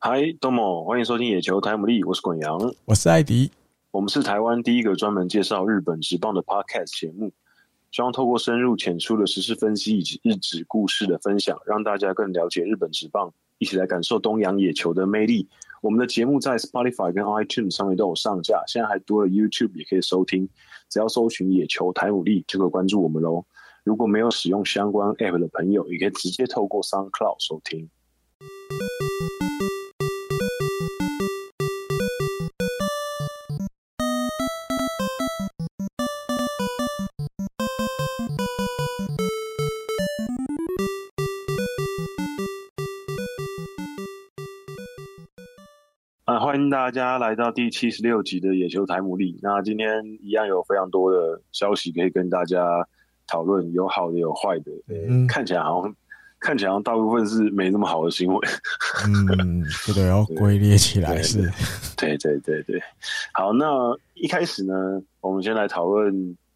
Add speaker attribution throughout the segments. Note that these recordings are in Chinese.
Speaker 1: 嗨，东某，欢迎收听野球台姆利，我是滚阳，
Speaker 2: 我是艾迪。
Speaker 1: 我们是台湾第一个专门介绍日本职棒的 podcast 节目，希望透过深入浅出的时事分析以及日职故事的分享，让大家更了解日本职棒，一起来感受东洋野球的魅力。我们的节目在 Spotify 跟 iTunes 上面都有上架，现在还多了 YouTube 也可以收听，只要搜寻“野球台姆利”就可以关注我们喽。如果没有使用相关 App 的朋友，也可以直接透过 SoundCloud 收听。啊，欢迎大家来到第七十六集的《野球台姆利》。那今天一样有非常多的消息可以跟大家讨论，有好的，有坏的。
Speaker 2: 嗯
Speaker 1: 看起来好像看起来好像大部分是没那么好的新闻。
Speaker 2: 嗯，这个要归列起来是，
Speaker 1: 对对对对，好，那一开始呢，我们先来讨论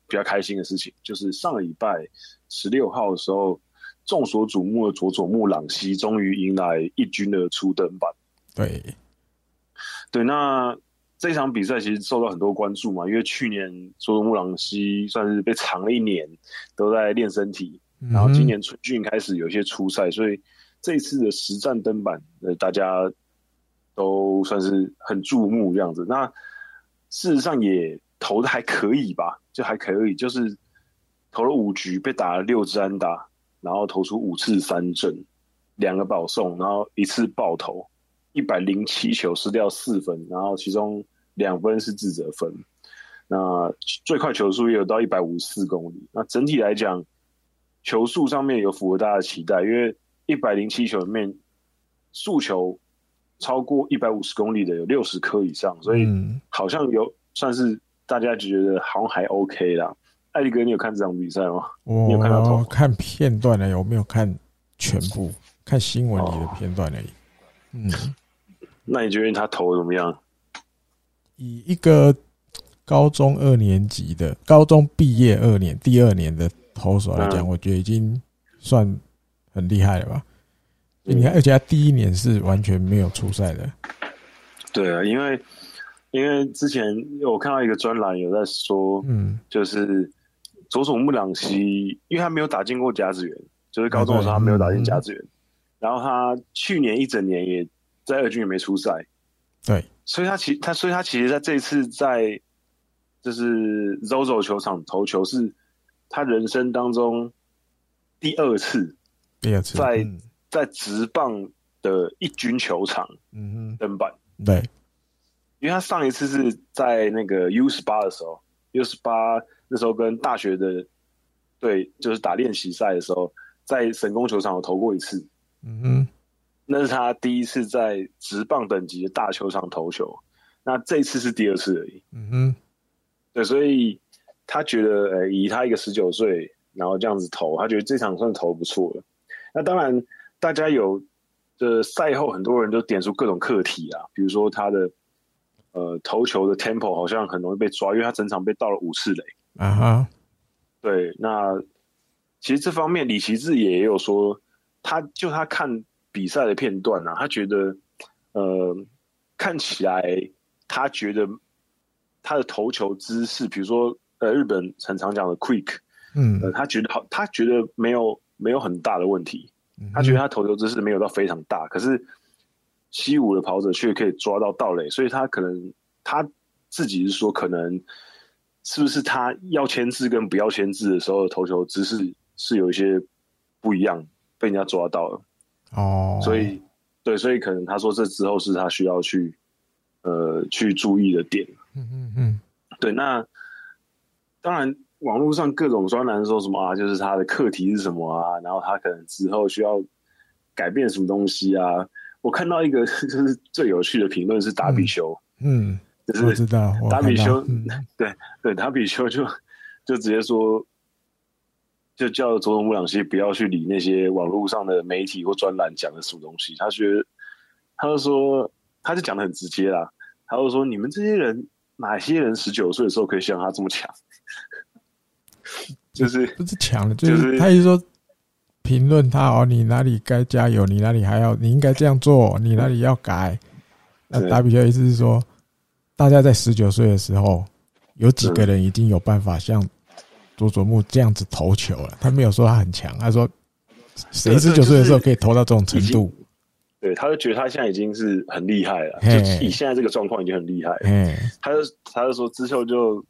Speaker 1: 比较开心的事情，就是上个礼拜十六号的时候，众所瞩目的佐佐木朗希终于迎来一军的初登板。
Speaker 2: 对，
Speaker 1: 对，那这场比赛其实受到很多关注嘛，因为去年佐佐木朗希算是被藏了一年，都在练身体，嗯然
Speaker 2: 嗯
Speaker 1: 后今年春训开始有一些出赛，所以这一次的实战登板，呃，大家都算是很注目这样子。那事实上也投的还可以吧，就还可以，就是投了五局，被打了六支安打，然后投出五次三振，两个保送，然后一次爆投，一百零七球失掉四分，然后其中两分是自责分。那最快球速也有到一百五十四公里。那整体来讲，球速上面有符合大家的期待，因为一百零七球里面速球超过一百五十公里的有六十颗以上，所以
Speaker 2: 嗯，
Speaker 1: 好像有算是大家觉得好像还 OK 啦。艾利哥，你有看这场比赛吗？你有看到头
Speaker 2: 我看片段了，有没有看全部？看新闻里的片段而已。嗯，
Speaker 1: 那你觉得他投得怎么样？
Speaker 2: 以一个高中二年级的高中毕业二年第二年的投手来讲，
Speaker 1: 嗯
Speaker 2: 我觉得已经算很厉害了吧。
Speaker 1: 嗯
Speaker 2: 你看，而且他第一年是完全没有出赛的，
Speaker 1: 对啊，因为因为之前我看到一个专栏有在说，
Speaker 2: 嗯，
Speaker 1: 就是佐佐木朗希，因为他没有打进过甲子园，就是高
Speaker 2: 嗯
Speaker 1: 中的时候他没有打进甲子园，然后他去年一整年也在二军也没出赛，
Speaker 2: 对，
Speaker 1: 所以他其他所以他其实在这一次在就是 ZOZO 球场投球是他人生当中第二次
Speaker 2: 第二次，
Speaker 1: 在
Speaker 2: 嗯
Speaker 1: 在职棒的一军球场
Speaker 2: 嗯
Speaker 1: 登板，
Speaker 2: 哼，对，
Speaker 1: 因为他上一次是在那个 U 十八的时候，U 十八那时候跟大学的对，就是打练习赛的时候，在神宫球场有投过一次，
Speaker 2: 嗯哼，
Speaker 1: 那是他第一次在职棒等级的大球场投球，那这一次是第二次而已。
Speaker 2: 嗯哼。
Speaker 1: 对，所以他觉得，呃，以他一个十九岁，然后这样子投，他觉得这场算投不错了。那当然，大家有的赛后很多人都点出各种课题啊，比如说他的呃投球的 tempo 好像很容易被抓，因为他整场被盗了五次雷。
Speaker 2: 啊哈，
Speaker 1: 对，那其实这方面李奇志也有说，他就他看比赛的片段啊，他觉得，呃，看起来他觉得他的投球姿势，比如说呃日本很常讲的 quick，
Speaker 2: 嗯
Speaker 1: 呃，，他觉得好，他觉得没有没有很大的问题，他
Speaker 2: 嗯
Speaker 1: 觉得他投球姿势没有到非常大，可是西武的跑者却可以抓到盗垒，所以他可能他自己是说，可能是不是他要签字跟不要签字的时候投球姿势是有一些不一样，被人家抓到了，
Speaker 2: 哦，
Speaker 1: 所以对，所以可能他说这之后是他需要去呃去注意的点。
Speaker 2: 嗯嗯嗯，
Speaker 1: 对，那当然，网络上各种专栏说什么啊，就是他的课题是什么啊，然后他可能之后需要改变什么东西啊。我看到一个 就是最有趣的评论是达比修，
Speaker 2: 嗯，
Speaker 1: 就
Speaker 2: 我
Speaker 1: 是
Speaker 2: 知道，我
Speaker 1: 达比
Speaker 2: 看到
Speaker 1: 修
Speaker 2: 嗯，
Speaker 1: 对达比修就就直接说，就叫佐佐木朗希不要去理那些网络上的媒体或专栏讲的什么东西，他觉得他就说他就讲的很直接啦，他就说你们这些人哪些人十九岁的时候可以像他这么强， 就是。
Speaker 2: 不是抢了，
Speaker 1: 就
Speaker 2: 就是是他一说评论他哦，你哪里该加油，你哪里还要，你应该这样做，你哪里要改，那
Speaker 1: 对
Speaker 2: 打比较意思是说，大家在十九岁的时候，有几个人已经有办法像佐佐木这样子投球了。他没有说他很强，他说谁
Speaker 1: 对
Speaker 2: 十
Speaker 1: 对
Speaker 2: 九岁的时候
Speaker 1: 就是
Speaker 2: 可以投到这种程度？
Speaker 1: 对，他就觉得他现在已经是很厉害了，
Speaker 2: 嘿
Speaker 1: 就以现在这个状况已经很厉害了。
Speaker 2: 哎，
Speaker 1: 他就他就说之后就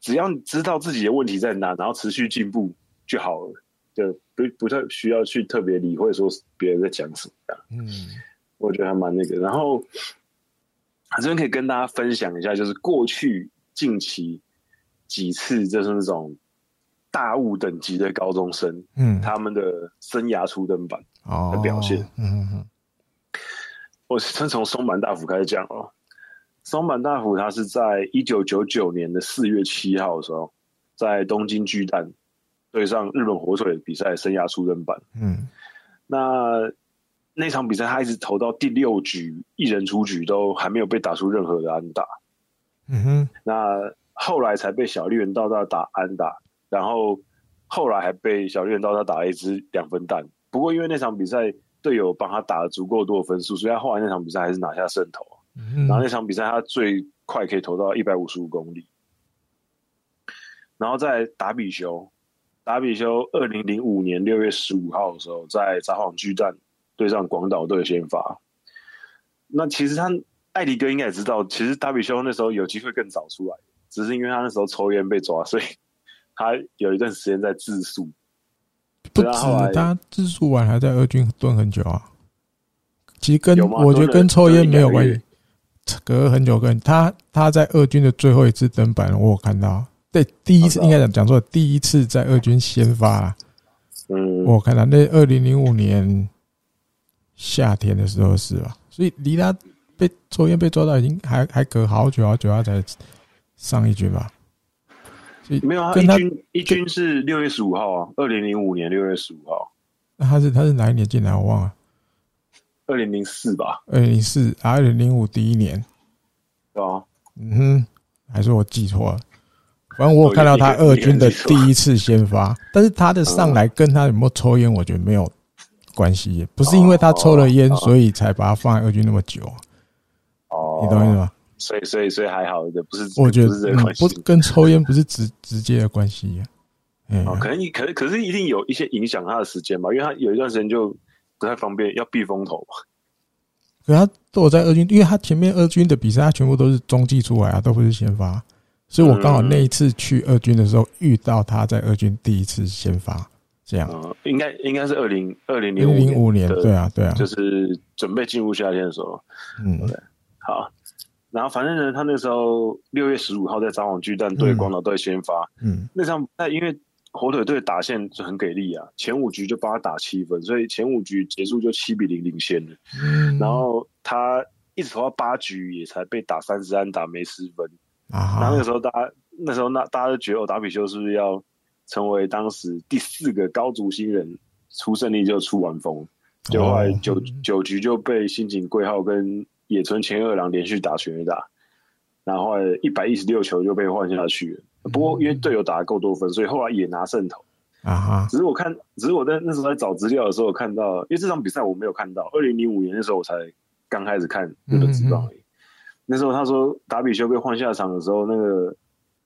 Speaker 1: 只要你知道自己的问题在哪，然后持续进步就好了，就不不太需要去特别理会说别人在讲什么这样。
Speaker 2: 嗯，
Speaker 1: 我觉得还蛮那个。然后这边可以跟大家分享一下，就是过去近期几次就是那种大雾等级的高中生，
Speaker 2: 嗯，
Speaker 1: 他们的生涯初登板。
Speaker 2: 哦
Speaker 1: 的表现，
Speaker 2: 嗯嗯嗯，
Speaker 1: 我先从松坂大辅开始讲哦。松坂大辅他是在一九九九年的四月七号的时候，在东京巨蛋对上日本火腿比赛生涯初登板。
Speaker 2: 嗯
Speaker 1: 那那场比赛他一直投到第六局，一人出局都还没有被打出任何的安打。
Speaker 2: 嗯哼，
Speaker 1: 那后来才被小笠原道大打安打，然后后来还被小笠原道大打了一支两分弹。不过因为那场比赛队友帮他打了足够多的分数，所以他后来那场比赛还是拿下胜投。
Speaker 2: 嗯
Speaker 1: 然后
Speaker 2: 哼
Speaker 1: 那场比赛他最快可以投到一百五十五公里。然后在达比修，达比修二零零五年六月十五号的时候，在札幌巨蛋对上广岛队先发。那其实他艾迪哥应该也知道，其实达比修那时候有机会更早出来，只是因为他那时候抽烟被抓，所以 他有一段时间在自诉。
Speaker 2: 不
Speaker 1: 然后
Speaker 2: 止
Speaker 1: 还
Speaker 2: 他自述完还在二军蹲很久啊。其实跟
Speaker 1: 有吗
Speaker 2: 我觉得跟抽烟没有关
Speaker 1: 蹲
Speaker 2: 系
Speaker 1: 了，
Speaker 2: 隔很久跟他他在二军的最后一次登板，我有看到。对，第一次
Speaker 1: 看到
Speaker 2: 应该讲讲错了，第一次在二军先发啦，
Speaker 1: 嗯，
Speaker 2: 我有看到那二零零五年夏天的时候是吧？所以离他被抽烟被抓到已经还还隔好久好久，他才上一军吧？所以
Speaker 1: 没有啊，
Speaker 2: 跟
Speaker 1: 一
Speaker 2: 他
Speaker 1: 军一军是六月十五号啊，二零零五年六月十五号，
Speaker 2: 那他是他是哪一年进来我忘了，
Speaker 1: 二零零四吧，
Speaker 2: 二零零四二零零五第一年，
Speaker 1: 对吧、
Speaker 2: 嗯哼，还是我记错了。反正
Speaker 1: 哦
Speaker 2: 我有看到他二军的第一次先发，但是他的上
Speaker 1: 嗯
Speaker 2: 来跟他有没有抽烟，我觉得没有关系，不是因为他抽了烟，
Speaker 1: 哦
Speaker 2: 所以才把他放在二军那么久，啊
Speaker 1: 哦，
Speaker 2: 你懂我意思吗？
Speaker 1: 所以所以所以还好的，不是
Speaker 2: 我觉得
Speaker 1: 不是这
Speaker 2: 嗯
Speaker 1: 个关系
Speaker 2: 不。跟抽烟不是直直接的关系、啊，嗯，
Speaker 1: 哦，可能可能可是一定有一些影响他的时间吧，因为他有一段时间就不太方便，要避风头嘛。
Speaker 2: 可他都有在二军，因为他前面二军的比赛，他全部都是中继出来啊，都不是先发，所以我刚好
Speaker 1: 嗯
Speaker 2: 那一次去二军的时候遇到他在二军第一次先发，这样，
Speaker 1: 嗯， 应该应该是二零二零零
Speaker 2: 零五
Speaker 1: 五
Speaker 2: 年，
Speaker 1: 的
Speaker 2: 对啊，对啊，
Speaker 1: 就是准备进入夏天的时候。
Speaker 2: 嗯
Speaker 1: 好，然后反正呢，他那时候六月十五号在札幌巨蛋对
Speaker 2: 嗯
Speaker 1: 广岛队先发，
Speaker 2: 嗯
Speaker 1: 那场那因为火腿队打线就很给力啊，前五局就帮他打七分，所以前五局结束就七比零领先了。
Speaker 2: 嗯，
Speaker 1: 然后他一直投到八局也才被打三十安打没失分。
Speaker 2: 啊哈，
Speaker 1: 然后那个时候大家那时候那大家都觉得哦，达比修是不是要成为当时第四个高足新人出胜利就出完封？就后来
Speaker 2: 哦
Speaker 1: 九九局就被新井贵浩跟野村千二郎连续打全垒打，然后后来一百一十六球就被换下去了。不
Speaker 2: 嗯
Speaker 1: 过因为队友打得够多分，所以后来也拿胜投。
Speaker 2: 啊哈，
Speaker 1: 只是我看，只是我在那时候在找资料的时候，我看到，因为这场比赛我没有看到，二零零五年那时候我才刚开始看日本职棒而已。那时候他说达比修被换下场的时候，那个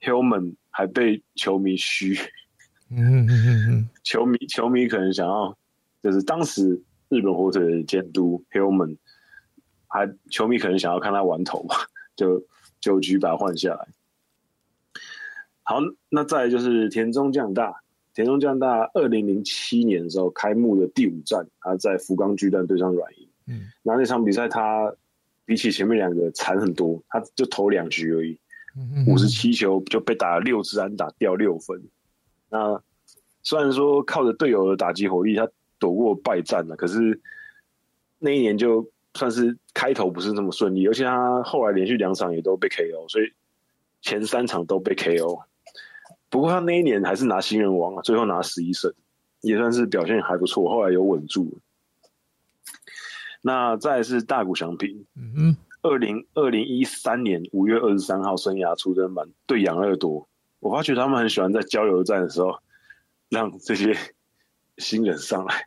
Speaker 1: Hillman 还被球迷嘘，
Speaker 2: 嗯嗯嗯嗯
Speaker 1: 球迷球迷可能想要，就是当时日本火腿的监督 Hillman，还球迷可能想要看他玩头嘛， 就九局把他换下来。好，那再来就是田中将大，田中将大二零零七年的时候开幕的第五战，他在福冈巨蛋对上软银，
Speaker 2: 嗯
Speaker 1: 那那场比赛他比起前面两个惨很多，他就投两局而已，
Speaker 2: 嗯，
Speaker 1: 五十七球就被打了六支安打掉六分。那虽然说靠着队友的打击火力，他躲过败战啊了，可是那一年就算是开头不是那么顺利，而且他后来连续两场也都被 KO，所以前三场都被 KO。不过他那一年还是拿新人王啊，最后拿十一胜，也算是表现还不错，后来有稳住了。那再来是大谷翔平，
Speaker 2: 嗯嗯
Speaker 1: 二零二零一三年五月二十三号生涯出征版对养乐多，我发觉他们很喜欢在交流战的时候让这些新人上来。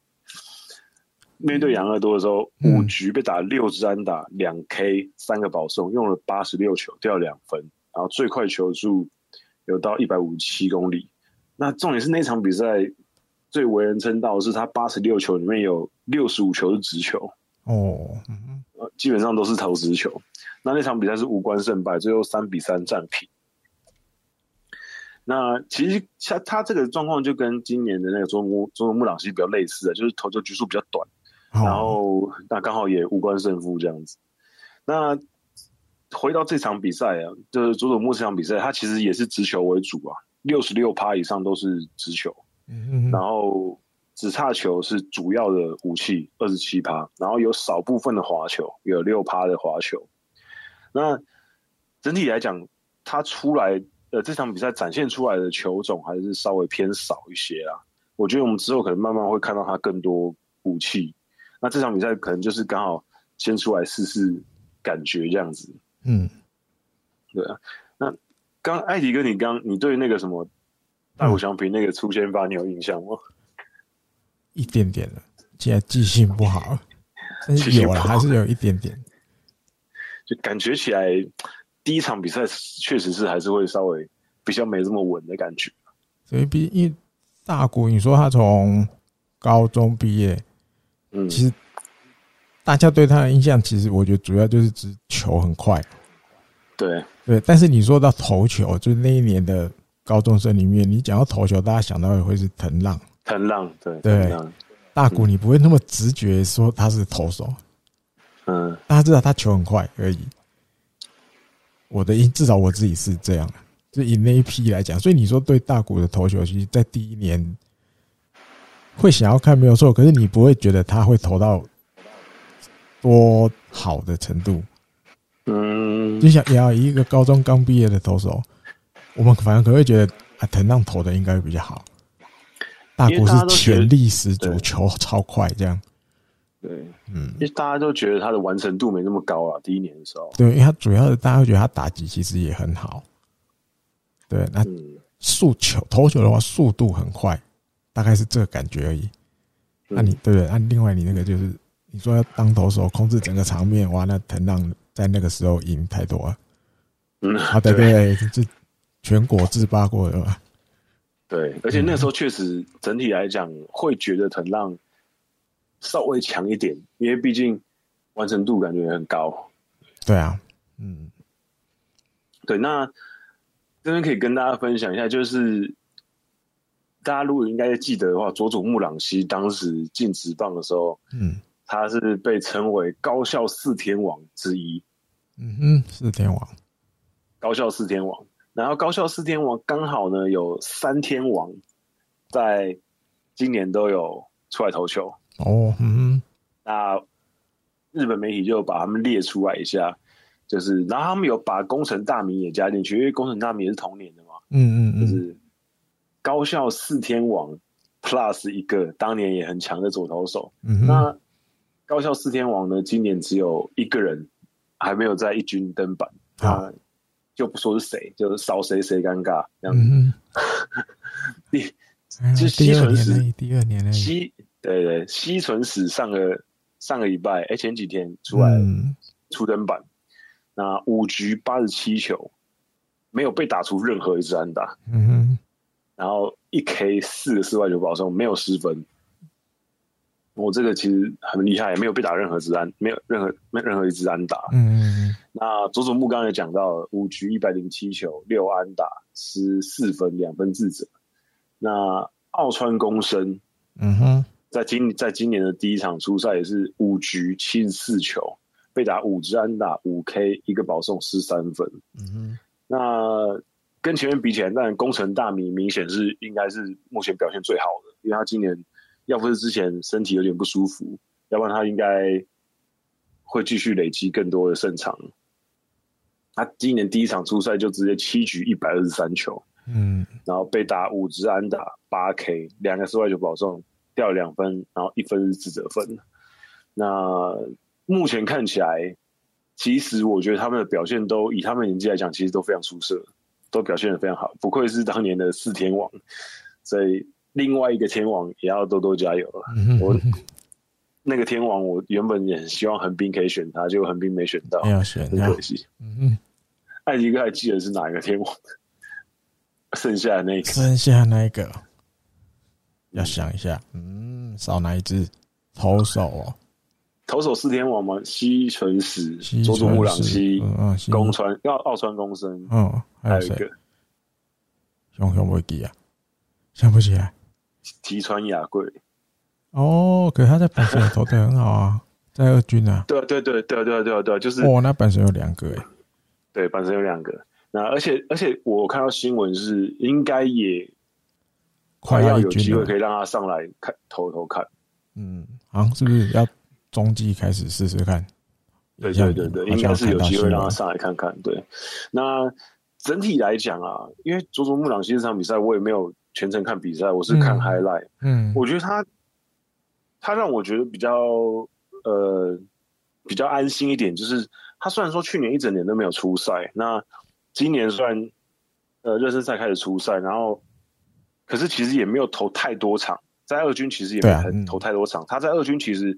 Speaker 1: 面对养乐多的时候，五局被打六支安打，两 K 三个保送，用了八十六球，掉了两分，然后最快球速有到一百五十七公里。那重点是那场比赛最为人称道的是他八十六球里面有六十五球是直球，
Speaker 2: 哦，嗯
Speaker 1: 呃基本上都是投直球。那那场比赛是无关胜败，最后三比三战平。那其实他他这个状况就跟今年的那个中国中国木朗西比较类似的，就是投球局数比较短，
Speaker 2: 好
Speaker 1: 然后那刚好也无关胜负这样子。那回到这场比赛啊，就是佐佐木这场比赛，他其实也是直球为主啊，六十六趴以上都是直球，
Speaker 2: 嗯嗯
Speaker 1: 然后直叉球是主要的武器，二十七趴，然后有少部分的滑球，有六趴的滑球。那整体来讲，他出来呃这场比赛展现出来的球种还是稍微偏少一些啊。我觉得我们之后可能慢慢会看到他更多武器。那这场比赛可能就是刚好先出来试试感觉这样子。
Speaker 2: 嗯，
Speaker 1: 对啊，那刚艾迪哥，你刚你对那个什么大谷翔平那个出先发，你有印象吗？
Speaker 2: 一点点了，现在记性不好，但是有了还是有一点点，
Speaker 1: 就感觉起来，第一场比赛确实是还是会稍微比较没这么稳的感觉。
Speaker 2: 所以毕因为大谷，你说他从高中毕业，
Speaker 1: 嗯，
Speaker 2: 其实大家对他的印象，其实我觉得主要就是指球很快，
Speaker 1: 对，
Speaker 2: 对。但是你说到投球，就是那一年的高中生里面，你讲到投球，大家想到的会是藤浪、
Speaker 1: 藤浪，对，
Speaker 2: 对
Speaker 1: 藤浪，
Speaker 2: 大谷，你不会那么直觉说他是投手，
Speaker 1: 嗯，
Speaker 2: 大家知道他球很快而已。我的印至少我自己是这样，就以那一批来讲，所以你说对大谷的投球，其实在第一年会想要看没有错，可是你不会觉得他会投到多好的程度。
Speaker 1: 嗯
Speaker 2: 就，想也要以一个高中刚毕业的投手，我们反而可能会觉得啊，藤浪投的应该会比较好。大
Speaker 1: 因为
Speaker 2: 谷
Speaker 1: 大家
Speaker 2: 是
Speaker 1: 都觉得
Speaker 2: 全力十足，
Speaker 1: 对
Speaker 2: 球超快，这样，
Speaker 1: 对，
Speaker 2: 嗯，
Speaker 1: 因为大家都觉得他的完成度没那么高啊，第一年的时候，
Speaker 2: 对，因为他主要的大家会觉得他打击其实也很好，对，那
Speaker 1: 嗯
Speaker 2: 速球投球的话速度很快，大概是这个感觉而已。
Speaker 1: 嗯
Speaker 2: 那你对不对？那另外你那个就是你说要当投手控制整个场面，哇，那藤浪在那个时候赢太多了，
Speaker 1: 嗯，
Speaker 2: 啊，对对，这全国制霸过的嘛， 嗯
Speaker 1: 对，而且那时候确实整体来讲会觉得藤浪稍微强一点，因为毕竟完成度感觉很高。
Speaker 2: 对啊，嗯。
Speaker 1: 对，那这边可以跟大家分享一下，就是大家如果应该记得的话，佐佐木朗希当时进职棒的时候，
Speaker 2: 嗯
Speaker 1: 他是被称为高校四天王之一。
Speaker 2: 嗯哼，四天王，
Speaker 1: 高校四天王，然后高校四天王刚好呢有三天王在今年都有出来投球，
Speaker 2: 哦，嗯
Speaker 1: 那日本媒体就把他们列出来一下，就是然后他们有把工程大名也加进去，因为工程大名也是同年的嘛，
Speaker 2: 哼，嗯嗯
Speaker 1: 就
Speaker 2: 嗯，
Speaker 1: 是高校四天王 plus 一个当年也很强的左投手。
Speaker 2: 嗯哼，
Speaker 1: 那高校四天王呢，今年只有一个人还没有在一军登板，
Speaker 2: 好
Speaker 1: 那就不说是谁，就是少谁谁尴尬这样子。
Speaker 2: 嗯
Speaker 1: 第
Speaker 2: 哼，
Speaker 1: 就
Speaker 2: 第
Speaker 1: 西
Speaker 2: 二
Speaker 1: 纯
Speaker 2: 年
Speaker 1: 史
Speaker 2: 而已，第二年而已，
Speaker 1: 西对对西纯史上个上个礼拜哎、前几天出来
Speaker 2: 嗯
Speaker 1: 初登板，那五局八十七球，没有被打出任何一支安打，
Speaker 2: 嗯哼，
Speaker 1: 然后一 K 四个四外球保送，没有失分。我这个其实很厉害，没有被打任何支安，没有任何没有任何一支安打。
Speaker 2: 嗯嗯
Speaker 1: 那佐佐木刚才讲到了五局一百零七球，六安打，失四分，两分自责。那奥川公生
Speaker 2: 嗯哼，
Speaker 1: 在今在今年的第一场初赛也是五局七十四球，被打五支安打，五 K 一个保送，失三分。
Speaker 2: 嗯哼，
Speaker 1: 那跟前面比起来，但工程大米明显是应该是目前表现最好的，因为他今年要不是之前身体有点不舒服，要不然他应该会继续累积更多的胜场。他今年第一场初赛就直接七局一百二十三球，
Speaker 2: 嗯
Speaker 1: 然后被打五支安打八 K，两个室外球保送，掉两分，然后一分是自责分。那目前看起来，其实我觉得他们的表现都以他们年纪来讲，其实都非常出色，都表现的非常好，不愧是当年的四天 王。所以另外一个天王也要多多加油了。
Speaker 2: 嗯
Speaker 1: 我
Speaker 2: 哼，
Speaker 1: 那个天王，我原本也很希望横滨可以选他，结果横滨没选到，
Speaker 2: 没有选
Speaker 1: 很
Speaker 2: 到
Speaker 1: 可。惜。
Speaker 2: 嗯哼，
Speaker 1: 艾迪哥还记得是哪一个天王？剩下的那一个
Speaker 2: 剩下那一个要想一下，嗯，少哪一只？投手哦，
Speaker 1: 投手四天王吗？西纯史、
Speaker 2: 西
Speaker 1: 佐佐木朗
Speaker 2: 川是
Speaker 1: 希、
Speaker 2: 嗯嗯，西
Speaker 1: 宫川、要奥川公生，
Speaker 2: 嗯，还
Speaker 1: 还
Speaker 2: 有
Speaker 1: 有一
Speaker 2: 谁
Speaker 1: 个？
Speaker 2: 熊熊维基啊，想不起来。
Speaker 1: 提川雅贵。
Speaker 2: 哦，可是他在阪神也投的很好啊， 在二军啊。
Speaker 1: 对啊对对对啊对啊对啊对啊，就是
Speaker 2: 哦，那阪神有两个诶，
Speaker 1: 对，本身有两个。那而且而且我看到新闻是，应该也快
Speaker 2: 要
Speaker 1: 要
Speaker 2: 一
Speaker 1: 有机
Speaker 2: 军
Speaker 1: 会
Speaker 2: 了
Speaker 1: 可。以让他上来看投投看。
Speaker 2: 嗯，好像是不是要中继开始试试看？
Speaker 1: 对
Speaker 2: 像
Speaker 1: 对对对，
Speaker 2: 好像
Speaker 1: 应该是有
Speaker 2: 看到
Speaker 1: 机会
Speaker 2: 新
Speaker 1: 让他
Speaker 2: 闻
Speaker 1: 上来看看。对，那整体来讲啊，因为佐佐木朗希这场比赛我也没有全程看比赛，我是看
Speaker 2: 嗯
Speaker 1: highlight。
Speaker 2: 嗯，
Speaker 1: 我觉得他他让我觉得比较呃比较安心一点，就是他虽然说去年一整年都没有出赛，那今年虽然呃热身赛开始出赛，然后可是其实也没有投太多场，在二军其实也没
Speaker 2: 对
Speaker 1: 有
Speaker 2: 啊
Speaker 1: 太
Speaker 2: 嗯
Speaker 1: 投太多场，他在二军其实。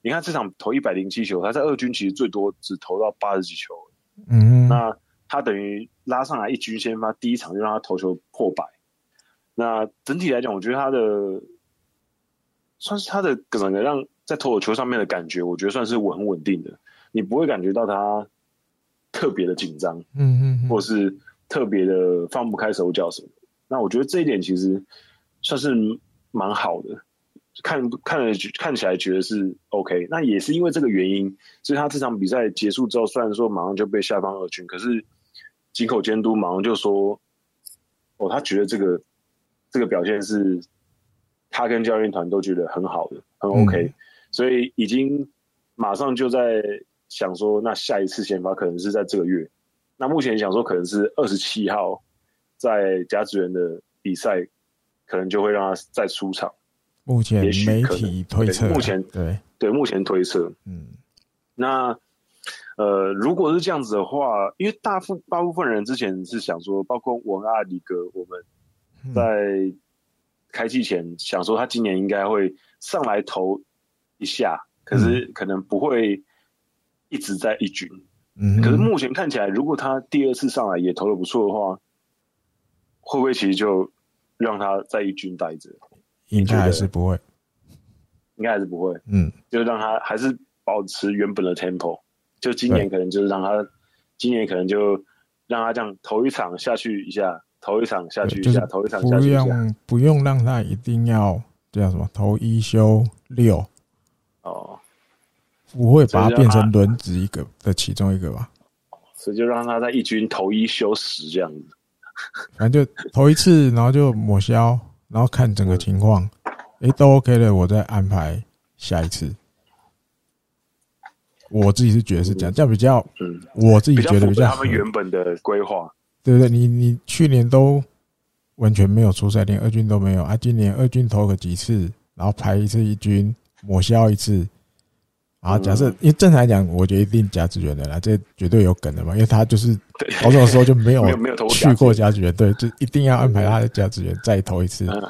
Speaker 1: 你看这场投一百零七球，他在二军其实最多只投到八十几球，
Speaker 2: 嗯，
Speaker 1: 那他等于拉上来一局先发，第一场就让他投球破百。那整体来讲，我觉得他的算是他的整个让在投手球上面的感觉，我觉得算是稳很稳定的，你不会感觉到他特别的紧张，
Speaker 2: 嗯嗯
Speaker 1: 或是特别的放不开手脚什么的。那我觉得这一点其实算是蛮好的，看看了看起来觉得是 OK。那也是因为这个原因，所以他这场比赛结束之后，虽然说马上就被下放二军，可是井口监督马上就说：“哦，他觉得这个这个表现是他跟教练团都觉得很好的，很 OK，、
Speaker 2: 嗯
Speaker 1: 所以已经马上就在想说，那下一次先发可能是在这个月。那目前想说可能是二十七号在甲子园的比赛，可能就会让他再出场。
Speaker 2: 目前
Speaker 1: 也许
Speaker 2: 媒
Speaker 1: 可能
Speaker 2: 体推
Speaker 1: 对
Speaker 2: 测啊，
Speaker 1: 目前
Speaker 2: 对，
Speaker 1: 对，目前推测。
Speaker 2: 嗯
Speaker 1: 那呃，如果是这样子的话，因为大部大部分人之前是想说，包括我跟阿里哥，我们
Speaker 2: 嗯
Speaker 1: 在开季前想说他今年应该会上来投一下，可是可能不会一直在一军。
Speaker 2: 嗯，
Speaker 1: 可是目前看起来，如果他第二次上来也投的不错的话，会不会其实就让他在一军待着？
Speaker 2: 应该还
Speaker 1: 觉得
Speaker 2: 是不会，
Speaker 1: 应该还是不会，
Speaker 2: 嗯
Speaker 1: 就让他还是保持原本的 tempo。就今年可能就是让他，今年可能就让他这样投一场下去一下，投一场下去
Speaker 2: 对
Speaker 1: 一
Speaker 2: 就
Speaker 1: 下，
Speaker 2: 是
Speaker 1: 投一场下
Speaker 2: 不
Speaker 1: 去一下。
Speaker 2: 用不用让他一定要这叫什么投一休六，
Speaker 1: 哦，
Speaker 2: 不会把
Speaker 1: 所以
Speaker 2: 它
Speaker 1: 就
Speaker 2: 变
Speaker 1: 让
Speaker 2: 成轮值一个的其中一个吧？
Speaker 1: 所以就让他在一军投一休十这样子。
Speaker 2: 反正就投一次，然后就抹消，然后看整个情况，诶、都 OK 了，我再安排下一次。我自己是觉得是这样，这样比较，
Speaker 1: 嗯，
Speaker 2: 我自己
Speaker 1: 比较
Speaker 2: 觉
Speaker 1: 符
Speaker 2: 得比
Speaker 1: 合
Speaker 2: 较
Speaker 1: 他
Speaker 2: 合
Speaker 1: 们，原本的规划。
Speaker 2: 对不对？你你去年都完全没有出赛，连二军都没有啊，今年二军投个几次，然后排一次一军，抹消一次。然后假设，
Speaker 1: 嗯
Speaker 2: 因为正常来讲，我觉得一定甲子园的啦，这绝对有梗的嘛，因为他就是
Speaker 1: 对，
Speaker 2: 投手的时候就没有
Speaker 1: 没有没有投过
Speaker 2: 去过
Speaker 1: 甲
Speaker 2: 甲子园，对，就一定要安排他的甲子园再投一次
Speaker 1: 嗯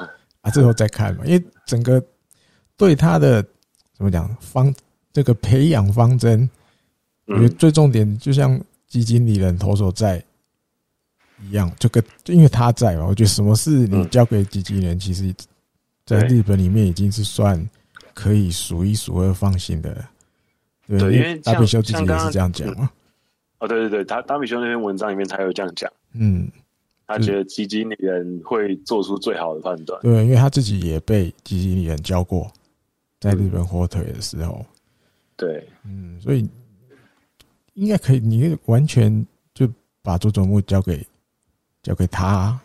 Speaker 2: 啊，最后再看嘛，因为整个对他的怎么讲方这个培养方针，我觉得
Speaker 1: 嗯，
Speaker 2: 最重点就像基金理人投手在一样，这个就因为他在嘛，我觉得什么事你
Speaker 1: 嗯
Speaker 2: 交给基金人，其实在
Speaker 1: 对
Speaker 2: 日本里面已经是算可以数一数二放心的了。对，
Speaker 1: 对
Speaker 2: 因
Speaker 1: 因
Speaker 2: 为
Speaker 1: 为
Speaker 2: 大
Speaker 1: 像
Speaker 2: 本修自己
Speaker 1: 像
Speaker 2: 也
Speaker 1: 刚
Speaker 2: 是
Speaker 1: 刚
Speaker 2: 这样讲嘛，
Speaker 1: 哦，对对对，他达米修那篇文章里面他有这样讲，
Speaker 2: 嗯。
Speaker 1: 他
Speaker 2: 嗯
Speaker 1: 觉得基金里人会做出最好的判断。
Speaker 2: 对，因为他自己也被基金里人教过，在日本火腿的时候，
Speaker 1: 对，
Speaker 2: 嗯，所以应该可以，你完全就把佐佐木交给交给他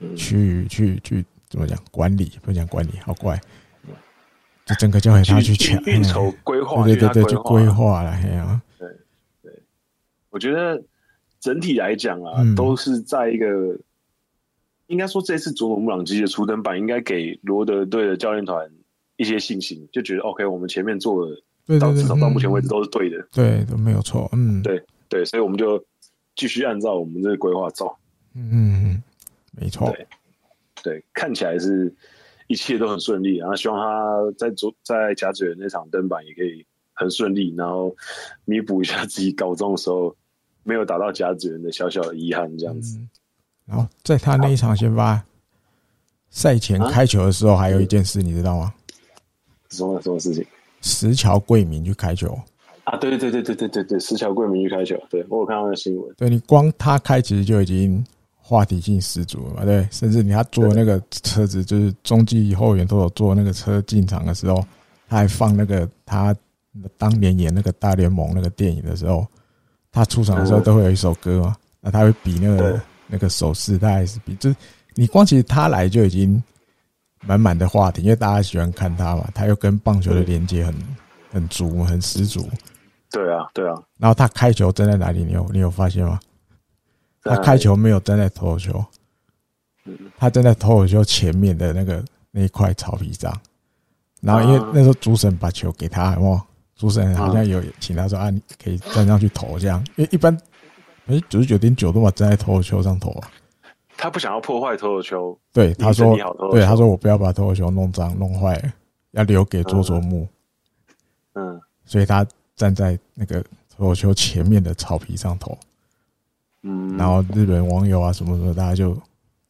Speaker 1: 嗯
Speaker 2: 去去去怎么讲管理，不能讲管理，好怪，
Speaker 1: 嗯
Speaker 2: 就整个交给他去抢
Speaker 1: 运运筹规划，
Speaker 2: 对
Speaker 1: 去
Speaker 2: 对
Speaker 1: 他
Speaker 2: 对对，去规
Speaker 1: 划。
Speaker 2: 划了，嘿啊，
Speaker 1: 我觉得整体来讲啊，
Speaker 2: 嗯
Speaker 1: 都是在一个，应该说这次佐佐木朗基的初登板，应该给罗德队的教练团一些信心，就觉得 OK，我们前面做的
Speaker 2: 对
Speaker 1: 到至
Speaker 2: 对对，
Speaker 1: 少到目前为止
Speaker 2: 嗯
Speaker 1: 都是对的，
Speaker 2: 对都没有错，嗯，
Speaker 1: 对对，所以我们就继续按照我们这个规划走。
Speaker 2: 嗯嗯嗯，没错，
Speaker 1: 对，看起来是一切都很顺利。然后希望他在昨在甲子园那场登板也可以很顺利，然后弥补一下自己高中的时候没有打到甲子园的小小的遗憾，这样子。
Speaker 2: 嗯然后在他那一场先发赛前
Speaker 1: 啊
Speaker 2: 开球的时候，还有一件事你知道吗？
Speaker 1: 什么什么事情
Speaker 2: 石桥贵明去开球，
Speaker 1: 啊？对对对对对对对，石桥贵明去开球，对我有看到那新闻。
Speaker 2: 对你光他开其实就已经话题性十足了嘛，对，甚至你他坐那个车子，就是中继后援都有坐那个车进场的时候，他还放那个他当年演那个大联盟那个电影的时候，他出场的时候
Speaker 1: 嗯
Speaker 2: 都会有一首歌嘛，那他会比那个
Speaker 1: 对
Speaker 2: 那个手势，他还是比，就是你光其实他来就已经满满的话题，因为大家喜欢看他嘛，他又跟棒球的连接很很足，很十足。
Speaker 1: 对啊，对啊，
Speaker 2: 然后他开球站在哪里？你有你有发现吗？他开球没有站在投手球，
Speaker 1: 嗯
Speaker 2: 他站在投手球前面的那个那一块草皮上。然后因为
Speaker 1: 啊
Speaker 2: 那时候主审把球给他，有没有主审好像有请他说啊，你可以站上去投这样，因为一般哎九十九点九都嘛站在投手球上投啊。
Speaker 1: 他不想要破坏投手球，
Speaker 2: 对，他说
Speaker 1: 你好投手球
Speaker 2: 对他说我不要把投手球弄脏弄坏了，要留给佐佐木，
Speaker 1: 嗯，
Speaker 2: 所以他站在那个投手球前面的草皮上投。
Speaker 1: 嗯，
Speaker 2: 然后日本网友啊什么什么，大家就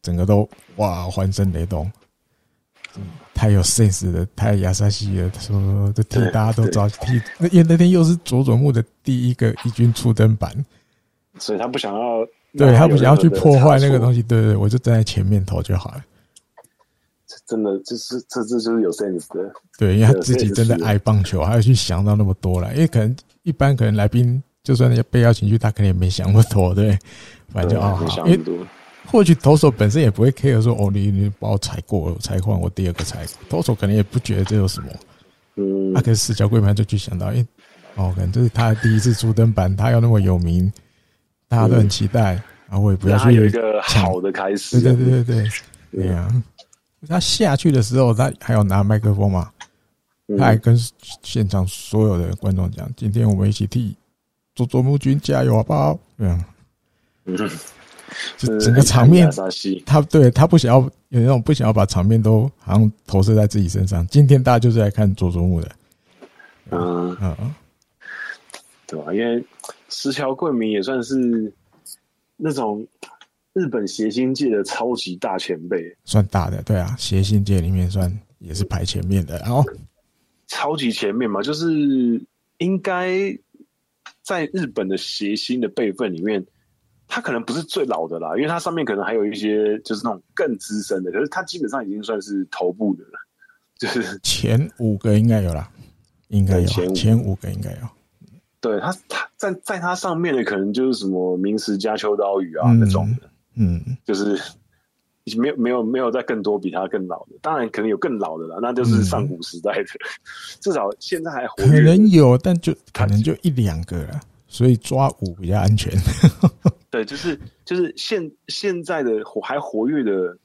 Speaker 2: 整个都哇欢声雷动，太有 sense 的，太亚萨西了，什么什么的替
Speaker 1: 对
Speaker 2: 大家都
Speaker 1: 对
Speaker 2: 着替，那因为那天又是佐佐木的第一个一军出登板，
Speaker 1: 所以他不想要，
Speaker 2: 对他不想要去破坏那个
Speaker 1: 西，
Speaker 2: 东西，对对，对我就站在前面投就好了，
Speaker 1: 真的就是这这就是有 sense 的，
Speaker 2: 对，因为他
Speaker 1: 对
Speaker 2: 自己
Speaker 1: 这个
Speaker 2: 真的
Speaker 1: 是
Speaker 2: 爱棒球，还要去想到那么多了，因为可能一般可能来宾就算被邀请去，他可能也没想那么 多，对，反正就
Speaker 1: 对
Speaker 2: 哦
Speaker 1: 没
Speaker 2: 好，
Speaker 1: 想
Speaker 2: 因为
Speaker 1: 很多，
Speaker 2: 或许投手本身也不会 care 说哦，你你把我踩过，我才换我第二个踩过。投手可能也不觉得这有什么。
Speaker 1: 嗯
Speaker 2: 他、，可是死角贵盘就去想到，哎、哦，可能这是他第一次出登板，他要那么有名，大家都很期待，啊，我也不要
Speaker 1: 让嗯他
Speaker 2: 去
Speaker 1: 有一个好的开
Speaker 2: 对
Speaker 1: 始，啊
Speaker 2: 对对对对，对呀、他下去的时候，他还有拿麦克风嘛，
Speaker 1: 嗯
Speaker 2: 他还跟现场所有的观众讲：“今天我们一起替佐佐木君加油，好不好？”对啊，
Speaker 1: 嗯呃
Speaker 2: 就整个场面
Speaker 1: 亚沙西，
Speaker 2: 他对他不想要有那种不想要把场面都好像投射在自己身上。今天大家就是来看佐佐木的，
Speaker 1: 嗯，
Speaker 2: 嗯，
Speaker 1: 对吧？因为石桥贵明也算是那种日本谐星界的超级大前辈，
Speaker 2: 算大的，对啊，谐星界里面算也是排前面的。然后
Speaker 1: 超级前面嘛，就是应该在日本的谐星的辈分里面，他可能不是最老的啦，因为他上面可能还有一些就是那种更资深的，可是他基本上已经算是头部的了，就是
Speaker 2: 前五个应该有啦，应该有啊
Speaker 1: 对前五
Speaker 2: 前五个应该有，
Speaker 1: 对他他在在他上面的可能就是什么明石加秋刀鱼啊、
Speaker 2: 嗯
Speaker 1: 那种的，
Speaker 2: 嗯，
Speaker 1: 就是。没有没有没有再更多比他更老的，当然可能有更老的啦，那就是上古时代的，至少现在还活
Speaker 2: 嗯可
Speaker 1: 跃的
Speaker 2: 能有，但就可能就一两个了，所以抓五比较安 全。
Speaker 1: 对，就是就是现现在的活还活跃的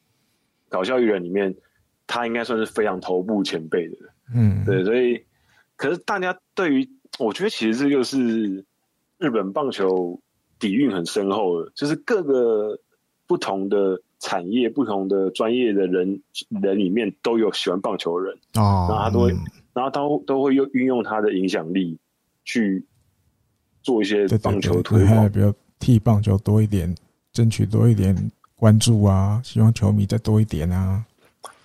Speaker 1: 搞笑艺人里面，他应该算是非常头部前辈的。
Speaker 2: 嗯，
Speaker 1: 对，所以可是大家对于，我觉得其实这就是日本棒球底蕴很深厚的，就是各个不同的产业、不同的专业的人人里面都有喜欢棒球的人。然后
Speaker 2: 哦
Speaker 1: 他都会，
Speaker 2: 嗯
Speaker 1: 然后都都会用运用他的影响力去做一些
Speaker 2: 对对
Speaker 1: 棒
Speaker 2: 对
Speaker 1: 球
Speaker 2: 对，
Speaker 1: 推
Speaker 2: 还有
Speaker 1: 广。
Speaker 2: 比如替棒球多一点，争取多一点关注啊，希望球迷再多一点啊。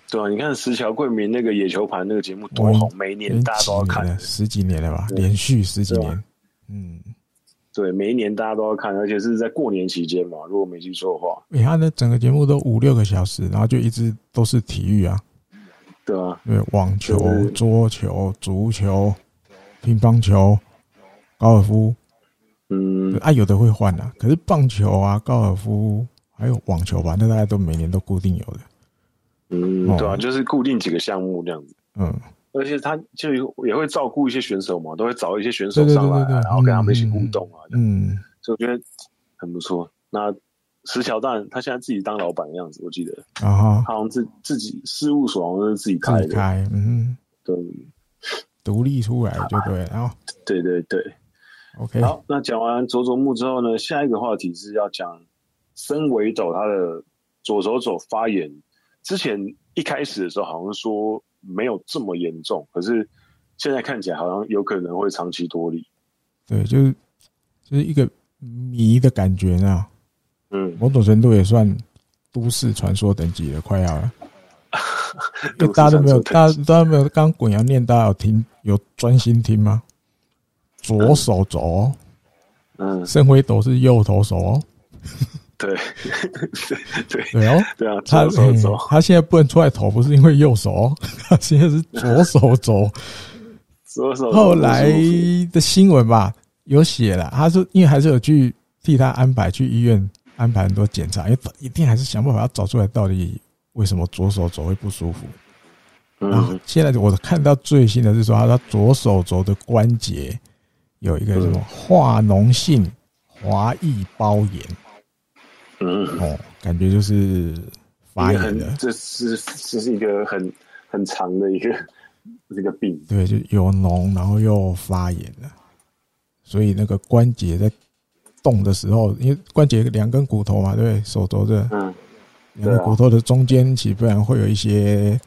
Speaker 1: 对啊，你看石桥贵明那个野球盘那个节目
Speaker 2: 我
Speaker 1: 多
Speaker 2: 已
Speaker 1: 红，每一
Speaker 2: 已经
Speaker 1: 年大家都要
Speaker 2: 几年
Speaker 1: 看
Speaker 2: 了，十几年了吧，
Speaker 1: 对
Speaker 2: 连续十几
Speaker 1: 对啊
Speaker 2: 年。嗯，
Speaker 1: 对，每一年大家都要看，而且是在过年期间嘛，如果没记错的话，
Speaker 2: 诶，他的整个节目都五六个小时，然后就一直都是体育啊，
Speaker 1: 对啊，
Speaker 2: 对，网球
Speaker 1: 就是、
Speaker 2: 桌球、足球、乒乓球、高尔夫
Speaker 1: 嗯，
Speaker 2: 啊，有的会换啊，可是棒球啊、高尔夫还有网球吧，那大家都每年都固定有的。
Speaker 1: 嗯，对
Speaker 2: 哦
Speaker 1: 啊，就是固定几个项目这样子，
Speaker 2: 嗯，
Speaker 1: 而且他就也会照顾一些选手嘛，都会找一些选
Speaker 2: 对
Speaker 1: 手
Speaker 2: 对
Speaker 1: 上
Speaker 2: 对
Speaker 1: 来
Speaker 2: 对
Speaker 1: 啊，
Speaker 2: 对，
Speaker 1: 然后跟他们一起互
Speaker 2: 嗯
Speaker 1: 动啊，这样
Speaker 2: 嗯，
Speaker 1: 所以我觉得很不错。那石桥蛋他现在自己当老板的样子，我记得
Speaker 2: 然后
Speaker 1: 他好像自自己事务所好像是自己开
Speaker 2: 啊自己
Speaker 1: 的，
Speaker 2: 开，嗯，
Speaker 1: 对
Speaker 2: 独立出来就对了。然后
Speaker 1: 对对对。
Speaker 2: OK，
Speaker 1: 好，那讲完佐佐木之后呢，下一个话题是要讲森尾斗他的左手肘发炎。之前一开始的时候好像说没有这么严重，可是现在看起来好像有可能会长期脱离。
Speaker 2: 对，就是就是一个迷的感觉呢，
Speaker 1: 嗯，
Speaker 2: 某种程度也算都市传说等级了，快 要了。
Speaker 1: 都
Speaker 2: 因为
Speaker 1: 是
Speaker 2: 大家都没有，
Speaker 1: 这
Speaker 2: 大
Speaker 1: 样
Speaker 2: 家
Speaker 1: 子
Speaker 2: 大家没有，刚刚滚阳念，大家有听有专心听吗？左手肘 哦，
Speaker 1: 嗯，
Speaker 2: 圣辉斗是右头手哦，
Speaker 1: 对， 对对
Speaker 2: 对哦，
Speaker 1: 对啊，
Speaker 2: 他
Speaker 1: 走走
Speaker 2: 嗯
Speaker 1: 走，
Speaker 2: 他现在不能出来投，不是因为右手哦， 他现在是左手 肘。
Speaker 1: 左哦手
Speaker 2: 后来的新闻吧，有写了，他说因为还是有去替他安排去医院安排很多检查，因为一定还是想办法要找出来到底为什么左手肘会不舒服。然后
Speaker 1: 嗯
Speaker 2: 现在我看到最新的是说，他说左手肘的关节有一个什么化脓性滑液包炎
Speaker 1: 嗯，
Speaker 2: 哦，感觉就是发
Speaker 1: 一个
Speaker 2: 炎
Speaker 1: 很
Speaker 2: 了，
Speaker 1: 这是这是一个很很长的一个 这个病，
Speaker 2: 对，就有脓，然后又发炎了，所以那个关节在动的时候，因为关节两根骨头嘛，对不对，手肘的
Speaker 1: 嗯
Speaker 2: 两个骨头的中间，岂不然会有一些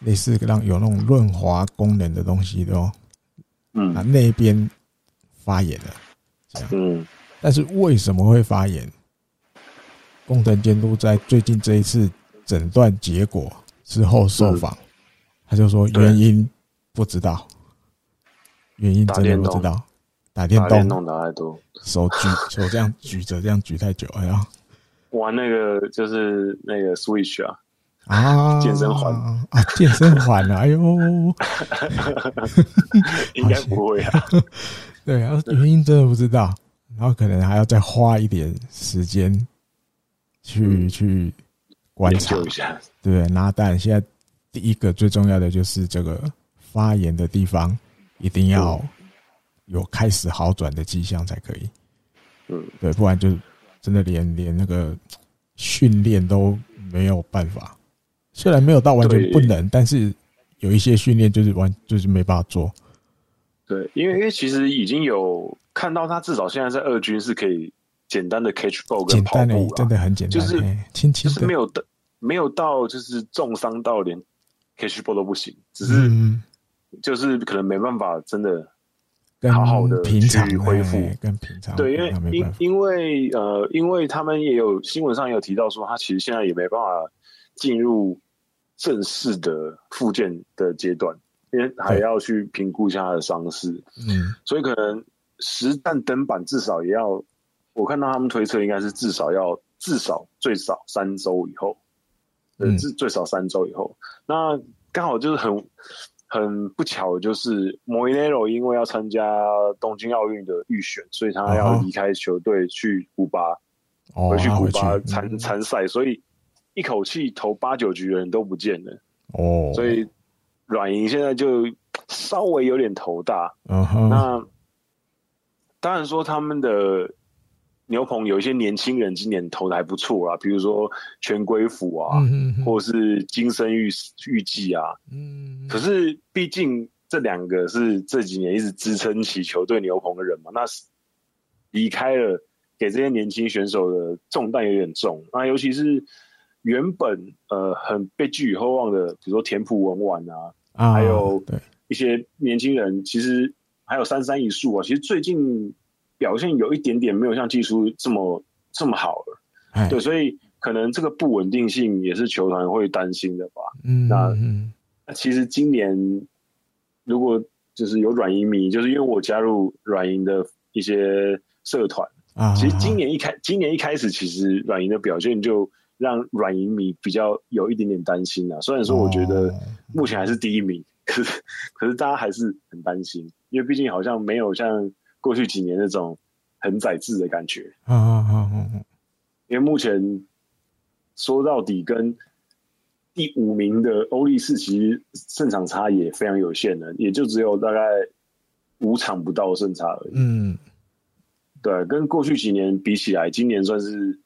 Speaker 2: 类似让有那种润滑功能的东西的哦，啊，
Speaker 1: 嗯
Speaker 2: 那边发炎了。
Speaker 1: 嗯
Speaker 2: 但是为什么会发炎？工程监督在最近这一次诊断结果之后受访，
Speaker 1: 嗯
Speaker 2: 他就说原因不知道，原因真的不知道。打电
Speaker 1: 打电
Speaker 2: 动，
Speaker 1: 动打太多，
Speaker 2: 手举手这样举着，这样举太久，哎呀
Speaker 1: 玩那个就是那个 Switch 啊，
Speaker 2: 啊！
Speaker 1: 健身环
Speaker 2: 啊，健身环啊！哎呦，
Speaker 1: 应该不会啊，
Speaker 2: 对，然后原因真的不知道，然后可能还要再花一点时间去、
Speaker 1: 嗯
Speaker 2: 去观
Speaker 1: 研
Speaker 2: 察
Speaker 1: 究一下，
Speaker 2: 对不对？那当然，现在第一个最重要的就是这个发炎的地方一定要有开始好转的迹象才可以。
Speaker 1: 嗯，
Speaker 2: 对，不然就真的连连那个训练都没有办法。虽然没有到完全
Speaker 1: 对
Speaker 2: 不能，但是有一些训练就是完就是没办法做。
Speaker 1: 对，因为因为其实已经有看到他至少现在在二军是可以简单的 catch ball
Speaker 2: 简
Speaker 1: 跟跑
Speaker 2: 单的、
Speaker 1: 步
Speaker 2: 真
Speaker 1: 了，
Speaker 2: 的很简单，
Speaker 1: 就是
Speaker 2: 嘿轻
Speaker 1: 就
Speaker 2: 轻
Speaker 1: 是
Speaker 2: 的，
Speaker 1: 没有的没有到就是重伤到连 catch ball 都不行，只是
Speaker 2: 嗯，
Speaker 1: 就是可能没办法真的
Speaker 2: 跟
Speaker 1: 好好地
Speaker 2: 平常
Speaker 1: 去恢复
Speaker 2: 嘿跟平常
Speaker 1: 对，因
Speaker 2: 平常
Speaker 1: 为
Speaker 2: 没办
Speaker 1: 因
Speaker 2: 法，
Speaker 1: 因为呃，因为他们也有新闻上也有提到说，他其实现在也没办法进入正式的复健的阶段，因为还
Speaker 2: 对
Speaker 1: 要去评估一下他的伤势，
Speaker 2: 嗯，
Speaker 1: 所以可能实战登板至少也要，我看到他们推测应该是至少要至少最少三周以后，
Speaker 2: 嗯
Speaker 1: 嗯，至最少三周以后，那刚好就是很。很不巧，就是 Moinero 因为要参加东京奥运的预选，所以他
Speaker 2: 哦
Speaker 1: 要离开球队去古巴，
Speaker 2: 哦，
Speaker 1: 回去
Speaker 2: 啊
Speaker 1: 古
Speaker 2: 回去
Speaker 1: 巴
Speaker 2: 嗯
Speaker 1: 参参赛，所以一口气投八九局的人都不见了，
Speaker 2: 哦，
Speaker 1: 所以软银现在就稍微有点头大，
Speaker 2: 嗯哼，
Speaker 1: 那当然说他们的牛棚有一些年轻人今年投的还不错啊啦，比如说全归辅啊，
Speaker 2: 嗯嗯
Speaker 1: 或是金生玉玉季啊。
Speaker 2: 嗯，
Speaker 1: 可是毕竟这两个是这几年一直支撑起球队牛棚的人嘛，那是离开了，给这些年轻选手的重担有点重。那尤其是原本呃很被寄予厚望的，比如说田浦文玩啊，
Speaker 2: 啊，
Speaker 1: 还有
Speaker 2: 对，
Speaker 1: 一些年轻人，其实还有三三一树啊，其实最近表现有一点点没有像技术这么这么好了，
Speaker 2: 哎
Speaker 1: 对，，所以可能这个不稳定性也是球团会担心的吧。
Speaker 2: 嗯，
Speaker 1: 那
Speaker 2: 嗯
Speaker 1: 那其实今年如果就是有软银迷，就是因为我加入软银的一些社团，
Speaker 2: 啊，
Speaker 1: 其实今年一开今年一开始，其实软银的表现就让软银迷比较有一点点担心啊。虽然说我觉得
Speaker 2: 哦
Speaker 1: 目前还是第一名， 可是可是大家还是很担心，因为毕竟好像没有像过去几年那种很宰制的感觉。
Speaker 2: 啊啊啊啊啊，
Speaker 1: 因为目前说到底跟第五名的欧力士其实胜场差也非常有限的，也就只有大概五场不到的胜差而已。
Speaker 2: 嗯，
Speaker 1: 对，跟过去几年比起来，今年算是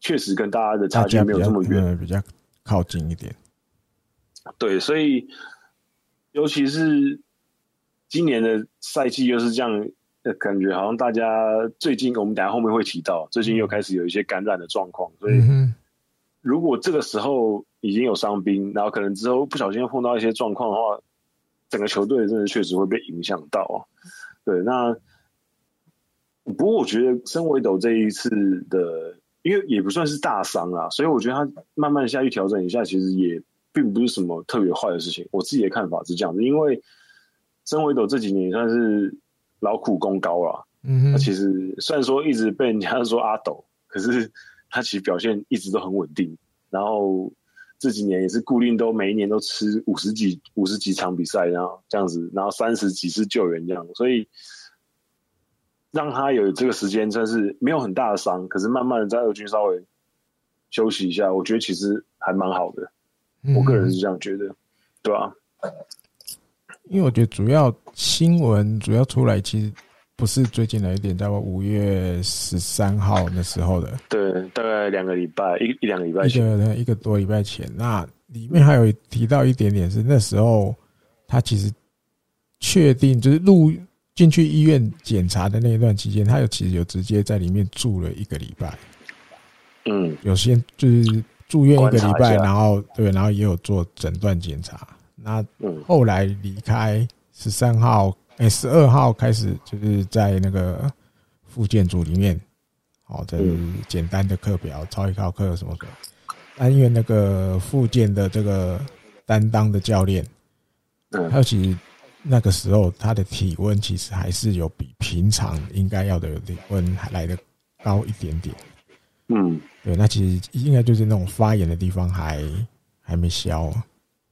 Speaker 1: 确实跟大家的
Speaker 2: 大
Speaker 1: 差距
Speaker 2: 家
Speaker 1: 没有这么远。
Speaker 2: 远，比较靠近一点，
Speaker 1: 对，所以尤其是今年的赛季又是这样，呃，感觉好像大家最近我们等一下
Speaker 2: 嗯
Speaker 1: 后面会提到，最近又开始有一些感染的状况，所以
Speaker 2: 嗯哼，
Speaker 1: 如果这个时候已经有伤兵，然后可能之后不小心碰到一些状况的话，整个球队真的确实会被影响到啊。对，那不过我觉得森维斗这一次的，因为也不算是大伤啊，所以我觉得他慢慢下去调整一下，其实也并不是什么特别坏的事情。我自己的看法是这样子，因为森维斗这几年也算是劳苦功高了、
Speaker 2: 嗯
Speaker 1: 那
Speaker 2: 哼，
Speaker 1: 其实虽然说一直被人家 说阿斗，可是他其实表现一直都很稳定。然后这几年也是固定都每一年都吃五十几五十几场比赛，然后这样子，然后三十几次救援这样，所以让他有这个时间算是没有很大的伤，可是慢慢的在二军稍微休息一下，我觉得其实还蛮好的。我个人
Speaker 2: 嗯
Speaker 1: 是这样觉得，对啊？
Speaker 2: 因为我觉得主要新闻主要出来其实不是最近的一点，在我五月十三号那时候的，
Speaker 1: 对，大概两个礼拜一一两个礼拜
Speaker 2: 一
Speaker 1: 前，
Speaker 2: 个一个多礼拜前，那里面还有提到一点点是那时候他其实确定就是入进去医院检查的那一段期间，他有其实有直接在里面住了一个礼拜，
Speaker 1: 嗯
Speaker 2: 有先就是住院一个礼
Speaker 1: 观察
Speaker 2: 拜，
Speaker 1: 一下
Speaker 2: 然后对，然后也有做诊断检查。那
Speaker 1: 嗯
Speaker 2: 后来离开十三号，哎，十二号开始就是在那个附件组里面，好、这是
Speaker 1: 嗯
Speaker 2: 简单的课表、超一考课什么的。那因为那个附件的这个担当的教练，
Speaker 1: 嗯
Speaker 2: 他其实那个时候他的体温其实还是有比平常应该要的体温还来的高一点点。
Speaker 1: 嗯，
Speaker 2: 对，那其实应该就是那种发炎的地方还还没消，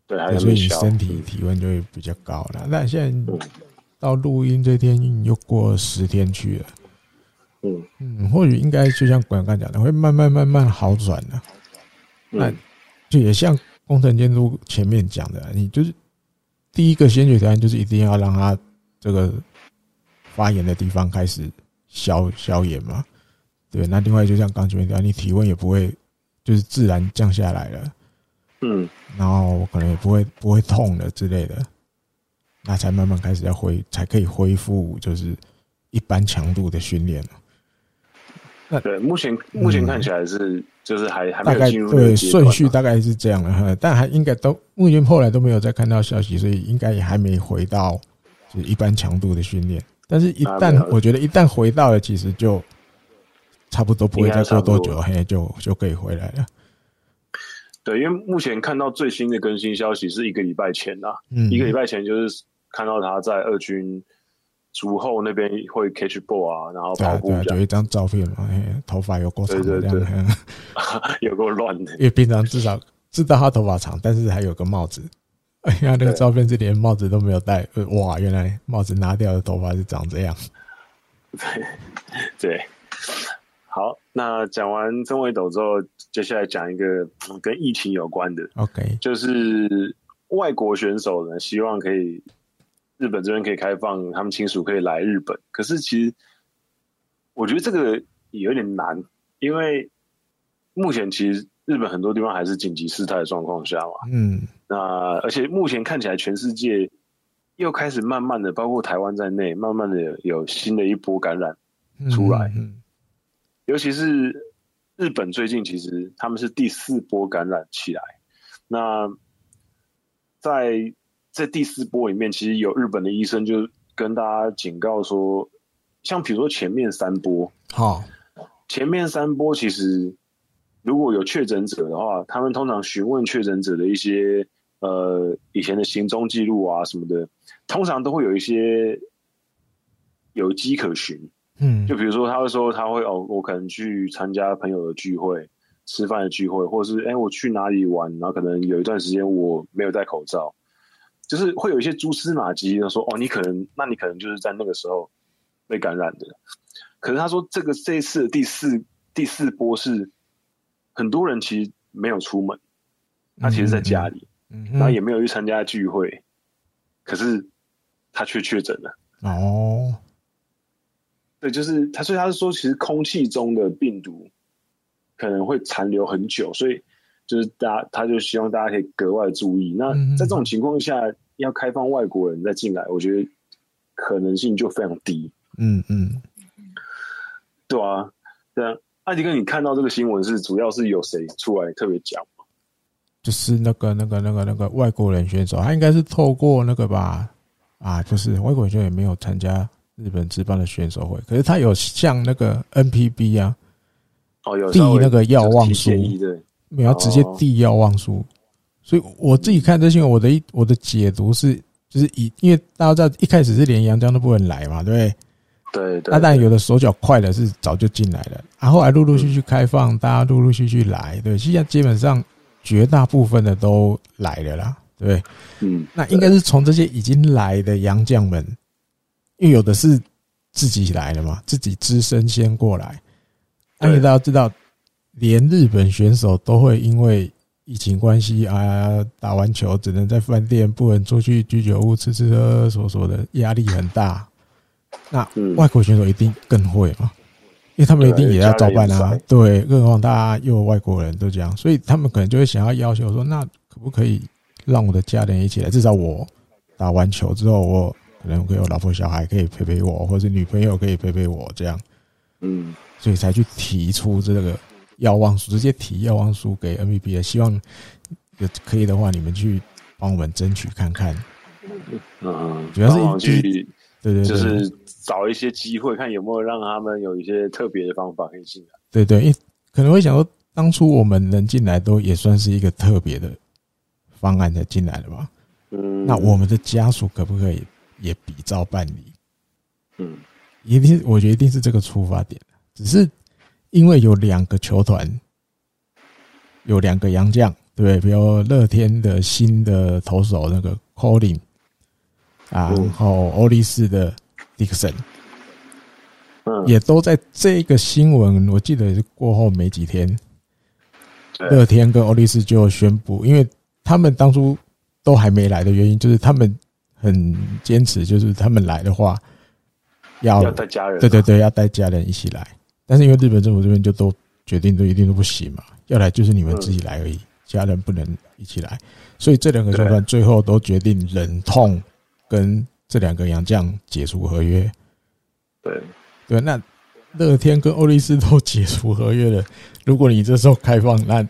Speaker 1: 对，还
Speaker 2: 对所以
Speaker 1: 没
Speaker 2: 你
Speaker 1: 消。
Speaker 2: 身体体温就会比较高了。那现在
Speaker 1: 嗯
Speaker 2: 到录音这天又过了十天去了，
Speaker 1: 嗯
Speaker 2: 嗯，或许应该就像管刚讲的，会慢慢慢慢好转的、那
Speaker 1: 嗯
Speaker 2: 就也像工程监督前面讲的，啊你就是第一个先决条件就是一定要让它这个发炎的地方开始消消炎嘛。对，那另外就像刚前面讲，你体温也不会就是自然降下来了。
Speaker 1: 嗯
Speaker 2: 然后可能也不会不会痛了之类的，那才慢慢开始要恢，才可以恢复就是一般强度的训练了。
Speaker 1: 对，目前目前看起来是、就是还还没
Speaker 2: 呃嗯大
Speaker 1: 有
Speaker 2: 概
Speaker 1: 进入那个
Speaker 2: 对
Speaker 1: 阶段啊
Speaker 2: 顺
Speaker 1: 嘛
Speaker 2: 序大概是这样了，哈，但还应该都目前后来都没有再看到消息，所以应该也还没回到就是一般强度的训练。但是，一
Speaker 1: 啊
Speaker 2: 旦
Speaker 1: 没有
Speaker 2: 我觉得一旦回到了，其实就差不多不会
Speaker 1: 应该
Speaker 2: 再
Speaker 1: 差
Speaker 2: 过
Speaker 1: 不
Speaker 2: 多
Speaker 1: 多
Speaker 2: 久，嘿，就就可以回来了。
Speaker 1: 对，因为目前看到最新的更新消息是一个礼拜前啊，
Speaker 2: 嗯，
Speaker 1: 一个礼拜前就是看到他在二军主后那边会 catch ball 啊，然后
Speaker 2: 对
Speaker 1: 跑
Speaker 2: 啊
Speaker 1: 步
Speaker 2: 对啊，
Speaker 1: 这
Speaker 2: 有
Speaker 1: 样，
Speaker 2: 一张照片嘛，嘿，头发有够长
Speaker 1: 对
Speaker 2: 的这
Speaker 1: 对
Speaker 2: 样。
Speaker 1: 对
Speaker 2: 嘿
Speaker 1: 有够乱的。
Speaker 2: 因为平常至少知道他头发长，但是还有个帽子。 哎呀，那个
Speaker 1: 对
Speaker 2: 照片是连帽子都没有戴，呃哇，原来帽子拿掉的头发是长这样。
Speaker 1: 对，好，那讲完曾伟斗之后，接下来讲一个嗯跟疫情有关的，
Speaker 2: OK，
Speaker 1: 就是外国选手呢，希望可以日本这边可以开放，他们亲属可以来日本。可是其实我觉得这个也有点难，因为目前其实日本很多地方还是紧急事态的状况下嘛。
Speaker 2: 嗯，
Speaker 1: 那而且目前看起来，全世界又开始慢慢的，包括台湾在内，慢慢的有新的一波感染。
Speaker 2: 嗯
Speaker 1: 出来
Speaker 2: 嗯
Speaker 1: 尤其是日本最近其实他们是第四波感染起来，那在这第四波里面，其实有日本的医生就跟大家警告说，像比如说前面三波，
Speaker 2: 好，
Speaker 1: 前面三波其实如果有确诊者的话，他们通常询问确诊者的一些呃以前的行踪记录啊什么的，通常都会有一些有迹可循。
Speaker 2: 嗯
Speaker 1: 就比如说，他会说他会哦，我可能去参加朋友的聚会、吃饭的聚会，或者是哎、我去哪里玩，然后可能有一段时间我没有戴口罩，就是会有一些蛛丝马迹，就说哦，你可能，那你可能就是在那个时候被感染的。可是他说，这个这一次的第四第四波是很多人其实没有出门，他其实在家里，
Speaker 2: 嗯，
Speaker 1: 然后也没有去参加聚会，可是他却确诊了。
Speaker 2: 哦，
Speaker 1: 对，就是他，所以他是说，其实空气中的病毒可能会残留很久，所以就是大家，他就希望大家可以格外注意。那
Speaker 2: 嗯哼
Speaker 1: 在这种情况下，要开放外国人再进来，我觉得可能性就非常低，
Speaker 2: 嗯嗯，
Speaker 1: 对啊，对啊。艾迪哥，你看到这个新闻是主要是有谁出来特别讲吗？
Speaker 2: 就是那个那个那个那个外国人选手，他应该是透过那个吧，啊，就是外国人选手也没有参加日本职棒的选手会，可是他有像那个 NPB 啊，
Speaker 1: 哦，有
Speaker 2: 递
Speaker 1: 稍微
Speaker 2: 那个药望
Speaker 1: 就是提建
Speaker 2: 书
Speaker 1: 议对，
Speaker 2: 没有他直接递药望书，所以我自己看这新闻，我的一我的解读是，就是以因为大家知道一开始是连杨江都不能来嘛，对不对？
Speaker 1: 对对，
Speaker 2: 那当然有的手脚快的是早就进来了，啊，后来陆陆续续开放，大家陆陆续续来，对，现在基本上绝大部分的都来了啦，对不对。
Speaker 1: 嗯，
Speaker 2: 那应该是从这些已经来的洋将们，因为有的是自己来的嘛，自己只身先过来。那你
Speaker 1: 对
Speaker 2: 大家知道，连日本选手都会因为疫情关系啊，打完球只能在饭店，不能出去居酒屋吃吃喝喝，什么什么的，压力很大。那
Speaker 1: 嗯
Speaker 2: 外国选手一定更会嘛，因为他们一定也要照
Speaker 1: 对
Speaker 2: 办
Speaker 1: 家人
Speaker 2: 啊
Speaker 1: 也在。
Speaker 2: 对，更何况大家又有外国人都这样，所以他们可能就会想要要求说，那可不可以让我的家人一起来？至少我打完球之后，我可能会有老婆小孩可以陪陪我，或者女朋友可以陪陪我，这样，
Speaker 1: 嗯，
Speaker 2: 所以才去提出这个要望书，直接提要望书给 MVP，希望有可以的话，你们去帮我们争取看看。
Speaker 1: 嗯，
Speaker 2: 主要是
Speaker 1: 帮忙
Speaker 2: 就是
Speaker 1: 去
Speaker 2: 对对对，
Speaker 1: 就是找一些机会，看有没有让他们有一些特别的方法可以进来。
Speaker 2: 对对，因为可能会想说，当初我们能进来都也算是一个特别的方案才进来的吧？
Speaker 1: 嗯，
Speaker 2: 那我们的家属可不可以也比照办理？
Speaker 1: 嗯
Speaker 2: 一定，我觉得一定是这个出发点。只是因为有两个球团，有两个洋将，对不对？比如乐天的新的投手那个 Colin 啊，
Speaker 1: 嗯
Speaker 2: 然后欧力士的 Dixon，
Speaker 1: 嗯，
Speaker 2: 也都在这个新闻，我记得也是过后没几天，
Speaker 1: 对
Speaker 2: 乐天跟欧力士就宣布，因为他们当初都还没来的原因，就是他们很坚持，就是他们来的话要
Speaker 1: 要带家人、啊
Speaker 2: 对对，对要带家人一起来，但是因为日本政府这边就都决定都一定都不行嘛，要来就是你们自己来而已，家人不能一起来，所以这两个球团最后都决定忍痛跟这两个洋将解除合约。
Speaker 1: 对，
Speaker 2: 对，那乐天跟欧力士都解除合约了。如果你这时候开放，那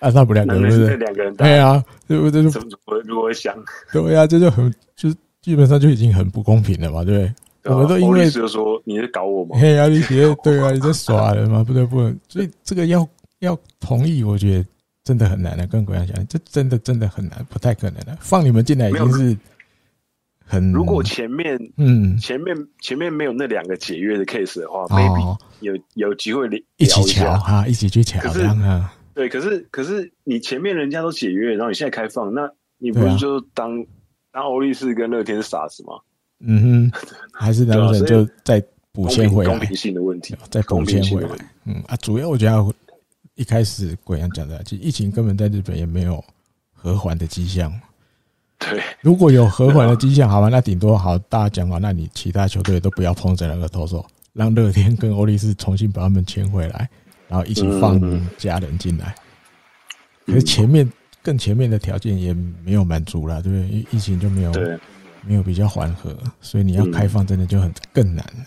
Speaker 2: 那那不两
Speaker 1: 那
Speaker 2: 个
Speaker 1: 那
Speaker 2: 人是不
Speaker 1: 这
Speaker 2: 是？
Speaker 1: 两个人打，
Speaker 2: 对啊，对不对？这
Speaker 1: 怎
Speaker 2: 就
Speaker 1: 么如何如何想？
Speaker 2: 对啊，这就很就基本上就已经很不公平了嘛，对不对？
Speaker 1: 对吧
Speaker 2: 哎我们都因为
Speaker 1: 欧力士就说你是搞我吗？
Speaker 2: 嘿啊，你别对啊，你在耍人嘛，不对不能，所以这个要要同意，我觉得真的很难的、跟国家讲，这真的真的很难，不太可能的、放你们进来已经是很
Speaker 1: 如果前面
Speaker 2: 嗯
Speaker 1: 前面前面没有那两个解约的 case 的话、m a y b e
Speaker 2: 哦
Speaker 1: 有有机会聊
Speaker 2: 一起
Speaker 1: 聊一
Speaker 2: 瞧
Speaker 1: 下。
Speaker 2: 哈，一起去瞧
Speaker 1: 可是
Speaker 2: 这样啊，
Speaker 1: 对，可是可是你前面人家都解约，然后你现在开放，那你不
Speaker 2: 对啊
Speaker 1: 是就当、当欧力士跟乐天是傻子吗？
Speaker 2: 嗯哼，还是
Speaker 1: 对
Speaker 2: 两
Speaker 1: 啊
Speaker 2: 个
Speaker 1: 所
Speaker 2: 人
Speaker 1: 以
Speaker 2: 就再补
Speaker 1: 公
Speaker 2: 先
Speaker 1: 平
Speaker 2: 回来
Speaker 1: 公，平性的问题，
Speaker 2: 再补
Speaker 1: 公平
Speaker 2: 先
Speaker 1: 性
Speaker 2: 回
Speaker 1: 的问
Speaker 2: 来
Speaker 1: 题。。
Speaker 2: 嗯啊，主要我觉得一开始国阳讲的，其实疫情根本在日本也没有和缓的迹象。
Speaker 1: 对，
Speaker 2: 如果有和缓的迹象，好吧，那顶多好大家讲好，那你其他球队都不要碰这两个投手，让乐天跟欧力士重新把他们签回来，然后一起放
Speaker 1: 嗯
Speaker 2: 家人进来。可
Speaker 1: 嗯
Speaker 2: 是前面更前面的条件也没有满足了，对不对？疫疫情就没有
Speaker 1: 对
Speaker 2: 没有比较缓和，所以你要
Speaker 1: 嗯
Speaker 2: 开放真的就很更难了。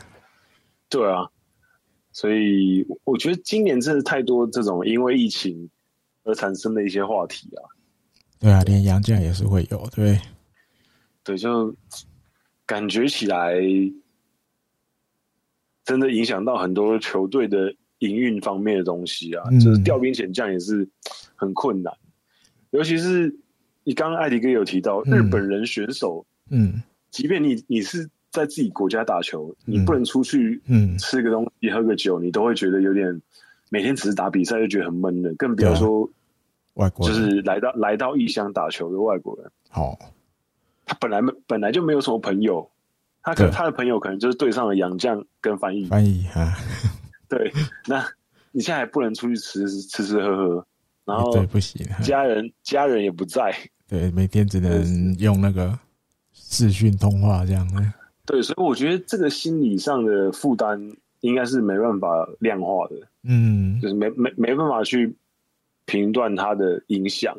Speaker 1: 对啊，所以我我觉得今年真的太多这种因为疫情而产生的一些话题啊，
Speaker 2: 对啊，连杨将也是会有，对不对？
Speaker 1: 对，就感觉起来真的影响到很多球队的营运方面的东西啊，
Speaker 2: 嗯
Speaker 1: 就是调兵遣将也是很困难，尤其是你刚刚艾迪哥有提到
Speaker 2: 嗯
Speaker 1: 日本人选手，
Speaker 2: 嗯
Speaker 1: 即便你你是在自己国家打球，你
Speaker 2: 嗯
Speaker 1: 不能出去
Speaker 2: 嗯，
Speaker 1: 吃个东西、喝个酒，你都会觉得有点每天只是打比赛就觉得很闷的，更不要啊说
Speaker 2: 外国
Speaker 1: 就
Speaker 2: 人
Speaker 1: 是来到来到异乡打球的外国人，
Speaker 2: 好，
Speaker 1: 他本来没本来就没有什么朋友，他可
Speaker 2: 对
Speaker 1: 他的朋友可能就是对上了洋将跟翻译，
Speaker 2: 翻译啊，
Speaker 1: 对， 那你现在还不能出去吃吃吃喝喝，然后
Speaker 2: 对，不行，啊
Speaker 1: 家人家人也不在，
Speaker 2: 对，每天只能用那个视讯通话这样的。
Speaker 1: 对，所以我觉得这个心理上的负担应该是没办法量化的，
Speaker 2: 嗯，
Speaker 1: 就是没没没办法去评断它的影响。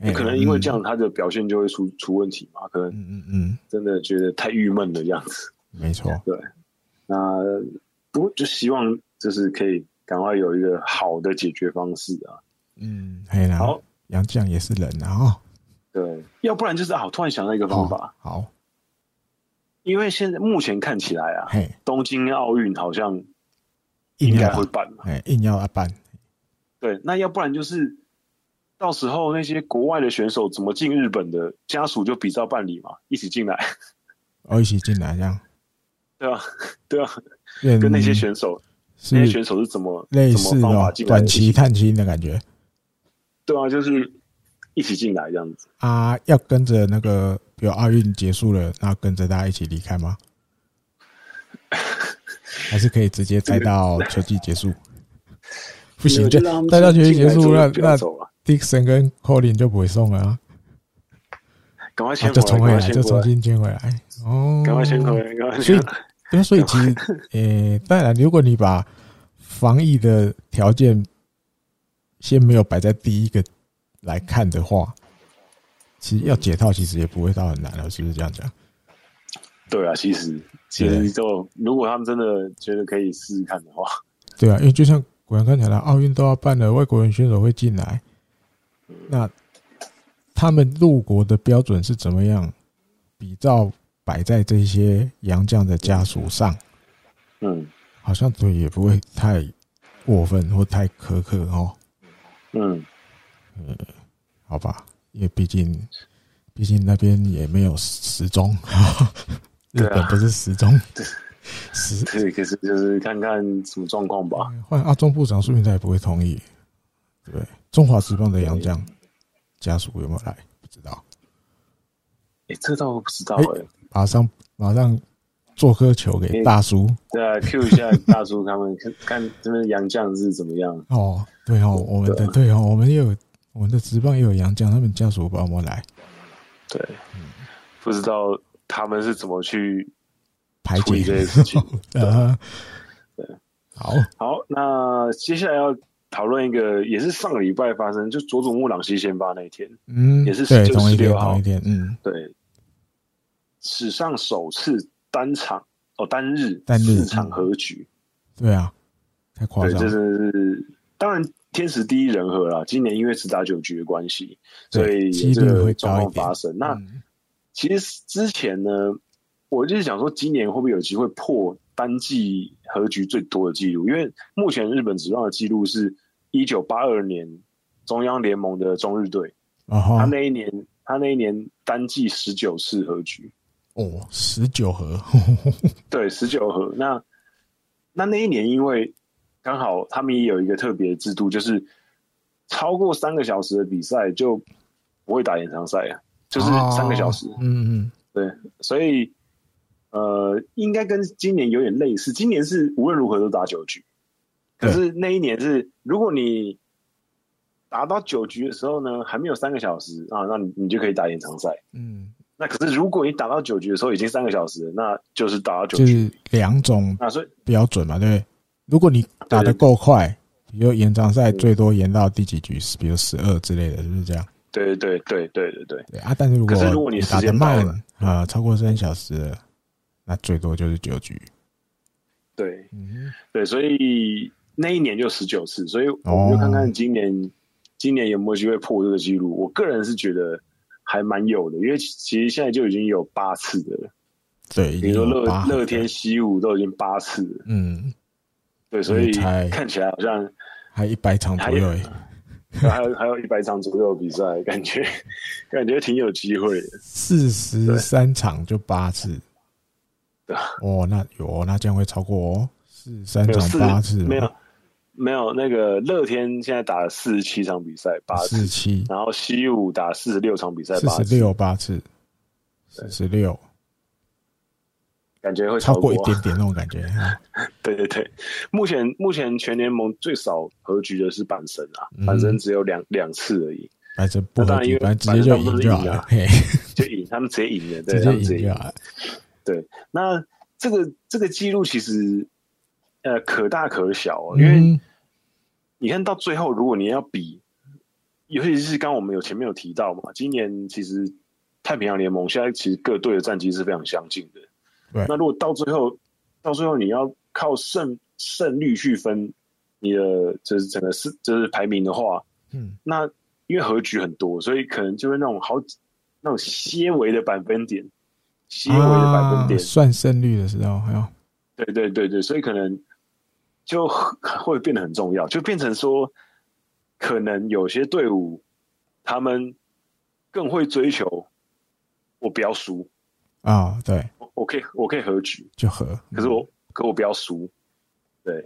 Speaker 2: 哎
Speaker 1: 可能因为这，样，他的表现就会出出问题嘛，可能
Speaker 2: 嗯嗯嗯，
Speaker 1: 真的觉得太郁闷的样子。
Speaker 2: 嗯没错，
Speaker 1: 那不过就希望就是可以赶快有一个好的解决方式啊。
Speaker 2: 嗯，嘿啦，
Speaker 1: 好，
Speaker 2: 杨绛也是人啊、哦。
Speaker 1: 对，要不然就是啊，我突然想到一个方法，
Speaker 2: 好，好
Speaker 1: 因为现在目前看起来啊，
Speaker 2: 嘿，
Speaker 1: 东京奥运好像
Speaker 2: 硬
Speaker 1: 应
Speaker 2: 要
Speaker 1: 该
Speaker 2: 他
Speaker 1: 会办嘛。
Speaker 2: 哎，硬要他办，
Speaker 1: 对，那要不然就是到时候那些国外的选手怎么进日本的家属就比照办理嘛，一起进来，
Speaker 2: 哦，一起进来这样，
Speaker 1: 对啊，对啊，
Speaker 2: 跟
Speaker 1: 跟那些选手，那些
Speaker 2: 是
Speaker 1: 选手是怎么
Speaker 2: 类
Speaker 1: 怎
Speaker 2: 似
Speaker 1: 么方法
Speaker 2: 哦
Speaker 1: 进来的
Speaker 2: 短期探亲的感觉
Speaker 1: 对啊，就是一起进来这样子。
Speaker 2: 啊，要跟着那个，比如奥运结束了，那跟着大家一起离 开吗？还是可以直接待到球季 结束？不行，就
Speaker 1: 就让他们
Speaker 2: 待到球季
Speaker 1: 进
Speaker 2: 结
Speaker 1: 来之
Speaker 2: 束，
Speaker 1: 后
Speaker 2: 那
Speaker 1: 就不要
Speaker 2: 那
Speaker 1: 走了，
Speaker 2: Dixon 跟 Colin 就不会送了啊，
Speaker 1: 赶快
Speaker 2: 啊
Speaker 1: 先
Speaker 2: 就重
Speaker 1: 回
Speaker 2: 回
Speaker 1: 来，
Speaker 2: 来，
Speaker 1: 赶
Speaker 2: 就
Speaker 1: 快先回来，
Speaker 2: 重新签回来。哦，
Speaker 1: 赶快先回来，赶快
Speaker 2: 所
Speaker 1: 先
Speaker 2: 以
Speaker 1: 回来。
Speaker 2: 对啊，所以其实，呃，当然，如果你把防疫的条件先没有摆在第一个来看的话，其实要解套其实也不会到很难了，是不是这样讲？
Speaker 1: 对啊，其实其
Speaker 2: 对
Speaker 1: 实就如果他们真的觉得可以试试看的话，
Speaker 2: 对啊，因为就像国阳刚才的，奥运都要办了，外国人选手会进来，那他们入国的标准是怎么样？比照摆在这些洋将的家属上，
Speaker 1: 嗯
Speaker 2: 好像对也不会太过分或太苛刻哦。
Speaker 1: 嗯，
Speaker 2: 好吧，因为毕竟毕竟那边也没有时钟， 日
Speaker 1: 对啊
Speaker 2: 本不是时钟，时
Speaker 1: 对，可是就是看看什么状况吧。
Speaker 2: 换阿中部长说明他也不会同意，对不对？中华职棒的杨将家属有没有来？不知道，
Speaker 1: 哎、这倒不知道
Speaker 2: 哎
Speaker 1: 哎、
Speaker 2: 马上马上做颗球给大叔
Speaker 1: 对啊，Q 一下大叔他们，看看这边杨绛是怎么样。
Speaker 2: 哦，对
Speaker 1: 啊
Speaker 2: 哦，我们的对哦，我们也有我们的职棒也有杨将，他们家属帮我们来
Speaker 1: 对，不知道他们是怎么去。
Speaker 2: 排
Speaker 1: 处理
Speaker 2: 解
Speaker 1: 这些事情
Speaker 2: 啊，好，
Speaker 1: 好，那接下来要讨论一个，也是上个礼拜发生，就佐佐木朗希先发那一天，
Speaker 2: 嗯，
Speaker 1: 也是
Speaker 2: 对，
Speaker 1: 19
Speaker 2: 同一天，
Speaker 1: 16号
Speaker 2: 同一天，嗯，
Speaker 1: 对，史上首次单场哦单日
Speaker 2: 单日
Speaker 1: 四场和局，
Speaker 2: 对啊，太夸
Speaker 1: 对，
Speaker 2: 张
Speaker 1: 这
Speaker 2: 了。
Speaker 1: 是当然天时地利人和啦。今年因为只打九局的关系，所
Speaker 2: 对
Speaker 1: 以
Speaker 2: 几
Speaker 1: 有这
Speaker 2: 率
Speaker 1: 个
Speaker 2: 会高
Speaker 1: 状
Speaker 2: 一
Speaker 1: 况
Speaker 2: 点
Speaker 1: 发生。那
Speaker 2: 嗯
Speaker 1: 其实之前呢，我就是想说，今年会不会有机会破单季和局最多的记录？因为目前日本职棒的记录是一九八二年中央联盟的中日队，
Speaker 2: 然后
Speaker 1: 他那一年他那一年单季十九次和局，
Speaker 2: 哦，十九盒，
Speaker 1: 对，十九和。那那那一年，因为刚好他们也有一个特别制度，就是超过三个小时的比赛就不会打延长赛啊， 就是三个小时。
Speaker 2: 哦嗯嗯，
Speaker 1: 对，所以呃，应该跟今年有点类似。今年是无论如何都打九局，可
Speaker 2: 对
Speaker 1: 是那一年是如果你打到九局的时候呢，还没有三个小时啊，那你你就可以打延长赛。
Speaker 2: 嗯，
Speaker 1: 那可是如果你打到九局的时候已经三个小时了，那就是打到九
Speaker 2: 就
Speaker 1: 局。
Speaker 2: 是两种
Speaker 1: 那所以
Speaker 2: 标准嘛，对不对？如果你打得够快，比如延长赛最多延到第几局，比如十二之类的，是不是这样？
Speaker 1: 对对对对对对
Speaker 2: 对啊，但是如
Speaker 1: 可是如果你
Speaker 2: 你打
Speaker 1: 时
Speaker 2: 得
Speaker 1: 间到
Speaker 2: 慢
Speaker 1: 了
Speaker 2: 啊、超过三小时了，那最多就是九局。
Speaker 1: 对
Speaker 2: 嗯，
Speaker 1: 对，所以那一年就十九次，所以我们就看
Speaker 2: 哦
Speaker 1: 看今年、今年有没有机会破这个记录。我个人是觉得还蛮有的，因为其其实现在就已经有八次的了，
Speaker 2: 对，已
Speaker 1: 比
Speaker 2: 经
Speaker 1: 如说
Speaker 2: 有
Speaker 1: 乐
Speaker 2: 八盒
Speaker 1: 乐天西武都已经八次了，
Speaker 2: 嗯，
Speaker 1: 对，所以
Speaker 2: 你猜
Speaker 1: 看起来好像
Speaker 2: 还一百场左右而已，欸
Speaker 1: 还有还有一百场左右的比赛，感觉感觉挺有机会的。
Speaker 2: 四十三场就八次。
Speaker 1: 对
Speaker 2: 哦，那有哦、那这样会超过哦，四十三
Speaker 1: 没有
Speaker 2: 场
Speaker 1: 四
Speaker 2: 八次，哦
Speaker 1: 没有没有那个乐天现在打了四十七场比赛，八次
Speaker 2: 四。七，
Speaker 1: 然后西武打四十六场比赛，
Speaker 2: 四
Speaker 1: 八
Speaker 2: 十
Speaker 1: 次，
Speaker 2: 六八次，四十六
Speaker 1: 感觉会
Speaker 2: 超
Speaker 1: 过
Speaker 2: 过一点点那种感 觉。哎
Speaker 1: 对对对，目前目前全联盟最少和局的是阪神啊，
Speaker 2: 嗯
Speaker 1: 阪神只有两两次而 已，
Speaker 2: 反正不合
Speaker 1: 那当然因
Speaker 2: 理，
Speaker 1: 为
Speaker 2: 反正直接就赢就好了，嘿，
Speaker 1: 就赢，他们直接赢了，啊对，
Speaker 2: 直
Speaker 1: 他
Speaker 2: 接
Speaker 1: 们直接
Speaker 2: 赢就
Speaker 1: 赢。
Speaker 2: 好了。
Speaker 1: 对，那这个这个记录其实呃可大可小、哦，因为
Speaker 2: 嗯，
Speaker 1: 你看到最后，如果你要比，尤其是刚刚我们有前面有提到嘛，今年其实太平洋联盟现在其实各队的战绩是非常相近的。
Speaker 2: 对
Speaker 1: 那如果到最后，到最后你要靠胜胜率去分你的就是整个是就是排名的话，
Speaker 2: 嗯，
Speaker 1: 那因为和局很多，所以可能就是那种好几那种些微的百分点，些微的百分点，
Speaker 2: 啊算胜率的时候，哎还有
Speaker 1: 对对对对，所以可能就很会变得很重要，就变成说，可能有些队伍他们更会追求我不要输，
Speaker 2: 啊，对，
Speaker 1: 我我可以我可以和局，
Speaker 2: 就和。
Speaker 1: 可是我可我不要输，对，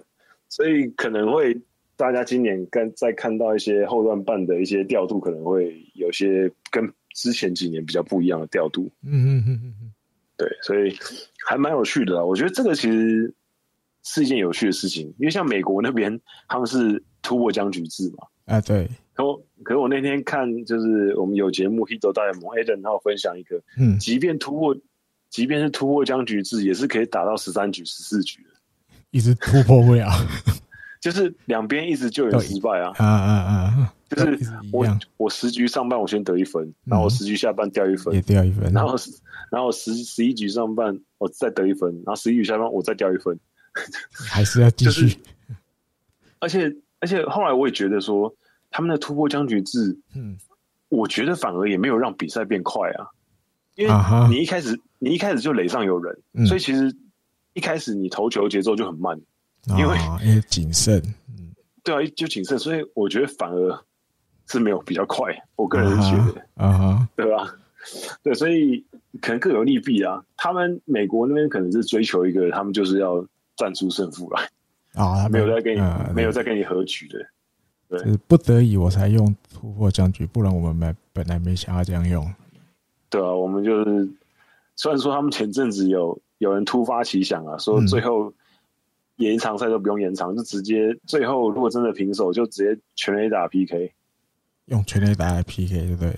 Speaker 1: 所以可能会大家今年跟再看到一些后段办的一些调度，可能会有些跟之前几年比较不一样的调度，
Speaker 2: 嗯，嗯嗯嗯嗯
Speaker 1: 对，所以还蛮有趣的啦。我觉得这个其实是一件有趣的事情，因为像美国那边他们是突破僵局制嘛。
Speaker 2: 嗯，啊，对，
Speaker 1: 可我可我那天看就是我们有节目《Hito 大联盟》，Adam 他有分享一个，
Speaker 2: 嗯，
Speaker 1: 即便突破，即便是突破僵局制，也是可以打到十三局、十四局的，
Speaker 2: 一直突破不了，
Speaker 1: 就是两边一直救援失败啊。
Speaker 2: 啊啊啊，
Speaker 1: 就是
Speaker 2: 一直一
Speaker 1: 我
Speaker 2: 样，嗯
Speaker 1: 我十局上半我先得一分，然后我十局下半掉一分，
Speaker 2: 也掉一分，
Speaker 1: 然后然后十十一局上半我再得一分，然后十一局下半我再掉一分，
Speaker 2: 还是要继
Speaker 1: 就
Speaker 2: 续
Speaker 1: 是，而且而且后来我也觉得说，他们的突破僵局制，
Speaker 2: 嗯，
Speaker 1: 我觉得反而也没有让比赛变快啊，因
Speaker 2: 啊哈
Speaker 1: 为你一开始、你一开始就垒上有人，
Speaker 2: 嗯
Speaker 1: 所以其实一开始你投球节奏就很慢，因为
Speaker 2: 啊，因为谨慎，嗯，
Speaker 1: 对啊，就谨慎，所以我觉得反而是没有比较快，我个
Speaker 2: 啊
Speaker 1: 人是觉
Speaker 2: 哈
Speaker 1: 得，
Speaker 2: 啊哈，
Speaker 1: 对吧？ 对，所以可能各有利弊啊。他们美国那边可能是追求一个，他们就是要战出胜负来，
Speaker 2: 啊，他
Speaker 1: 没有
Speaker 2: 们
Speaker 1: 在跟你、
Speaker 2: 啊
Speaker 1: 没有在跟你和局的。
Speaker 2: 就是不得已我才用突破僵局，不然我们没本来没想要这样用。
Speaker 1: 对啊，我们就是虽然说他们前阵子有有人突发奇想啊，说
Speaker 2: 嗯
Speaker 1: 最后延长赛都不用延长，就直接最后如果真的平手，就直接全垒打 PK，
Speaker 2: 用全垒打来 PK，对不对？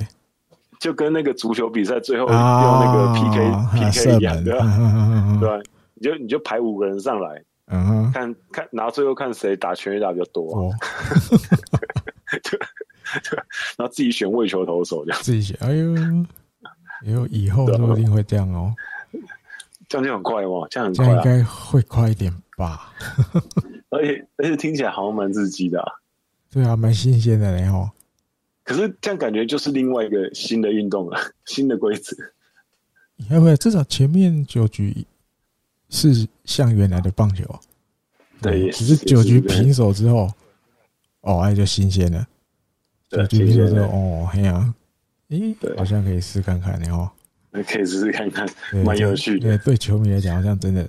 Speaker 1: 就跟那个足球比赛最后用
Speaker 2: 啊，
Speaker 1: 那个 PK、
Speaker 2: 啊
Speaker 1: PK
Speaker 2: 射
Speaker 1: 一样，
Speaker 2: 门，
Speaker 1: 对吧、
Speaker 2: 嗯
Speaker 1: 对、啊，你就你就排五个人上来，
Speaker 2: 嗯哼，
Speaker 1: 看看，然后最后看谁打全垒打比较多啊、
Speaker 2: 我
Speaker 1: 然后自己选位球投手，这样
Speaker 2: 自己写，哎呦，哎呦，以后
Speaker 1: 对啊
Speaker 2: 说不定会这样哦，
Speaker 1: 这样就很快嘛，这样很
Speaker 2: 这
Speaker 1: 快
Speaker 2: 样应
Speaker 1: 啊，
Speaker 2: 该会快一点吧？
Speaker 1: 而且而且听起来好像蛮刺激的、啊，
Speaker 2: 对啊，蛮新鲜的嘞吼。
Speaker 1: 可是这样感觉就是另外一个新的运动了，新的规则。
Speaker 2: 你还会至少前面九局是像原来的棒球，啊
Speaker 1: 对也
Speaker 2: 只是
Speaker 1: 是
Speaker 2: 九
Speaker 1: 也是
Speaker 2: 局
Speaker 1: 对
Speaker 2: 平手之后，哦，那就新鲜了。
Speaker 1: 对
Speaker 2: 九局平手之后，
Speaker 1: 新鲜
Speaker 2: 哦，嘿呀，
Speaker 1: 对
Speaker 2: 咦，好像可以试看看的哦，
Speaker 1: 可以试试看看，
Speaker 2: 对
Speaker 1: 蛮有趣的
Speaker 2: 对，对球迷来讲，好像真的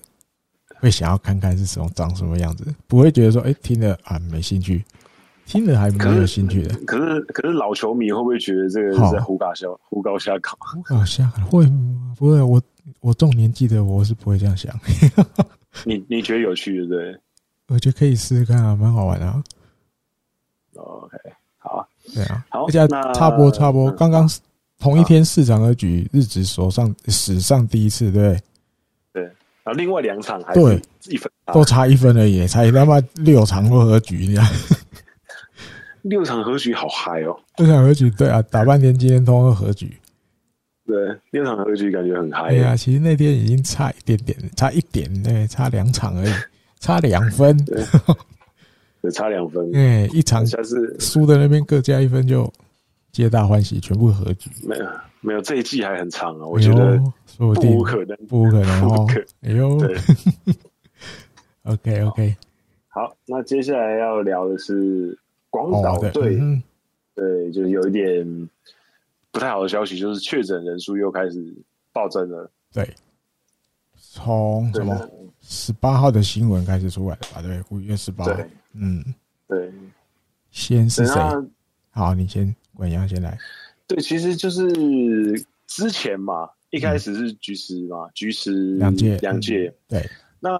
Speaker 2: 会想要看看是什么长什么样子，不会觉得说，哎，听了啊没兴趣，听了还蛮有兴趣的。
Speaker 1: 可是可是老球迷会不会觉得这个
Speaker 2: 好
Speaker 1: 是在胡搞瞎胡搞瞎搞？
Speaker 2: 啊，下会吗不会？我我这种年纪的我是不会这样想，
Speaker 1: 你你觉得有趣对不对
Speaker 2: 我觉得可以试试看啊，蛮好玩的、啊。
Speaker 1: ？OK，好，
Speaker 2: 对啊，
Speaker 1: 好
Speaker 2: 而且
Speaker 1: 那
Speaker 2: 插播插播，
Speaker 1: 嗯
Speaker 2: 刚刚同一天市长和局日职手上史上第一次，对
Speaker 1: 然啊后另外两场还
Speaker 2: 对
Speaker 1: 是一分
Speaker 2: 不
Speaker 1: 啊
Speaker 2: 对，都差一分而已，才他妈六场或和 局，你看
Speaker 1: 六场和局好嗨哦，
Speaker 2: 六场和局，对啊，打半天今天通通和局，
Speaker 1: 对，六场和局感觉很嗨
Speaker 2: 哎
Speaker 1: 耶、
Speaker 2: 呀，其实那天已经差一点点，差一点，对，差两 场而已，差两分，
Speaker 1: 对差两分，
Speaker 2: 哎，一场
Speaker 1: 下次
Speaker 2: 输的那边各加一分就皆大欢喜，全部和局，
Speaker 1: 没有没有这一季还很长啊，我觉得
Speaker 2: 哎呦说不
Speaker 1: 不
Speaker 2: 定
Speaker 1: 无可能。
Speaker 2: 不可能
Speaker 1: 不
Speaker 2: 哦
Speaker 1: 可，
Speaker 2: 哎呦
Speaker 1: 对，
Speaker 2: ，OK OK，
Speaker 1: 好，那接下来要聊的是广岛
Speaker 2: 哦
Speaker 1: 队
Speaker 2: 对，，嗯
Speaker 1: 对，就是有一点不太好的消息，就是确诊人数又开始暴增了。
Speaker 2: 对，从
Speaker 1: 对
Speaker 2: 什么十八号的新闻开始出来的吧？对，五月十八。
Speaker 1: 对
Speaker 2: 嗯，
Speaker 1: 对，
Speaker 2: 先是
Speaker 1: 对
Speaker 2: 谁？
Speaker 1: 那
Speaker 2: 好，你先，滚阳先来。
Speaker 1: 对，其实就是之前嘛，一开始是菊池嘛，菊池
Speaker 2: 两届，
Speaker 1: 两届。
Speaker 2: 嗯对，
Speaker 1: 那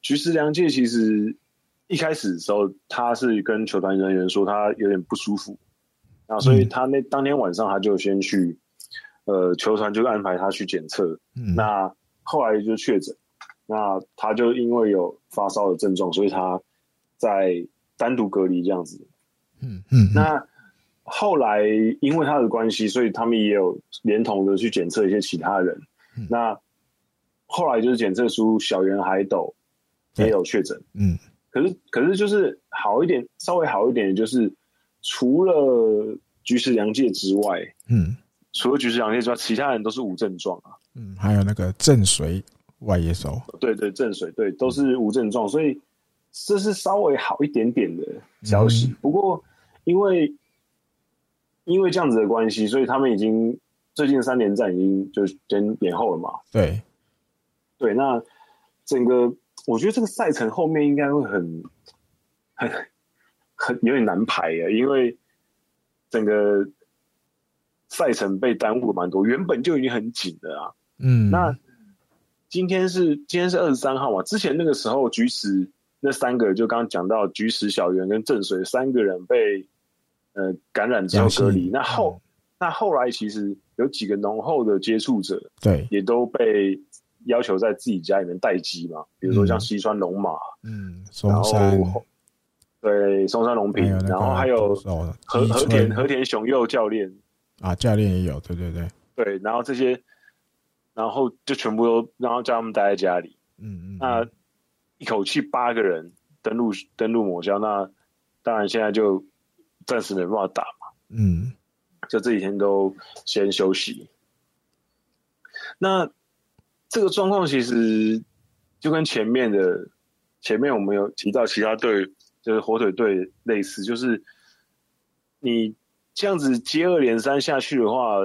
Speaker 1: 菊池良介其实一开始的时候，他是跟球团人员说他有点不舒服，然后所以
Speaker 2: 嗯
Speaker 1: 他那当天晚上他就先去，呃，球团就安排他去检测，
Speaker 2: 嗯，
Speaker 1: 那后来就确诊，那他就因为有发烧的症状，所以他在单独隔离这样子。
Speaker 2: 嗯嗯，嗯
Speaker 1: 那后来因为他的关系，所以他们也有连同的去检测一些其他人。
Speaker 2: 嗯
Speaker 1: 那后来就是检测出小圆海斗
Speaker 2: 对
Speaker 1: 也有确诊，
Speaker 2: 嗯
Speaker 1: 可是可是就是好一点，稍微好一点，就是除了菊池良介之外，
Speaker 2: 嗯
Speaker 1: 除了菊池良介之外，其他人都是无症状啊。
Speaker 2: 嗯，还有那个正水外野手，
Speaker 1: 对对，正水对都是无症状，所以这是稍微好一点点的消息。
Speaker 2: 嗯
Speaker 1: 不过因为因为这样子的关系，所以他们已经最近三连战已经就先延后了嘛。
Speaker 2: 对，
Speaker 1: 对，那整个我觉得这个赛程后面应该会很很很有点难排耶，因为整个赛程被耽误了蛮多，原本就已经很紧的啊。
Speaker 2: 嗯，
Speaker 1: 那今天是今天是二十三号嘛？之前那个时候，菊池那三个就刚刚讲到菊池、小圆跟郑水三个人被呃感染之后
Speaker 2: 阳性
Speaker 1: 隔离。那后、那后来其实有几个浓厚的接触者
Speaker 2: 对，
Speaker 1: 也都被要求在自己家里面待机嘛，比如说像西川龙马，
Speaker 2: 嗯，
Speaker 1: 然
Speaker 2: 松山，
Speaker 1: 后对松山龙
Speaker 2: 还
Speaker 1: 平，
Speaker 2: 哎有那个
Speaker 1: 然后还有
Speaker 2: 投手
Speaker 1: 和
Speaker 2: 伊
Speaker 1: 和
Speaker 2: 春
Speaker 1: 田和田雄佑教练，
Speaker 2: 啊，教练也有，对对对，
Speaker 1: 对，然后这些，然后就全部都然后叫他们待在家里。
Speaker 2: 嗯嗯，
Speaker 1: 那一口气八个人登陆登陆抹消，那当然现在就暂时没办法打嘛，
Speaker 2: 嗯
Speaker 1: 就这几天都先休息。那这个状况其实就跟前面的前面我们有提到其他队，就是火腿队类似，就是你这样子接二连三下去的话，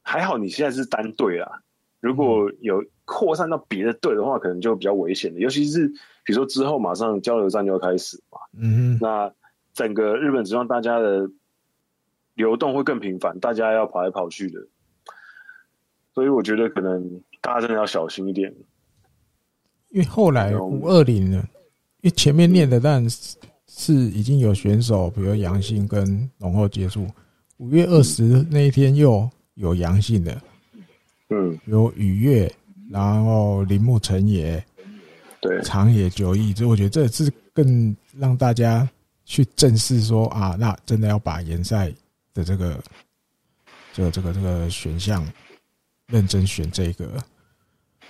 Speaker 1: 还好你现在是单队啦。如果有扩散到别的队的话，可能就比较危险的，尤其是比如说之后马上交流战就要开始嘛，
Speaker 2: 嗯哼，
Speaker 1: 那整个日本职棒大家的流动会更频繁，大家要跑来跑去的，所以我觉得可能大家真的要小心一点。
Speaker 2: 因为后来五二零呢，因为前面练的但是是已经有选手，比如阳性跟浓厚接触，五月二十那一天又有阳性的，
Speaker 1: 嗯，
Speaker 2: 有雨月，然后铃木成也、
Speaker 1: 对，
Speaker 2: 长野久义，所以我觉得这是更让大家去正视说啊，那真的要把联赛的这个这个这个这个选项认真选这个，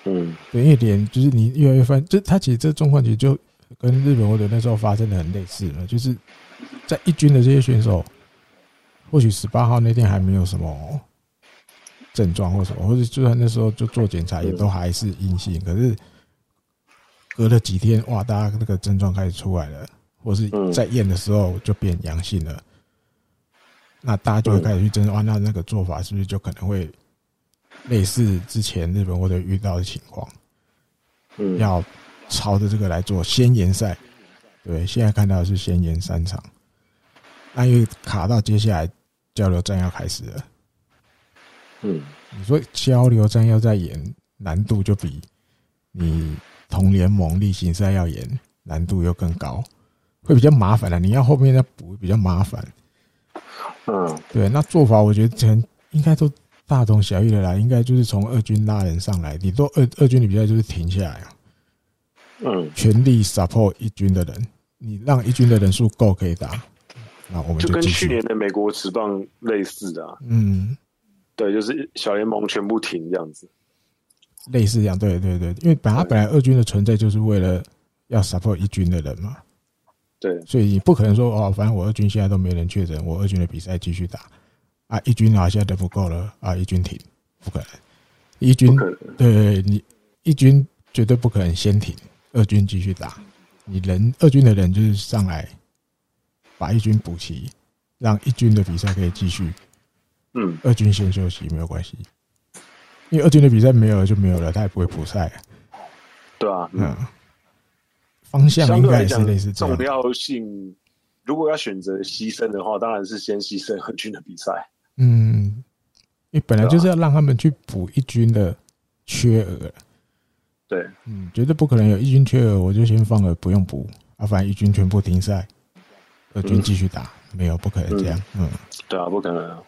Speaker 1: 嗯，
Speaker 2: 对，因为连就是你越来越发现，就他其实这状况其实就跟日本或者那时候发生的很类似了，就是在一军的这些选手，或许十八号那天还没有什么症状或什么，或者就算那时候就做检查也都还是阴性，可是隔了几天，哇，大家那个症状开始出来了，或是
Speaker 1: 嗯
Speaker 2: 在验的时候就变阳性了。那大家就会开始去争，哇，那那个做法是不是就可能会类似之前日本或者遇到的情况？
Speaker 1: 嗯，
Speaker 2: 要朝着这个来做先延赛。对，现在看到的是先延三场，那因为卡到接下来交流战要开始了，
Speaker 1: 嗯，
Speaker 2: 你说交流战要再延，难度就比你同联盟例行赛要延难度又更高，会比较麻烦了、啊你要后面再补比较麻烦。
Speaker 1: 嗯，
Speaker 2: 对，那做法我觉得很应该都大同小异的啦，应该就是从二军拉人上来，顶多二二军你比赛就是停下来啊。
Speaker 1: 嗯，
Speaker 2: 全力 support 一军的人，你让一军的人数够可以打，那我们
Speaker 1: 就跟
Speaker 2: 继
Speaker 1: 去
Speaker 2: 续。
Speaker 1: 年的美国职棒类似的、啊，
Speaker 2: 嗯，
Speaker 1: 对，就是小联盟全部停这样子。
Speaker 2: 类似这样，对对对，因为本来本来二军的存在就是为了要 support 一军的人嘛，
Speaker 1: 对，
Speaker 2: 所以你不可能说哦，反正我二军现在都没人确诊，我二军的比赛继续打啊，一军啊现在都不够了啊，一军停，不可能，一军
Speaker 1: 不可能
Speaker 2: 对对，你一军绝对不可能先停，二军继续打，你人二军的人就是上来把一军补齐，让一军的比赛可以继续，
Speaker 1: 嗯，
Speaker 2: 二军先休息没有关系，因为二军的比赛没有了就没有了，他也不会补赛，
Speaker 1: 对啊，嗯
Speaker 2: 嗯，方向
Speaker 1: 相
Speaker 2: 应
Speaker 1: 对
Speaker 2: 该
Speaker 1: 来
Speaker 2: 也是
Speaker 1: 讲
Speaker 2: 类似，这样
Speaker 1: 重，要性如果要选择牺牲的话，当然是先牺牲 和军的比赛。
Speaker 2: 嗯，因为本来就是要让他们去补一军的缺额，
Speaker 1: 对，
Speaker 2: 嗯，绝对不可能有一军缺额，我就先放了不用补啊，反正一军全部停赛，二军继续打，没有不可能这样，嗯，
Speaker 1: 对啊，不可能啊。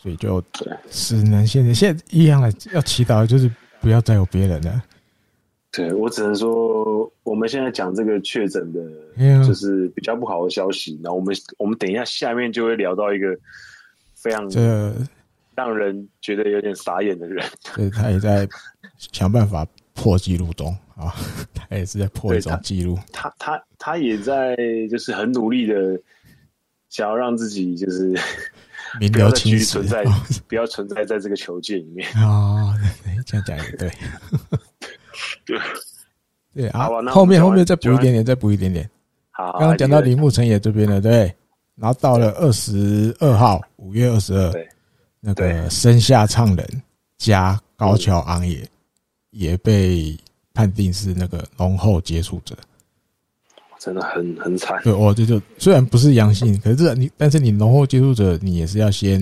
Speaker 2: 所以就
Speaker 1: 对
Speaker 2: 只能现在现在一样的要祈祷，就是不要再有别人了，
Speaker 1: 对我只能说，我们现在讲这个确诊的
Speaker 2: 哎呀，
Speaker 1: 就是比较不好的消息。然后我们我们等一下下面就会聊到一个非常
Speaker 2: 这
Speaker 1: 让人觉得有点傻眼的人，
Speaker 2: 这他也在想办法破纪录中啊， 他也是在破一
Speaker 1: 对
Speaker 2: 种
Speaker 1: 他
Speaker 2: 纪录，
Speaker 1: 他他他也在就是很努力的想要让自己就是
Speaker 2: 名
Speaker 1: 不要
Speaker 2: 留
Speaker 1: 再继
Speaker 2: 青
Speaker 1: 续
Speaker 2: 史
Speaker 1: 存在
Speaker 2: 啊，
Speaker 1: 不要存在在这个球界里面。
Speaker 2: 哦对这样讲也对，
Speaker 1: 对，
Speaker 2: 对啊
Speaker 1: 好啊那我，们
Speaker 2: 后面
Speaker 1: 讲
Speaker 2: 后
Speaker 1: 完
Speaker 2: 面再补
Speaker 1: 讲
Speaker 2: 一
Speaker 1: 完
Speaker 2: 点点，再补一点点。
Speaker 1: 好，啊
Speaker 2: 刚刚讲到
Speaker 1: 你
Speaker 2: 李慕成也这边了，对，然后到了二十二号，五月二十二
Speaker 1: 对，
Speaker 2: 那
Speaker 1: 对嗯
Speaker 2: 个生下唱人加高桥昂也也被判定是那个浓厚接触者。
Speaker 1: 真的很很惨，
Speaker 2: 对，哦，这就虽然不是阳性，可是你但是你浓厚接触者，你也是要先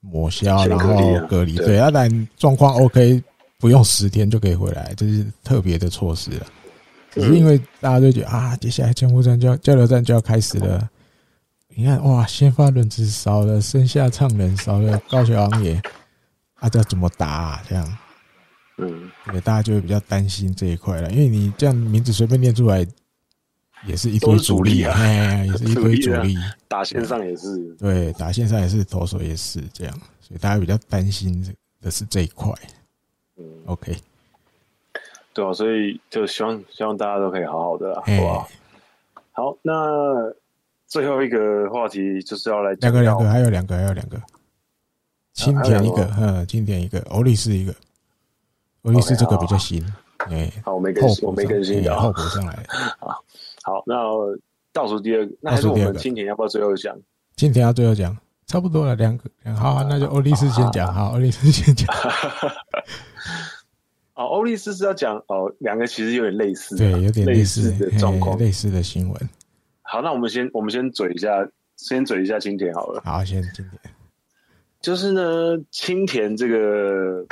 Speaker 2: 抹消，
Speaker 1: 先
Speaker 2: 然
Speaker 1: 隔
Speaker 2: 后
Speaker 1: 离啊
Speaker 2: 隔离。
Speaker 1: 对
Speaker 2: 对，要不然状况 OK，不用十天就可以回来，这是特别的措施了。啊只是因为大家都觉得啊，接下来江湖战就要交流战就要开始了。你看，哇，先发轮值少了，剩下唱人少了，高桥昂也，啊，这要怎么打、啊？这样，
Speaker 1: 嗯，
Speaker 2: 对，大家就会比较担心这一块了，因为你这样名字随便念出来，也是一堆
Speaker 1: 都是主力啊
Speaker 2: 哎，也是一堆 主
Speaker 1: 主
Speaker 2: 力
Speaker 1: 力，啊打线上也是，
Speaker 2: 对，打线上也是，投手也是这样，所以大家比较担心这的是这一块。
Speaker 1: 嗯，
Speaker 2: OK，
Speaker 1: 对啊，所以就希望希望大家都可以好好的啦，好
Speaker 2: 哎，
Speaker 1: 不好？好，那最后一个话题就是要来
Speaker 2: 两
Speaker 1: 讲
Speaker 2: 个两
Speaker 1: 到
Speaker 2: 个，还有两个还有两个，青田一个，嗯，青田一个，欧力士一个，欧力士这个比较新，哎，
Speaker 1: 好，我没更
Speaker 2: 后
Speaker 1: 新，我
Speaker 2: 补
Speaker 1: 没更新
Speaker 2: 上，
Speaker 1: 的
Speaker 2: 哎
Speaker 1: 啊
Speaker 2: 后。补上来了。
Speaker 1: 好，那倒数第二个，那
Speaker 2: 倒
Speaker 1: 还是
Speaker 2: 数
Speaker 1: 我
Speaker 2: 第二
Speaker 1: 们
Speaker 2: 个
Speaker 1: 今年要不要最后讲？
Speaker 2: 今天要最后讲，差不多了，两个，两个好、那就欧力士先讲，好，欧力士先讲，
Speaker 1: 哦，欧力斯是要讲哦，两个其实有点类似啊，
Speaker 2: 对，有点
Speaker 1: 类
Speaker 2: 类似
Speaker 1: 的状况
Speaker 2: 哎。类似的新闻。
Speaker 1: 好，那我们先我们先嘴一下，先嘴一下青田好了。
Speaker 2: 好，先今天
Speaker 1: 就是呢，青田这个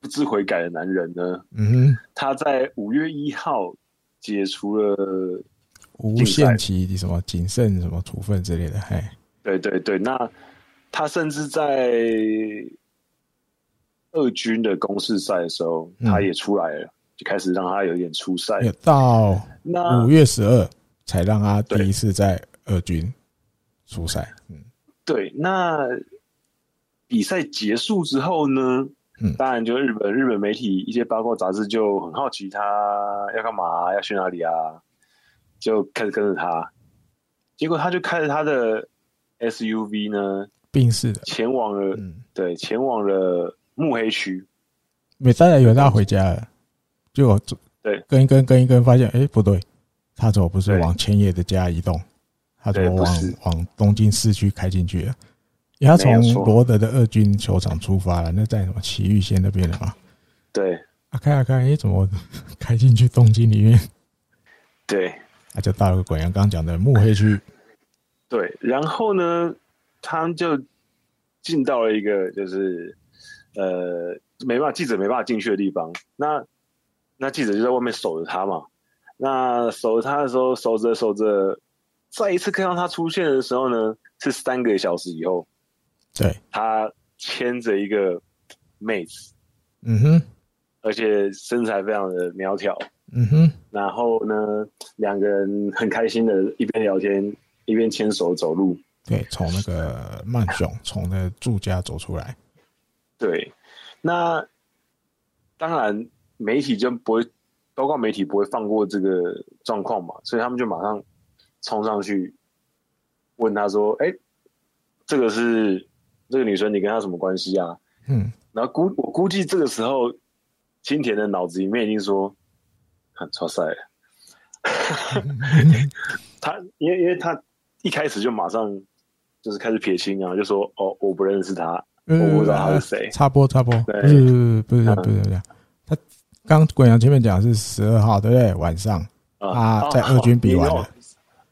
Speaker 1: 不知悔改的男人呢，
Speaker 2: 嗯哼，
Speaker 1: 他在五月一号解除了，
Speaker 2: 无限期什么谨慎什么处分之类的，嘿，
Speaker 1: 对对对，那他甚至在二军的公式赛的时候，
Speaker 2: 嗯
Speaker 1: 他也出来了，就开始让他有点出赛。
Speaker 2: 有嗯到
Speaker 1: 那
Speaker 2: 五月十二才让他第
Speaker 1: 啊对
Speaker 2: 一次在二军出赛，嗯
Speaker 1: 对，那比赛结束之后呢？
Speaker 2: 嗯
Speaker 1: 当然，就日本日本媒体一些八卦杂志就很好奇他要干嘛，要去哪里啊，就开始跟着他。结果他就开着他的 SUV 呢，
Speaker 2: 病逝的，
Speaker 1: 前往了、
Speaker 2: 嗯，
Speaker 1: 对，前往了目黑区。
Speaker 2: 每大家以为他回家了，结果走
Speaker 1: 对
Speaker 2: 跟一跟跟一跟，发现哎、不对，他走不是
Speaker 1: 对
Speaker 2: 往千叶的家移动，他怎
Speaker 1: 对
Speaker 2: 么
Speaker 1: 不
Speaker 2: 往
Speaker 1: 是
Speaker 2: 往东京市区开进去了？因为他
Speaker 1: 没有
Speaker 2: 从
Speaker 1: 错
Speaker 2: 罗德的二军球场出发了，那在什么埼玉县那边的嘛？
Speaker 1: 对
Speaker 2: 啊开啊开，哎、怎么 开进去东京里面？
Speaker 1: 对
Speaker 2: 啊，就到了滚阳刚刚讲的幕 黑区，
Speaker 1: 对，然后呢，他们就进到了一个就是呃没办法记者没办法进去的地方。那那记者就在外面守着他嘛。那守着他的时候，守着守着，再一次看到他出现的时候呢，是三个小时以后，
Speaker 2: 对，
Speaker 1: 他牵着一个妹子，
Speaker 2: 嗯哼，
Speaker 1: 而且身材非常的苗条。
Speaker 2: 嗯哼，
Speaker 1: 然后呢，两个人很开心的一边聊天，一边牵手走路。
Speaker 2: 对，从那个曼雄从那住家走出来，
Speaker 1: 对，那当然媒体就不会，包括媒体不会放过这个状况嘛，所以他们就马上冲上去问他说：“哎、这个是这个女生，你跟她什么关系啊
Speaker 2: 嗯，？”
Speaker 1: 然后估我估计这个时候，青田的脑子里面已经说：“啊很超赛了。 他”因为因为他一开始就马上就是开始撇清啊，就说：“哦，我不认识他，我不知道他是谁。”
Speaker 2: 插播插播，
Speaker 1: 嗯
Speaker 2: 不
Speaker 1: 对
Speaker 2: 是不是
Speaker 1: 嗯
Speaker 2: 不是不是，他刚滚阳前面讲是十二号对不对？晚上啊在二军比完了。
Speaker 1: 哦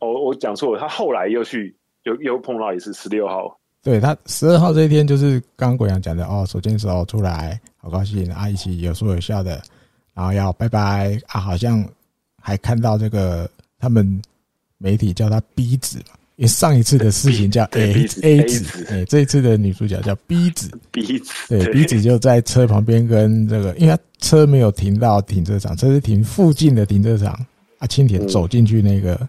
Speaker 1: 哦，我讲错了，他后来又去又又碰到一次十六号，
Speaker 2: 对他十二号这一天就是刚刚滚阳讲的哦，手牵手出来，好高兴啊，一起有说有笑的，然后要拜拜啊，好像还看到这个他们媒体叫他 B 子嘛，因为上一次的事情叫
Speaker 1: 对
Speaker 2: A
Speaker 1: B 子
Speaker 2: A
Speaker 1: A
Speaker 2: 子
Speaker 1: 子，
Speaker 2: 哎，这一次的女主角叫 B 子，
Speaker 1: 鼻子
Speaker 2: 对，鼻子就在车旁边跟这个，因为他车没有停到停车场，车是停附近的停车场。啊，青田
Speaker 1: 嗯
Speaker 2: 走进去那个、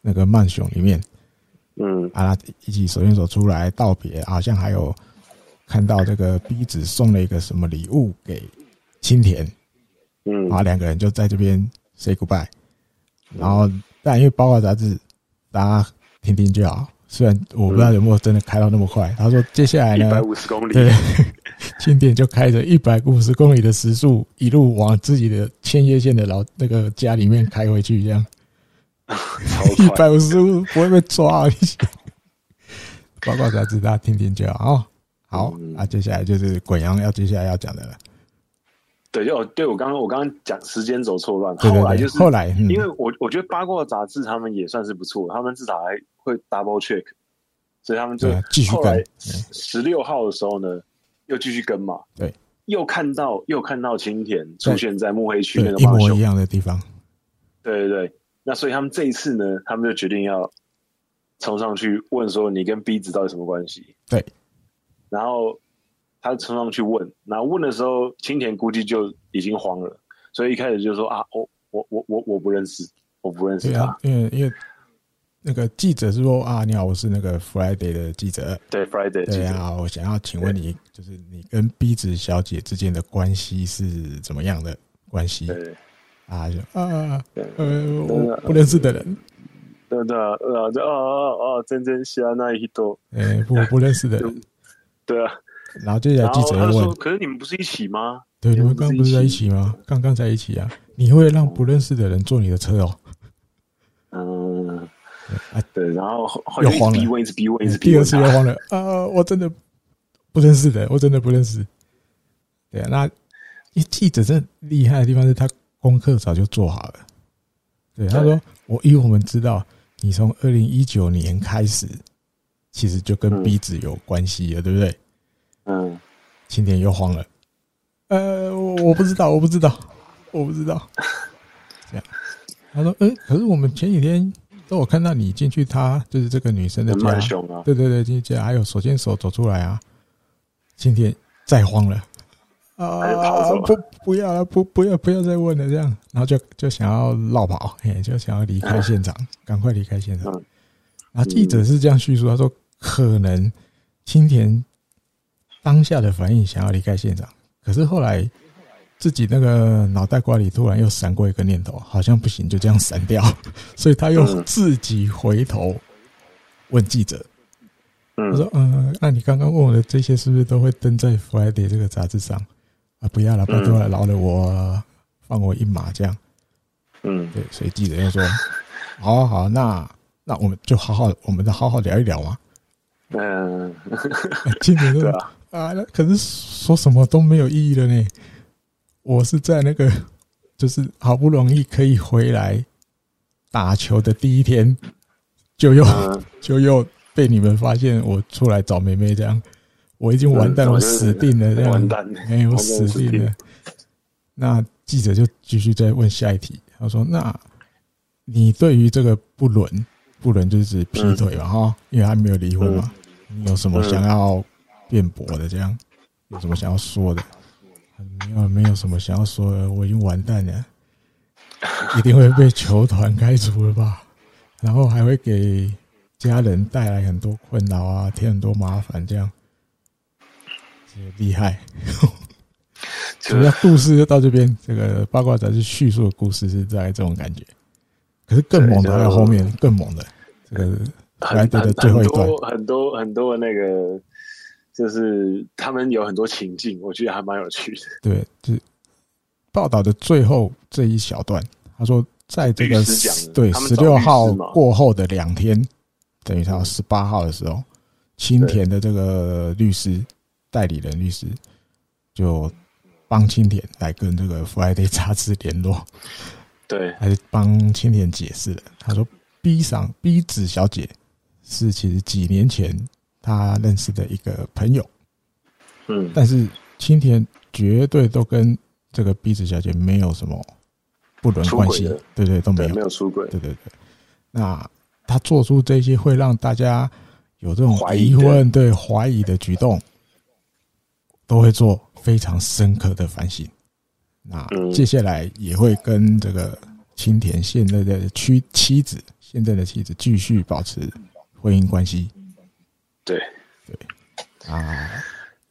Speaker 2: 那个曼熊里面，
Speaker 1: 嗯，
Speaker 2: 啊，他一起手牵手出来道别，好像还有看到这个鼻子送了一个什么礼物给青田，
Speaker 1: 嗯
Speaker 2: 然后两个人就在这边 say goodbye。然后，但因为八卦杂志，大家听听就好，虽然我不知道有没有真的开到那么快。他说接下来
Speaker 1: 嗯一
Speaker 2: 呢
Speaker 1: 百，五十公里，
Speaker 2: 对， 庆典就开着一百五十公里的时速，一路往自己的千叶县的老那个家里面开回去，这样
Speaker 1: 超
Speaker 2: 一
Speaker 1: 快。
Speaker 2: 百五十不会被抓啊！你想八卦杂志大家听听就好哦。好，
Speaker 1: 嗯
Speaker 2: 啊，接下来就是滚阳要接下来要讲的了。
Speaker 1: 对，就哦对我刚刚我刚刚讲时间走错乱，
Speaker 2: 对对
Speaker 1: 后来
Speaker 2: 对
Speaker 1: 就是
Speaker 2: 后来，嗯
Speaker 1: 因为我我觉得八卦杂志他们也算是不错，他们至少还会 double check，所以他们就
Speaker 2: 对啊继续
Speaker 1: 后来
Speaker 2: 跟
Speaker 1: 十六号的时候呢，又继续跟嘛，
Speaker 2: 对，
Speaker 1: 又看到又看到青田出现在幕黑区那
Speaker 2: 对
Speaker 1: 个
Speaker 2: 一
Speaker 1: 马
Speaker 2: 模
Speaker 1: 修
Speaker 2: 一，样的地方，
Speaker 1: 对对对，那所以他们这一次呢，他们就决定要冲上去问说你跟 B 子到底什么关系？
Speaker 2: 对，
Speaker 1: 然后他冲上去问，然后问的时候，青田估计就已经慌了，所以一开始就说啊，我我我我我不认识，我不认识
Speaker 2: 对
Speaker 1: 他。
Speaker 2: 啊，因为因为那个记者是说啊，你好，我是那个 Friday 的记者，
Speaker 1: 对，Friday 记者，
Speaker 2: 对啊，我想要请问你，就是你跟 B 子小姐之间的关系是怎么样的关系
Speaker 1: 对
Speaker 2: 啊？就啊
Speaker 1: 对
Speaker 2: 呃，我不认识的人，
Speaker 1: 对对啊，呃，这哦哦哦，真真西安那一朵，
Speaker 2: 呃，不我不认识的人。
Speaker 1: 对啊。
Speaker 2: 然后接下
Speaker 1: 然
Speaker 2: 来记
Speaker 1: 后
Speaker 2: 者
Speaker 1: 他
Speaker 2: 又
Speaker 1: 说，
Speaker 2: 问，
Speaker 1: 可是你们不是一起吗？
Speaker 2: 对，你
Speaker 1: 你
Speaker 2: 们
Speaker 1: 们
Speaker 2: 刚
Speaker 1: 不是
Speaker 2: 刚不是在一
Speaker 1: 一
Speaker 2: 起
Speaker 1: 起
Speaker 2: 吗？刚刚在一起啊？你会让不认识的人坐你的车哦？
Speaker 1: 嗯，
Speaker 2: 啊，
Speaker 1: 对。然后后后
Speaker 2: 又
Speaker 1: 就一
Speaker 2: 慌
Speaker 1: 直逼
Speaker 2: 了
Speaker 1: 问，一直逼问，一直逼
Speaker 2: 第
Speaker 1: 问
Speaker 2: 二次又
Speaker 1: 他。
Speaker 2: 慌了啊！我真的不认识的，我真的不认识。对啊，那因为记者真的厉害的地方是他功课早就做好了。对，他说：“我因为我们知道你从二零一九年开始，其实就跟
Speaker 1: 嗯
Speaker 2: 壁纸有关系了，对不对
Speaker 1: 嗯，？”
Speaker 2: 青田又慌了，呃，我我不知道，我不知道，我不知 道。这样，他说：“呃，可是我们前几天都有看到你进去他就是这个女生的
Speaker 1: 很
Speaker 2: 家
Speaker 1: 慢，熊啊，
Speaker 2: 对对对，进去还有手牵手走出来啊！今天再慌了
Speaker 1: 还是跑
Speaker 2: 啊！
Speaker 1: 走了
Speaker 2: 不不要了，不不要不要再问了，这样，然后就就想要绕跑，哎、就想要离开现场，赶快离开现场
Speaker 1: 嗯。
Speaker 2: 然后记者是这样叙述，他说可能青田当下的反应想要离开现场，可是后来自己那个脑袋瓜里突然又闪过一个念头，好像不行，就这样闪掉， 所以他又
Speaker 1: 嗯
Speaker 2: 自己回头问记者，
Speaker 1: 嗯
Speaker 2: 他，说：“嗯，那你刚刚问我的这些是不是都会登在《Friday》这个杂志上啊？不要了，拜托了，饶了我，放我一马，这样。
Speaker 1: 嗯”，
Speaker 2: 对，所以记者又说：“ 好啊好啊，那那我们就好好，我们再好好聊一聊嘛。
Speaker 1: 嗯，
Speaker 2: 哎”今年
Speaker 1: 对
Speaker 2: 说
Speaker 1: 啊，
Speaker 2: 啊，那可是说什么都没有意义了呢。我是在那个 就是好不容易可以回来打球的第一天，就又
Speaker 1: 嗯，
Speaker 2: 就又被你们发现我出来找妹妹这样，我已经完蛋，
Speaker 1: 嗯
Speaker 2: 我死定了这样，
Speaker 1: 完蛋，
Speaker 2: 哎、我死
Speaker 1: 完
Speaker 2: 定
Speaker 1: 蛋
Speaker 2: 了。那记者就继续再问下一题，他说：“那你对于这个不伦，不伦就是指劈腿
Speaker 1: 嗯
Speaker 2: 嘛，哈、因为还没有离婚嘛，你有什么想要辩驳的？这样有什么想要说的？”没有，没有什么想要说的，我已经完蛋了，一定会被球团开除了吧？然后还会给家人带来很多困扰啊，添很多麻烦，这样，这个厉害。主要故事就到这边，这个八卦杂志叙述的故事是大概这种感觉。可是更猛的还有后面更猛的，这个莱
Speaker 1: 很
Speaker 2: 德的
Speaker 1: 很
Speaker 2: 最后
Speaker 1: 很
Speaker 2: 一段，
Speaker 1: 多很多很多那个，就是他们有很多情境，我觉得还蛮有趣的。
Speaker 2: 对，就是报道的最后这一小段，他说在这个
Speaker 1: 律师讲的
Speaker 2: 对
Speaker 1: 他
Speaker 2: 十
Speaker 1: 们找律
Speaker 2: 六
Speaker 1: 师
Speaker 2: 号
Speaker 1: 嘛嗯
Speaker 2: 过后的两天，等于他十八号的时候，青田的这个律师代理人律师就帮青田来跟这个 Friday 杂志联络，
Speaker 1: 对，
Speaker 2: 还是帮青田解释了。他说：“B 赏 B 子小姐是其实几年前他认识的一个朋友，
Speaker 1: 嗯，
Speaker 2: 但是青田绝对都跟这个 B 子小姐没有什么不伦关系
Speaker 1: 出轨的，
Speaker 2: 对对，都没
Speaker 1: 对，
Speaker 2: 有
Speaker 1: 没，有出轨，
Speaker 2: 对对对。那他做出这些会让大家有这种
Speaker 1: 怀疑
Speaker 2: 疑
Speaker 1: 的
Speaker 2: 问、对怀疑的举动，都会做非常深刻的反省。那
Speaker 1: 嗯
Speaker 2: 接下来也会跟这个青田现在的妻妻子、现在的妻子继续保持婚姻关系
Speaker 1: 对。
Speaker 2: 啊。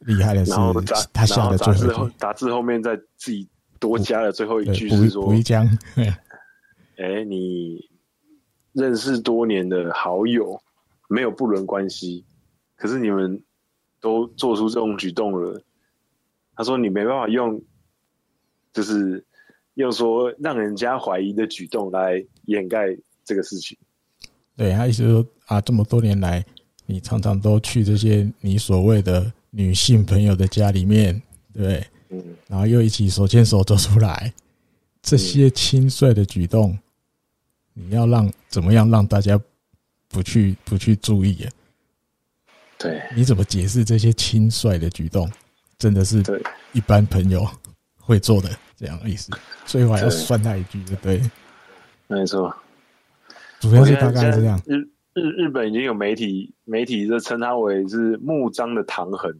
Speaker 2: 厉害的是
Speaker 1: 然后杂，，
Speaker 2: 他下
Speaker 1: 然
Speaker 2: 的
Speaker 1: 后
Speaker 2: 最
Speaker 1: 杂
Speaker 2: 后
Speaker 1: 志
Speaker 2: 一
Speaker 1: 后
Speaker 2: 句，
Speaker 1: 杂志后面再自己多加了最后一
Speaker 2: 对，
Speaker 1: 句
Speaker 2: 补
Speaker 1: 是
Speaker 2: 一
Speaker 1: 说
Speaker 2: 补一江，
Speaker 1: 哎，你认识多年的好友没有不伦关系，可是你们都做出这种举动了，他说你没办法用，就是用说让人家怀疑的举动来掩盖这个事情。
Speaker 2: 对他意思是说啊，这么多年来，你常常都去这些你所谓的女性朋友的家里面，对，
Speaker 1: 嗯，
Speaker 2: 然后又一起手牵手走出来，这些
Speaker 1: 嗯
Speaker 2: 轻率的举动，你要让怎么样让大家不去不去注意、啊？
Speaker 1: 对
Speaker 2: 你怎么解释这些轻率的举动？真的是
Speaker 1: 对，
Speaker 2: 一般朋友会做的这样的意思，所以我还要
Speaker 1: 对
Speaker 2: 算他一句，对不对？
Speaker 1: 没错。
Speaker 2: 主要是
Speaker 1: 我
Speaker 2: 大
Speaker 1: 现在
Speaker 2: 概这样。
Speaker 1: 现在日日日本已经有媒体媒体就称它为是木章的唐痕，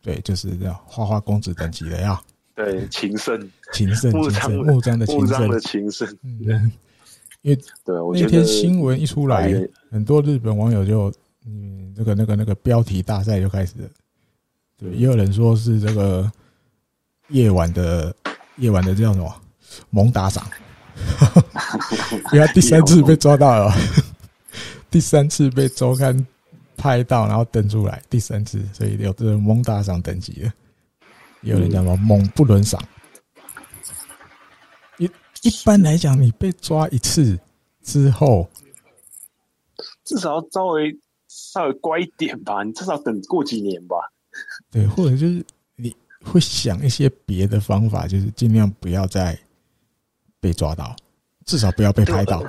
Speaker 2: 对，就是这样，花花公子等级的呀，
Speaker 1: 对，情圣，
Speaker 2: 情圣
Speaker 1: 木
Speaker 2: 情
Speaker 1: 章
Speaker 2: 圣，
Speaker 1: 的
Speaker 2: 木章的情
Speaker 1: 木章
Speaker 2: 圣
Speaker 1: 的。情圣。
Speaker 2: 嗯，因为
Speaker 1: 对，我觉
Speaker 2: 那
Speaker 1: 得哎
Speaker 2: 天新闻一出来
Speaker 1: 还有，
Speaker 2: 很多日本网友就嗯，那个那个那个标题大赛就开始了。对，也有人说是这个夜晚的夜晚的叫什么猛打赏，因为他第
Speaker 1: 哎
Speaker 2: 三次被抓到了， 第三次被周刊拍到，然后登出来，第三次，所以有这个猛打赏等级的，也有人讲什么猛不伦赏。一一般来讲，你被抓一次之后，
Speaker 1: 至少要稍微稍微乖一点吧，你至少等过几年吧。
Speaker 2: 对，或者就是你会想一些别的方法，就是尽量不要再被抓到，至少不要
Speaker 1: 啊
Speaker 2: 被拍到。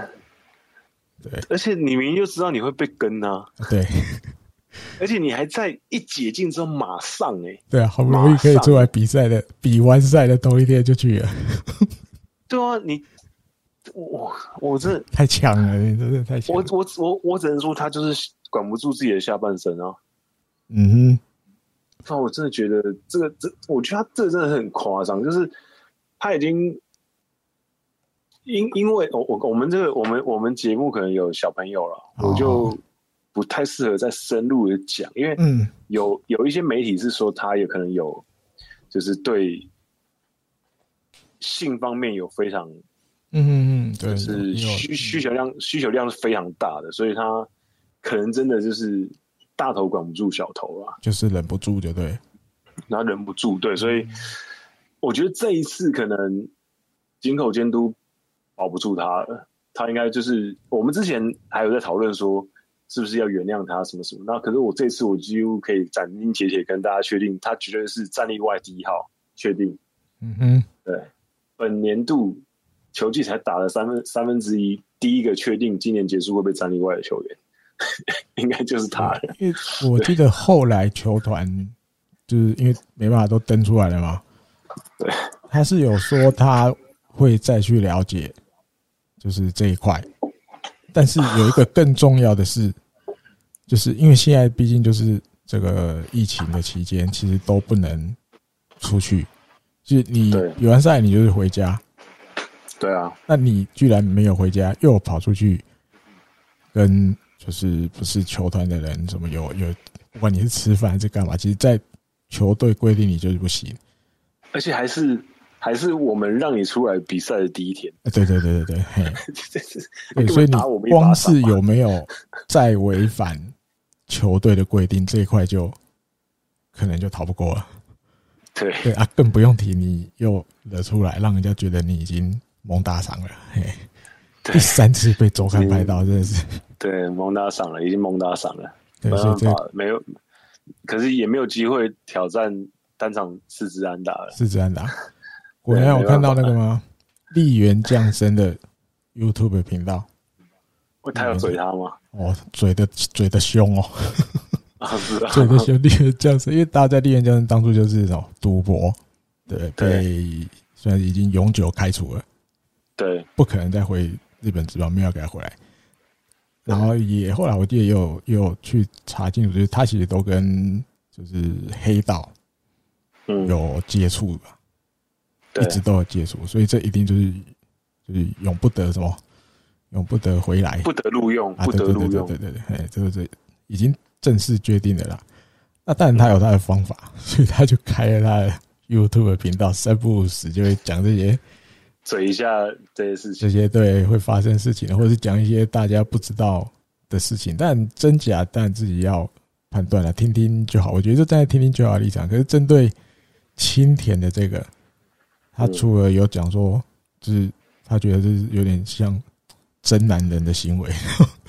Speaker 2: 对
Speaker 1: 而且你明明就知道你会被跟啊，
Speaker 2: 对
Speaker 1: 而且你还在一解禁之后马上哎、
Speaker 2: 对啊，好不容易可以出来比赛的，比完赛的头一天就去了，
Speaker 1: 对啊，你我我我这
Speaker 2: 太强了，你真的太强
Speaker 1: 我
Speaker 2: 了。
Speaker 1: 我我我只能说他就是管不住自己的下半身啊。
Speaker 2: 嗯哼，
Speaker 1: 那我真的觉得这个这，我觉得他这个真的很夸张，就是他已经因因为我我我们这个我们我们节目可能有小朋友了，
Speaker 2: 哦
Speaker 1: 我就不太适合再深入的讲，因为
Speaker 2: 嗯，
Speaker 1: 有有一些媒体是说他也可能有就是对性方面有非常
Speaker 2: 嗯嗯嗯，对，
Speaker 1: 就是
Speaker 2: 也有
Speaker 1: 需需求量需求量是非常大的，所以他可能真的就是大头管不住小头啊。
Speaker 2: 就是忍不住，就对。
Speaker 1: 然后忍不住，对，所以我觉得这一次可能井口监督保不住他了，他应该就是我们之前还有在讨论说是不是要原谅他什么什么，那可是我这次我几乎可以斩钉截铁跟大家确定，他绝对是战力外第一号，确定，
Speaker 2: 嗯哼，
Speaker 1: 对，本年度球季才打了三分三分之一，第一个确定今年结束会被战力外的球员， 应该就是他了，
Speaker 2: 因为我记得后来球团就是因为没办法都登出来了嘛，
Speaker 1: 对，
Speaker 2: 他是有说他会再去了解，就是这一块，但是有一个更重要的是，就是因为现在毕竟就是这个疫情的期间，其实都不能出去，就是你
Speaker 1: 对
Speaker 2: 比完赛你就是回家，
Speaker 1: 对啊，
Speaker 2: 那你居然没有回家，又跑出去跟就是不是球团的人什么有有，不管你是吃饭还是干嘛，其实，在球队规定你就是不行。
Speaker 1: 而且还是还是我们让你出来比赛的第一天。
Speaker 2: 呃对对对对对，嘿，
Speaker 1: 这是
Speaker 2: 对，所以你光是有没有再违反球队的规定这一块，就可能就逃不过了。
Speaker 1: 对
Speaker 2: 对啊，更不用提你又惹出来，让人家觉得你已经蒙打赏了。嘿，
Speaker 1: 对
Speaker 2: 第三次被周刊拍到，真的是
Speaker 1: 对，蒙打赏了，已经蒙打赏了，
Speaker 2: 对，
Speaker 1: 没
Speaker 2: 所以
Speaker 1: 办
Speaker 2: 这
Speaker 1: 法，没有，可是也没有机会挑战单场四支安打了。
Speaker 2: 是这样的、啊。果然有看到那个吗？丽媛降生的 YouTube 频道，
Speaker 1: 他有嘴他吗？
Speaker 2: 哦，嘴的嘴的凶哦，
Speaker 1: 啊， 是啊，
Speaker 2: 嘴的凶。丽媛降生，因为大家在丽媛降生当初就是什么赌博，对，被虽然已经永久开除了，
Speaker 1: 对
Speaker 2: 不可能再回日本职棒，没有给他回来。然后也后来我记得也有也有去查清楚，就是他其实都跟就是黑道
Speaker 1: 嗯，
Speaker 2: 有接触吧，
Speaker 1: 对
Speaker 2: 一直都有接触，所以这一定就是就是永不得什么，永不得回来，
Speaker 1: 不得录用，
Speaker 2: 啊，
Speaker 1: 不
Speaker 2: 对
Speaker 1: 得
Speaker 2: 对
Speaker 1: 录
Speaker 2: 对对
Speaker 1: 用
Speaker 2: 对，对对，哎，这个这已经正式决定了啦。那当然他有他的方法， 所以他就开了他的 YouTube 频道，三不五时就会讲这些
Speaker 1: 嘴一下这些事
Speaker 2: 这
Speaker 1: 情。
Speaker 2: 些对会发生事情，或者是讲一些大家不知道的事情，但真假但自己要判断了，啊听听就好。我觉得就站在听听就好的立场。可是针对青田的这个，他除了有讲说，就是他觉得这是有点像真男人的行为，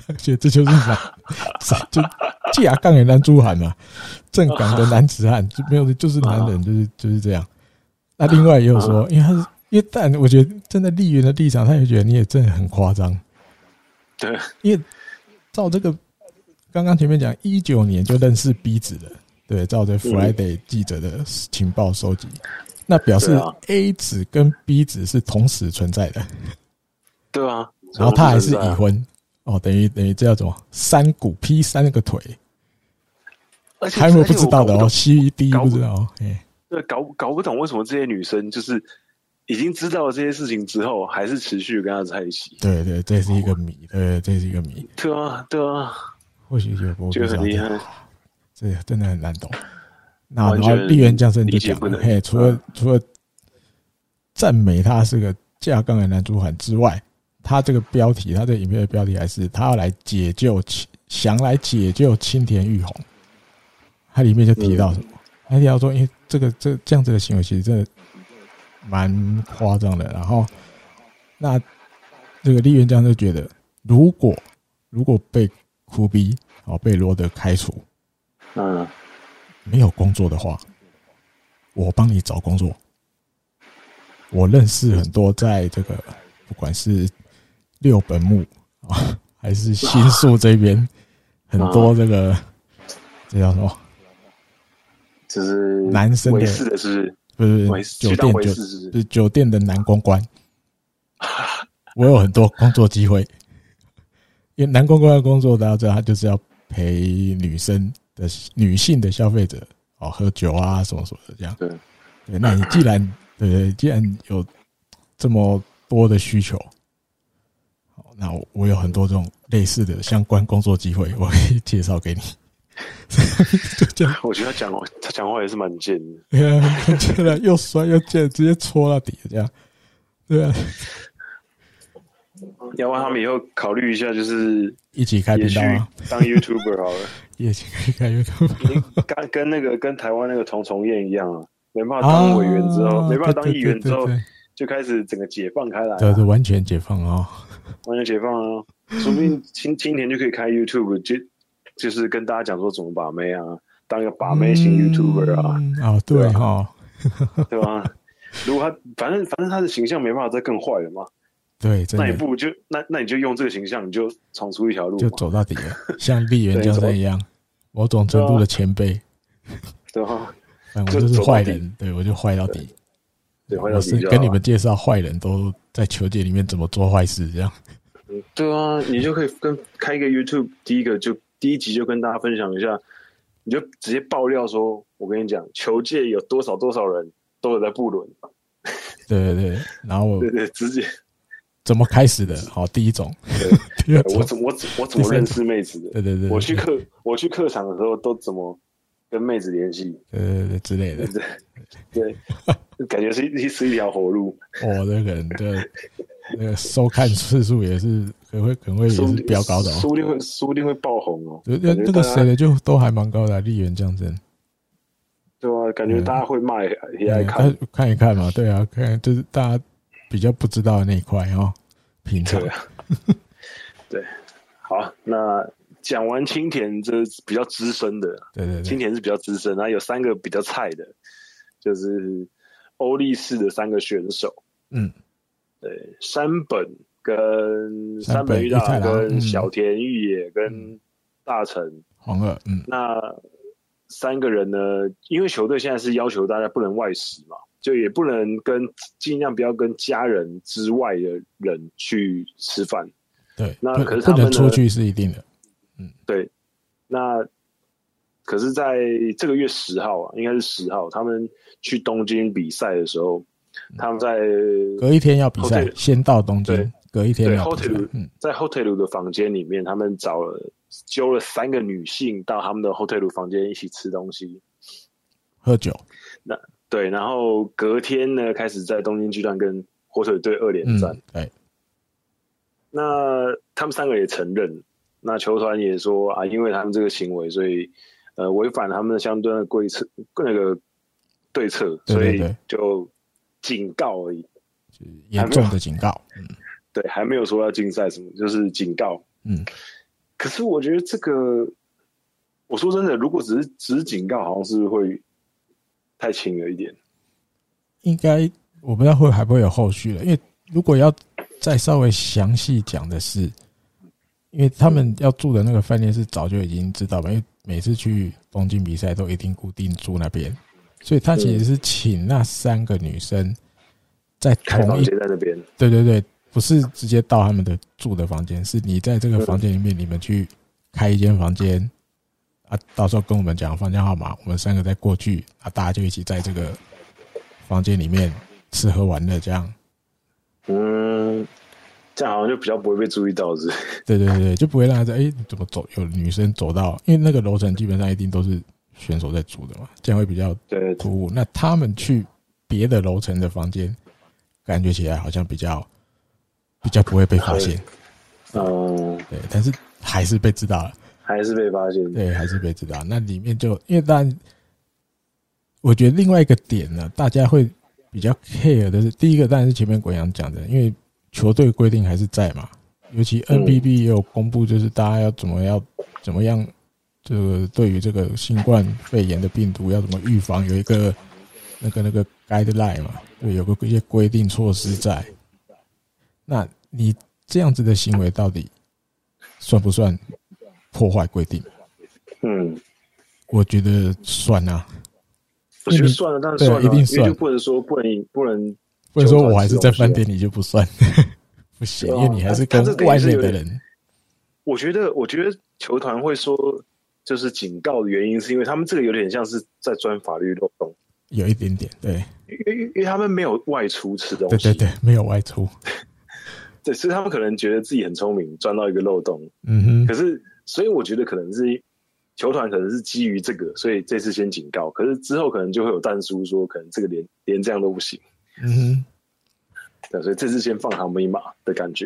Speaker 2: 他觉得这就是男，就架杠也男猪汉嘛，正港的男子汉，就没有就是男人，就是就是这样。那另外也有
Speaker 1: 啊
Speaker 2: 说，因为他是因为但我觉得站在丽媛的立场，他也觉得你也真的很夸张。
Speaker 1: 对，
Speaker 2: 因为照这个刚刚前面讲，一九年就认识 B 子的，对，照这 Friday 记者的情报收集，那表示
Speaker 1: 对啊
Speaker 2: A 子跟 B 子是同时存在的，
Speaker 1: 对啊，
Speaker 2: 然后他还是
Speaker 1: 所以我不
Speaker 2: 已
Speaker 1: 存在啊，
Speaker 2: 婚，哦，等于等于这叫什么？三股劈三个腿，
Speaker 1: 而且
Speaker 2: 开幕不知道的
Speaker 1: 而且我搞不懂
Speaker 2: 哦，C D
Speaker 1: 搞
Speaker 2: 不
Speaker 1: 不
Speaker 2: 知道哦，哎，
Speaker 1: 对，搞搞不懂为什么这些女生就是已经知道了这些事情之后，还是持续跟他在一起。
Speaker 2: 对对，这是一个谜，对，这是一个谜，
Speaker 1: 对啊，对啊，
Speaker 2: 或许有波
Speaker 1: 觉得很厉害。
Speaker 2: 这真的很难懂。那
Speaker 1: 完
Speaker 2: 然
Speaker 1: 全
Speaker 2: 后丽媛降生就讲
Speaker 1: 理解不
Speaker 2: 了，
Speaker 1: 能
Speaker 2: 嘿，除了除了赞美他是个架杠的男主管之外，他这个标题，他这影片的标题还是他要来解救青，想来解救青田玉红。他里面就提到什么？他提到说，因为这个这这样子的行为其实真的蛮夸张的。然后，那这个丽媛江就觉得，如果如果被哭逼哦被罗德开除，
Speaker 1: 嗯，
Speaker 2: 没有工作的话，我帮你找工作。我认识很多在这个不管是六本木啊，还是新宿这边，很多这个这叫什么？
Speaker 1: 就是
Speaker 2: 男生的
Speaker 1: 维氏的是
Speaker 2: 不是
Speaker 1: 维氏，
Speaker 2: 酒
Speaker 1: 去当
Speaker 2: 店
Speaker 1: 维
Speaker 2: 酒
Speaker 1: 氏是不
Speaker 2: 就是是酒店的男 公关。我有很多工作机会，因为男公关的工作大家知道，他就是要陪女生的女性的消费者哦喝酒啊什么什么的这样。
Speaker 1: 对
Speaker 2: 对，那你既 然对对，既然有这么多的需求，好那我我有很多这种类似的相关工作机会，我可以介绍 给你。 就这样，
Speaker 1: 我觉得他讲话，他讲话也是蛮贱的。
Speaker 2: 对啊，看起来又酸又贱，直接戳到底，这样，对啊，
Speaker 1: 要不然他们以后考虑一下，就是
Speaker 2: 一起开
Speaker 1: 也
Speaker 2: 频
Speaker 1: 去
Speaker 2: 道吗？
Speaker 1: 当 YouTuber 好了。
Speaker 2: 一起开开 YouTube，
Speaker 1: 跟跟那个跟台湾那个童崇彦一样啊，没办法当委员之后，没办法当议员之后
Speaker 2: 哦对，
Speaker 1: 就开始整个解放开来、
Speaker 2: 对对对对对
Speaker 1: 啊
Speaker 2: 对，完全解放哦，
Speaker 1: 完全解放了、说不定今今年就可以开 YouTube，就就是跟大家讲说怎么把妹啊，当一个把妹型 YouTuber 啊，
Speaker 2: 嗯哦，对
Speaker 1: 对啊
Speaker 2: 哈，
Speaker 1: 对吧？如果他反正反正他的形象没办法再更坏了嘛，
Speaker 2: 对，真
Speaker 1: 那你
Speaker 2: 的
Speaker 1: 不如就那那你就用这个形象，你就闯出一条路
Speaker 2: 就
Speaker 1: 嘛，
Speaker 2: 走到底了，像丽媛
Speaker 1: 对
Speaker 2: 教
Speaker 1: 走
Speaker 2: 授一样，某种程度的前辈，哎
Speaker 1: 对啊 吧？
Speaker 2: 但我
Speaker 1: 就
Speaker 2: 就是
Speaker 1: 走到
Speaker 2: 坏
Speaker 1: 底
Speaker 2: 人，对我就坏到底，
Speaker 1: 对，回到
Speaker 2: 我
Speaker 1: 底
Speaker 2: 啊是
Speaker 1: 就好啊
Speaker 2: 跟你
Speaker 1: 了
Speaker 2: 们介绍坏人都在球界里面怎么做坏事 这样。
Speaker 1: 对啊，你就可以跟开一个 YouTube，第一个就第一集就跟大家分享一下，你就直接爆料说，我跟你讲，球界有多少多少人都有在布伦，
Speaker 2: 哦对对对，然后我
Speaker 1: 对对，直接
Speaker 2: 怎么开始的？好，第一种， 第二
Speaker 1: 对我
Speaker 2: 种，
Speaker 1: 怎么我怎我怎么认识妹子的？
Speaker 2: 对对对，
Speaker 1: 我去
Speaker 2: 对
Speaker 1: 客我去客场的时候都怎么跟妹子联系？
Speaker 2: 对对对之类的。
Speaker 1: 对，感觉是一是一条活路，
Speaker 2: 哦，那个人的那个收看次数也是可能会可能会也
Speaker 1: 说不
Speaker 2: 是
Speaker 1: 定
Speaker 2: 飙高的
Speaker 1: 说
Speaker 2: 哦。
Speaker 1: 不定会说不定会爆红哦。
Speaker 2: 就
Speaker 1: 感觉
Speaker 2: 那个
Speaker 1: 大家
Speaker 2: 谁的就都还蛮高的啊，丽媛降真，
Speaker 1: 对啊，感觉大家会骂也也爱
Speaker 2: 嗯
Speaker 1: 看，
Speaker 2: 但看一看嘛，对啊，看就是大家比较不知道的那一块哦，平常
Speaker 1: 对啊，对，好，那讲完青田这比较资深的，
Speaker 2: 对对
Speaker 1: 青
Speaker 2: 对，
Speaker 1: 田是比较资深，然后有三个比较菜的，就是欧力士的三个选手，
Speaker 2: 嗯，
Speaker 1: 对，山本跟
Speaker 2: 山
Speaker 1: 山
Speaker 2: 本
Speaker 1: 本裕大
Speaker 2: 裕太郎
Speaker 1: 跟
Speaker 2: 嗯
Speaker 1: 小田裕也
Speaker 2: 嗯
Speaker 1: 跟大成，
Speaker 2: 黄二，嗯，
Speaker 1: 那三个人呢，因为球队现在是要求大家不能外食嘛，就也不能跟尽量不要跟家人之外的人去吃饭。
Speaker 2: 对，
Speaker 1: 那
Speaker 2: 不
Speaker 1: 可是
Speaker 2: 不
Speaker 1: 他
Speaker 2: 能
Speaker 1: 们呢
Speaker 2: 出去是一定的，
Speaker 1: 那可是在这个月十号啊，应该是十号，他们去东京比赛的时候，他们在
Speaker 2: 嗯隔一天要比赛，
Speaker 1: Hotel-
Speaker 2: 先到东京
Speaker 1: 对，
Speaker 2: 隔一天
Speaker 1: 对
Speaker 2: 要比赛
Speaker 1: Hotel-，
Speaker 2: 嗯，
Speaker 1: 在 hotel 的房间里面，他们找了揪了三个女性到他们的 hotel 房间一起吃东西。
Speaker 2: 喝酒，
Speaker 1: 对，然后隔天呢，开始在东京巨蛋跟火腿队二连
Speaker 2: 嗯
Speaker 1: 战。，
Speaker 2: 对，
Speaker 1: 那他们三个也承认，那球团也说啊，因为他们这个行为，所以呃违反他们的相对的规策那个对策，
Speaker 2: 对
Speaker 1: 所
Speaker 2: 对
Speaker 1: 以
Speaker 2: 对
Speaker 1: 就警告而已。
Speaker 2: 严重的警告。嗯
Speaker 1: 对，还没有说要禁赛什么，就是警告。
Speaker 2: 嗯，
Speaker 1: 可是我觉得这个，我说真的，如果只是只是警告，好像是会太轻了一点。
Speaker 2: 应该我不知道会还不会有后续了，因为如果要再稍微详细讲的是，因为他们要住的那个饭店是早就已经知道吧，因为每次去东京比赛都一定固定住那边，所以他其实是请那三个女生在
Speaker 1: 开
Speaker 2: 同
Speaker 1: 房
Speaker 2: 一
Speaker 1: 间在那边，
Speaker 2: 对对对，不是直接到他们的住的房间，是你在这个房间里面，你们去开一间房间啊，到时候跟我们讲房间号码，我们三个再过去啊，大家就一起在这个房间里面吃喝玩乐这样。
Speaker 1: 嗯，这样好像就比较不会被注意到，是不是
Speaker 2: 对对对，就不会让他在哎、诶你怎么走有女生走到，因为那个楼层基本上一定都是选手在住的嘛，这样会比较
Speaker 1: 对，
Speaker 2: 突兀。那他们去别的楼层的房间，感觉起来好像比较比较不会被发现，
Speaker 1: 嗯，
Speaker 2: 对，但是还是被知道了。
Speaker 1: 还是被发现。
Speaker 2: 对，还是被知道。那里面就因为当然，我觉得另外一个点呢，大家会比较 care 的是，第一个当然是前面国阳讲的，因为球队规定还是在嘛，尤其 NBB 也有公布，就是大家要怎么要怎么样，这个对于这个新冠肺炎的病毒要怎么预防，有一个那个那个 guideline 嘛，对，有个一些规定措施在。那你这样子的行为到底算不算破坏规定？
Speaker 1: 嗯，
Speaker 2: 我觉得算啊，
Speaker 1: 我觉得算了，但是
Speaker 2: 对啊
Speaker 1: 算了，
Speaker 2: 一定
Speaker 1: 因为
Speaker 2: 算
Speaker 1: 就不能说不能不能
Speaker 2: 不能说我还是在饭店里就不算， 不行，
Speaker 1: 对
Speaker 2: 因
Speaker 1: 啊
Speaker 2: 为你还是跟外面的人，
Speaker 1: 我觉得，我觉得球团会说就是警告的原因，是因为他们这个有点像是在钻法律漏洞，
Speaker 2: 有一点点，对，
Speaker 1: 因为因为他们没有外出吃东
Speaker 2: 对
Speaker 1: 西，
Speaker 2: 对对，没有外出，
Speaker 1: 对所以他们可能觉得自己很聪明，钻到一个漏洞。
Speaker 2: 嗯
Speaker 1: 可
Speaker 2: 哼，
Speaker 1: 是，所以我觉得可能是球团可能是基于这个，所以这次先警告，可是之后可能就会有弹书说，可能这个连连这样都不行，
Speaker 2: 嗯哼，
Speaker 1: 对，所以这次先放他们一马的感觉。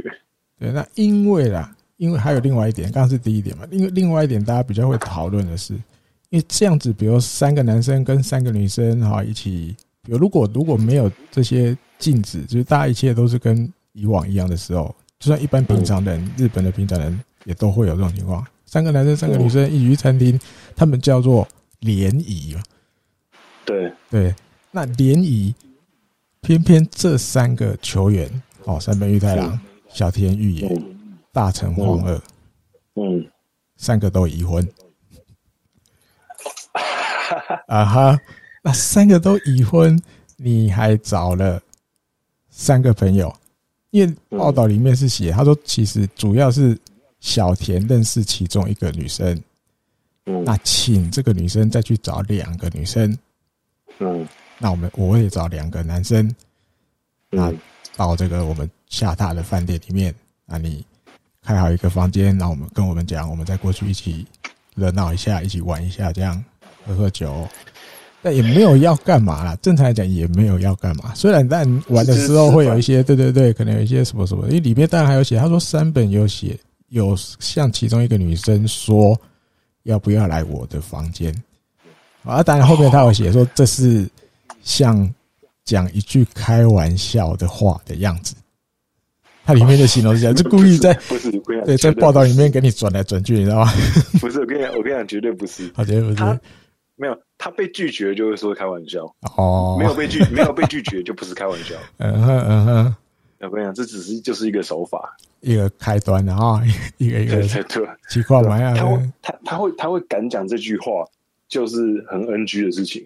Speaker 2: 对，那因为啦，因为还有另外一点，刚刚是第一点嘛，因为另外一点大家比较会讨论的是，因为这样子，比如三个男生跟三个女生哈一起，比如如果如果没有这些禁止，就是大家一切都是跟以往一样的时候，就算一般平常人，日本的平常人也都会有这种情况，三个男生三个女生一起去餐厅，他们叫做联谊嘛，
Speaker 1: 对，
Speaker 2: 对，那联谊偏偏这三个球员哦，山本裕太郎
Speaker 1: 嗯、
Speaker 2: 小田裕也、
Speaker 1: 嗯
Speaker 2: 大城晃二。
Speaker 1: 嗯，
Speaker 2: 三个都已婚。啊哈，那三个都已婚，你还找了三个朋友？因为报道里面是写，他说其实主要是小田认识其中一个女生，
Speaker 1: 嗯
Speaker 2: 那请这个女生再去找两个女生，
Speaker 1: 嗯
Speaker 2: 那我们我也找两个男生，那
Speaker 1: 嗯
Speaker 2: 到这个我们下榻的饭店里面，那你开好一个房间，然后我们跟我们讲，我们再过去一起热闹一下，一起玩一下，这样喝喝酒。但也没有要干嘛啦，正常来讲也没有要干嘛。虽然但玩的时候会有一些，对对对，可能有一些什么什么，因为里面当然还有写，他说三本有写有向其中一个女生说要不要来我的房间啊，当然后面他有写说这是像讲一句开玩笑的话的样子。它里面的形 容是这样，就故意在
Speaker 1: 不是，我跟你讲
Speaker 2: 对在
Speaker 1: 绝不是
Speaker 2: 报道里面给你转来转去，你知道吗？
Speaker 1: 不是，我跟你讲，我跟你讲，绝对不是。
Speaker 2: 我觉得不
Speaker 1: 他
Speaker 2: 是
Speaker 1: 没有，他被拒绝就会说开玩笑，
Speaker 2: 哦，
Speaker 1: 没有被拒，没有被拒绝就不是开玩笑。
Speaker 2: 嗯哼嗯哼，
Speaker 1: 我跟你讲，这只是就是一个手 法，
Speaker 2: 一个开端然后 一个一
Speaker 1: 对
Speaker 2: 个
Speaker 1: 对对。
Speaker 2: 奇怪玩意
Speaker 1: 他会
Speaker 2: 儿
Speaker 1: 他他会他会敢讲这句话，就是很 NG 的事情。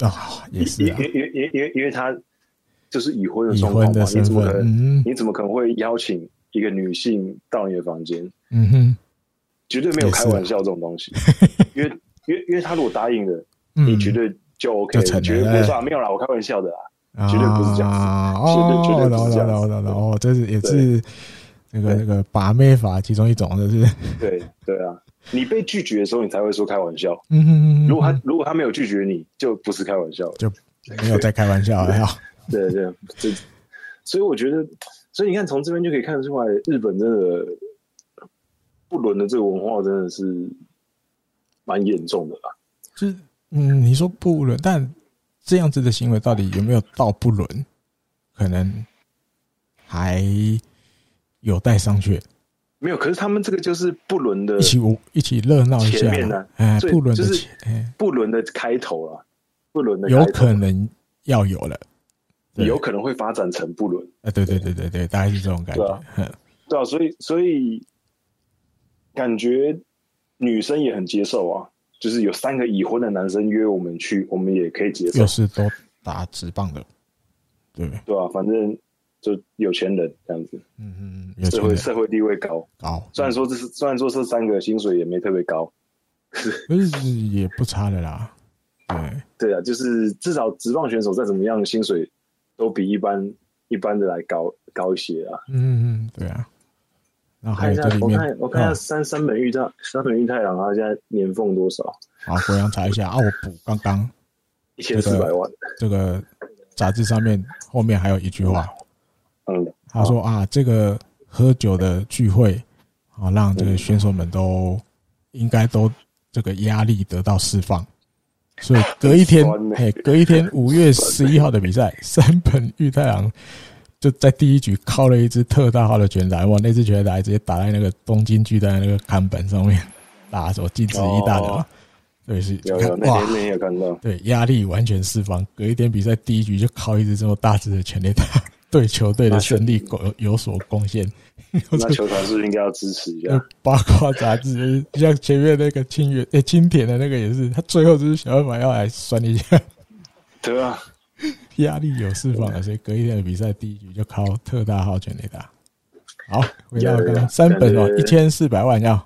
Speaker 2: 啊，也是
Speaker 1: 因
Speaker 2: 啊，
Speaker 1: 因因因因为因为他就是已婚的
Speaker 2: 已
Speaker 1: 状况
Speaker 2: 婚
Speaker 1: 嘛，
Speaker 2: 的
Speaker 1: 你
Speaker 2: 身
Speaker 1: 怎么
Speaker 2: 份
Speaker 1: 可，能？
Speaker 2: 嗯
Speaker 1: 你怎么可能会邀请一个女性到你的房间？
Speaker 2: 嗯哼，
Speaker 1: 绝对没有
Speaker 2: 也是
Speaker 1: 开
Speaker 2: 啊
Speaker 1: 玩笑这种东 西，因为因为因为他如果答应了，你
Speaker 2: 嗯，
Speaker 1: 绝对就 OK，
Speaker 2: 就成了哎
Speaker 1: 你绝对不会说啊没有啦，我开玩笑的啦。绝对不是这样子
Speaker 2: 啊
Speaker 1: 绝对绝对
Speaker 2: 哦，然
Speaker 1: 不
Speaker 2: 后
Speaker 1: 是这样
Speaker 2: 然
Speaker 1: 子
Speaker 2: 后然后，哦这是也
Speaker 1: 对
Speaker 2: 是那个那个把妹法其中一种，就是
Speaker 1: 对对啊，你被拒绝的时候，你才会说开玩笑。
Speaker 2: 嗯哼，
Speaker 1: 如果
Speaker 2: 嗯
Speaker 1: 他如果他没有拒绝你，就不是开玩笑了。
Speaker 2: 哼没有在开玩笑哎了，哈
Speaker 1: 对对，这所以我觉得，所以你看从这边就可以看得出来，日本真的不伦的这个文化真的是蛮严重的啦。
Speaker 2: 就是嗯，你说不伦，但这样子的行为到底有没有到不伦？可能还有待商榷。
Speaker 1: 没有，可是他们这个就是不伦的
Speaker 2: 一起舞，一起热闹一下
Speaker 1: 前面呢。
Speaker 2: 哎，
Speaker 1: 最
Speaker 2: 不伦的
Speaker 1: 就是
Speaker 2: 前，哎，
Speaker 1: 不伦的开头啦，不伦的
Speaker 2: 有
Speaker 1: 开头
Speaker 2: 可能要有了。对
Speaker 1: 有可能会发展成不伦，
Speaker 2: 啊，对对对对对，大概是这种感
Speaker 1: 对
Speaker 2: 觉
Speaker 1: 啊。
Speaker 2: 哼
Speaker 1: 对啊，所以所以感觉女生也很接受啊，就是有三个已婚的男生约我们去，我们也可以接受
Speaker 2: 又，是都打直棒的，对不对？
Speaker 1: 对吧、啊反正就有钱人这样子，
Speaker 2: 嗯嗯，嗯
Speaker 1: 社
Speaker 2: 有钱
Speaker 1: 会
Speaker 2: 人
Speaker 1: 社会地位高。
Speaker 2: 高，
Speaker 1: 虽然说这是虽然说这三个薪水也没特别高，
Speaker 2: 可是也不差的啦。对，
Speaker 1: 对啊，就是至少职棒选手再怎么样薪水都比一般一般的来高高一些啊。
Speaker 2: 嗯嗯，对啊。然后
Speaker 1: 看
Speaker 2: 还
Speaker 1: 一
Speaker 2: 有
Speaker 1: 下
Speaker 2: 这，里
Speaker 1: 我
Speaker 2: 面，
Speaker 1: 看我看一下
Speaker 2: 啊
Speaker 1: 三三本裕太三本裕太郎啊他现在年俸多少？
Speaker 2: 好，国阳查一下啊，我补刚刚
Speaker 1: 一千四百万。
Speaker 2: 这个杂志上面后面还有一句话，
Speaker 1: 嗯，
Speaker 2: 他说啊，这个喝酒的聚会，啊，让这个选手们都应该都这个压力得到释放，所以隔一天
Speaker 1: 酸，呢欸
Speaker 2: 哎，隔一天五月十一号的比赛，山本裕太郎就在第一局靠了一支特大号的全打，哇，那支全打直接打在那个东京巨蛋的那个看板上面，打手禁止一大的嘛
Speaker 1: 哦，
Speaker 2: 对，是
Speaker 1: 有有，那
Speaker 2: 哇
Speaker 1: 天那。天有看到，
Speaker 2: 对，压力完全释放。隔一天比赛第一局就靠一支这么大支的全垒打，对球队的胜利有有所贡献。
Speaker 1: 那球团是不是应该要支持一
Speaker 2: 呃
Speaker 1: 下？
Speaker 2: 八卦杂志像前面那个清源诶、清田的那个也是，他最后就是想办法要来酸一下，
Speaker 1: 对啊，
Speaker 2: 压力有释放了，所以隔一天的比赛第一局就靠特大号全垒打。好，回到刚
Speaker 1: 有有
Speaker 2: 刚三本哦，
Speaker 1: 感
Speaker 2: 一
Speaker 1: 觉
Speaker 2: 千四百万要，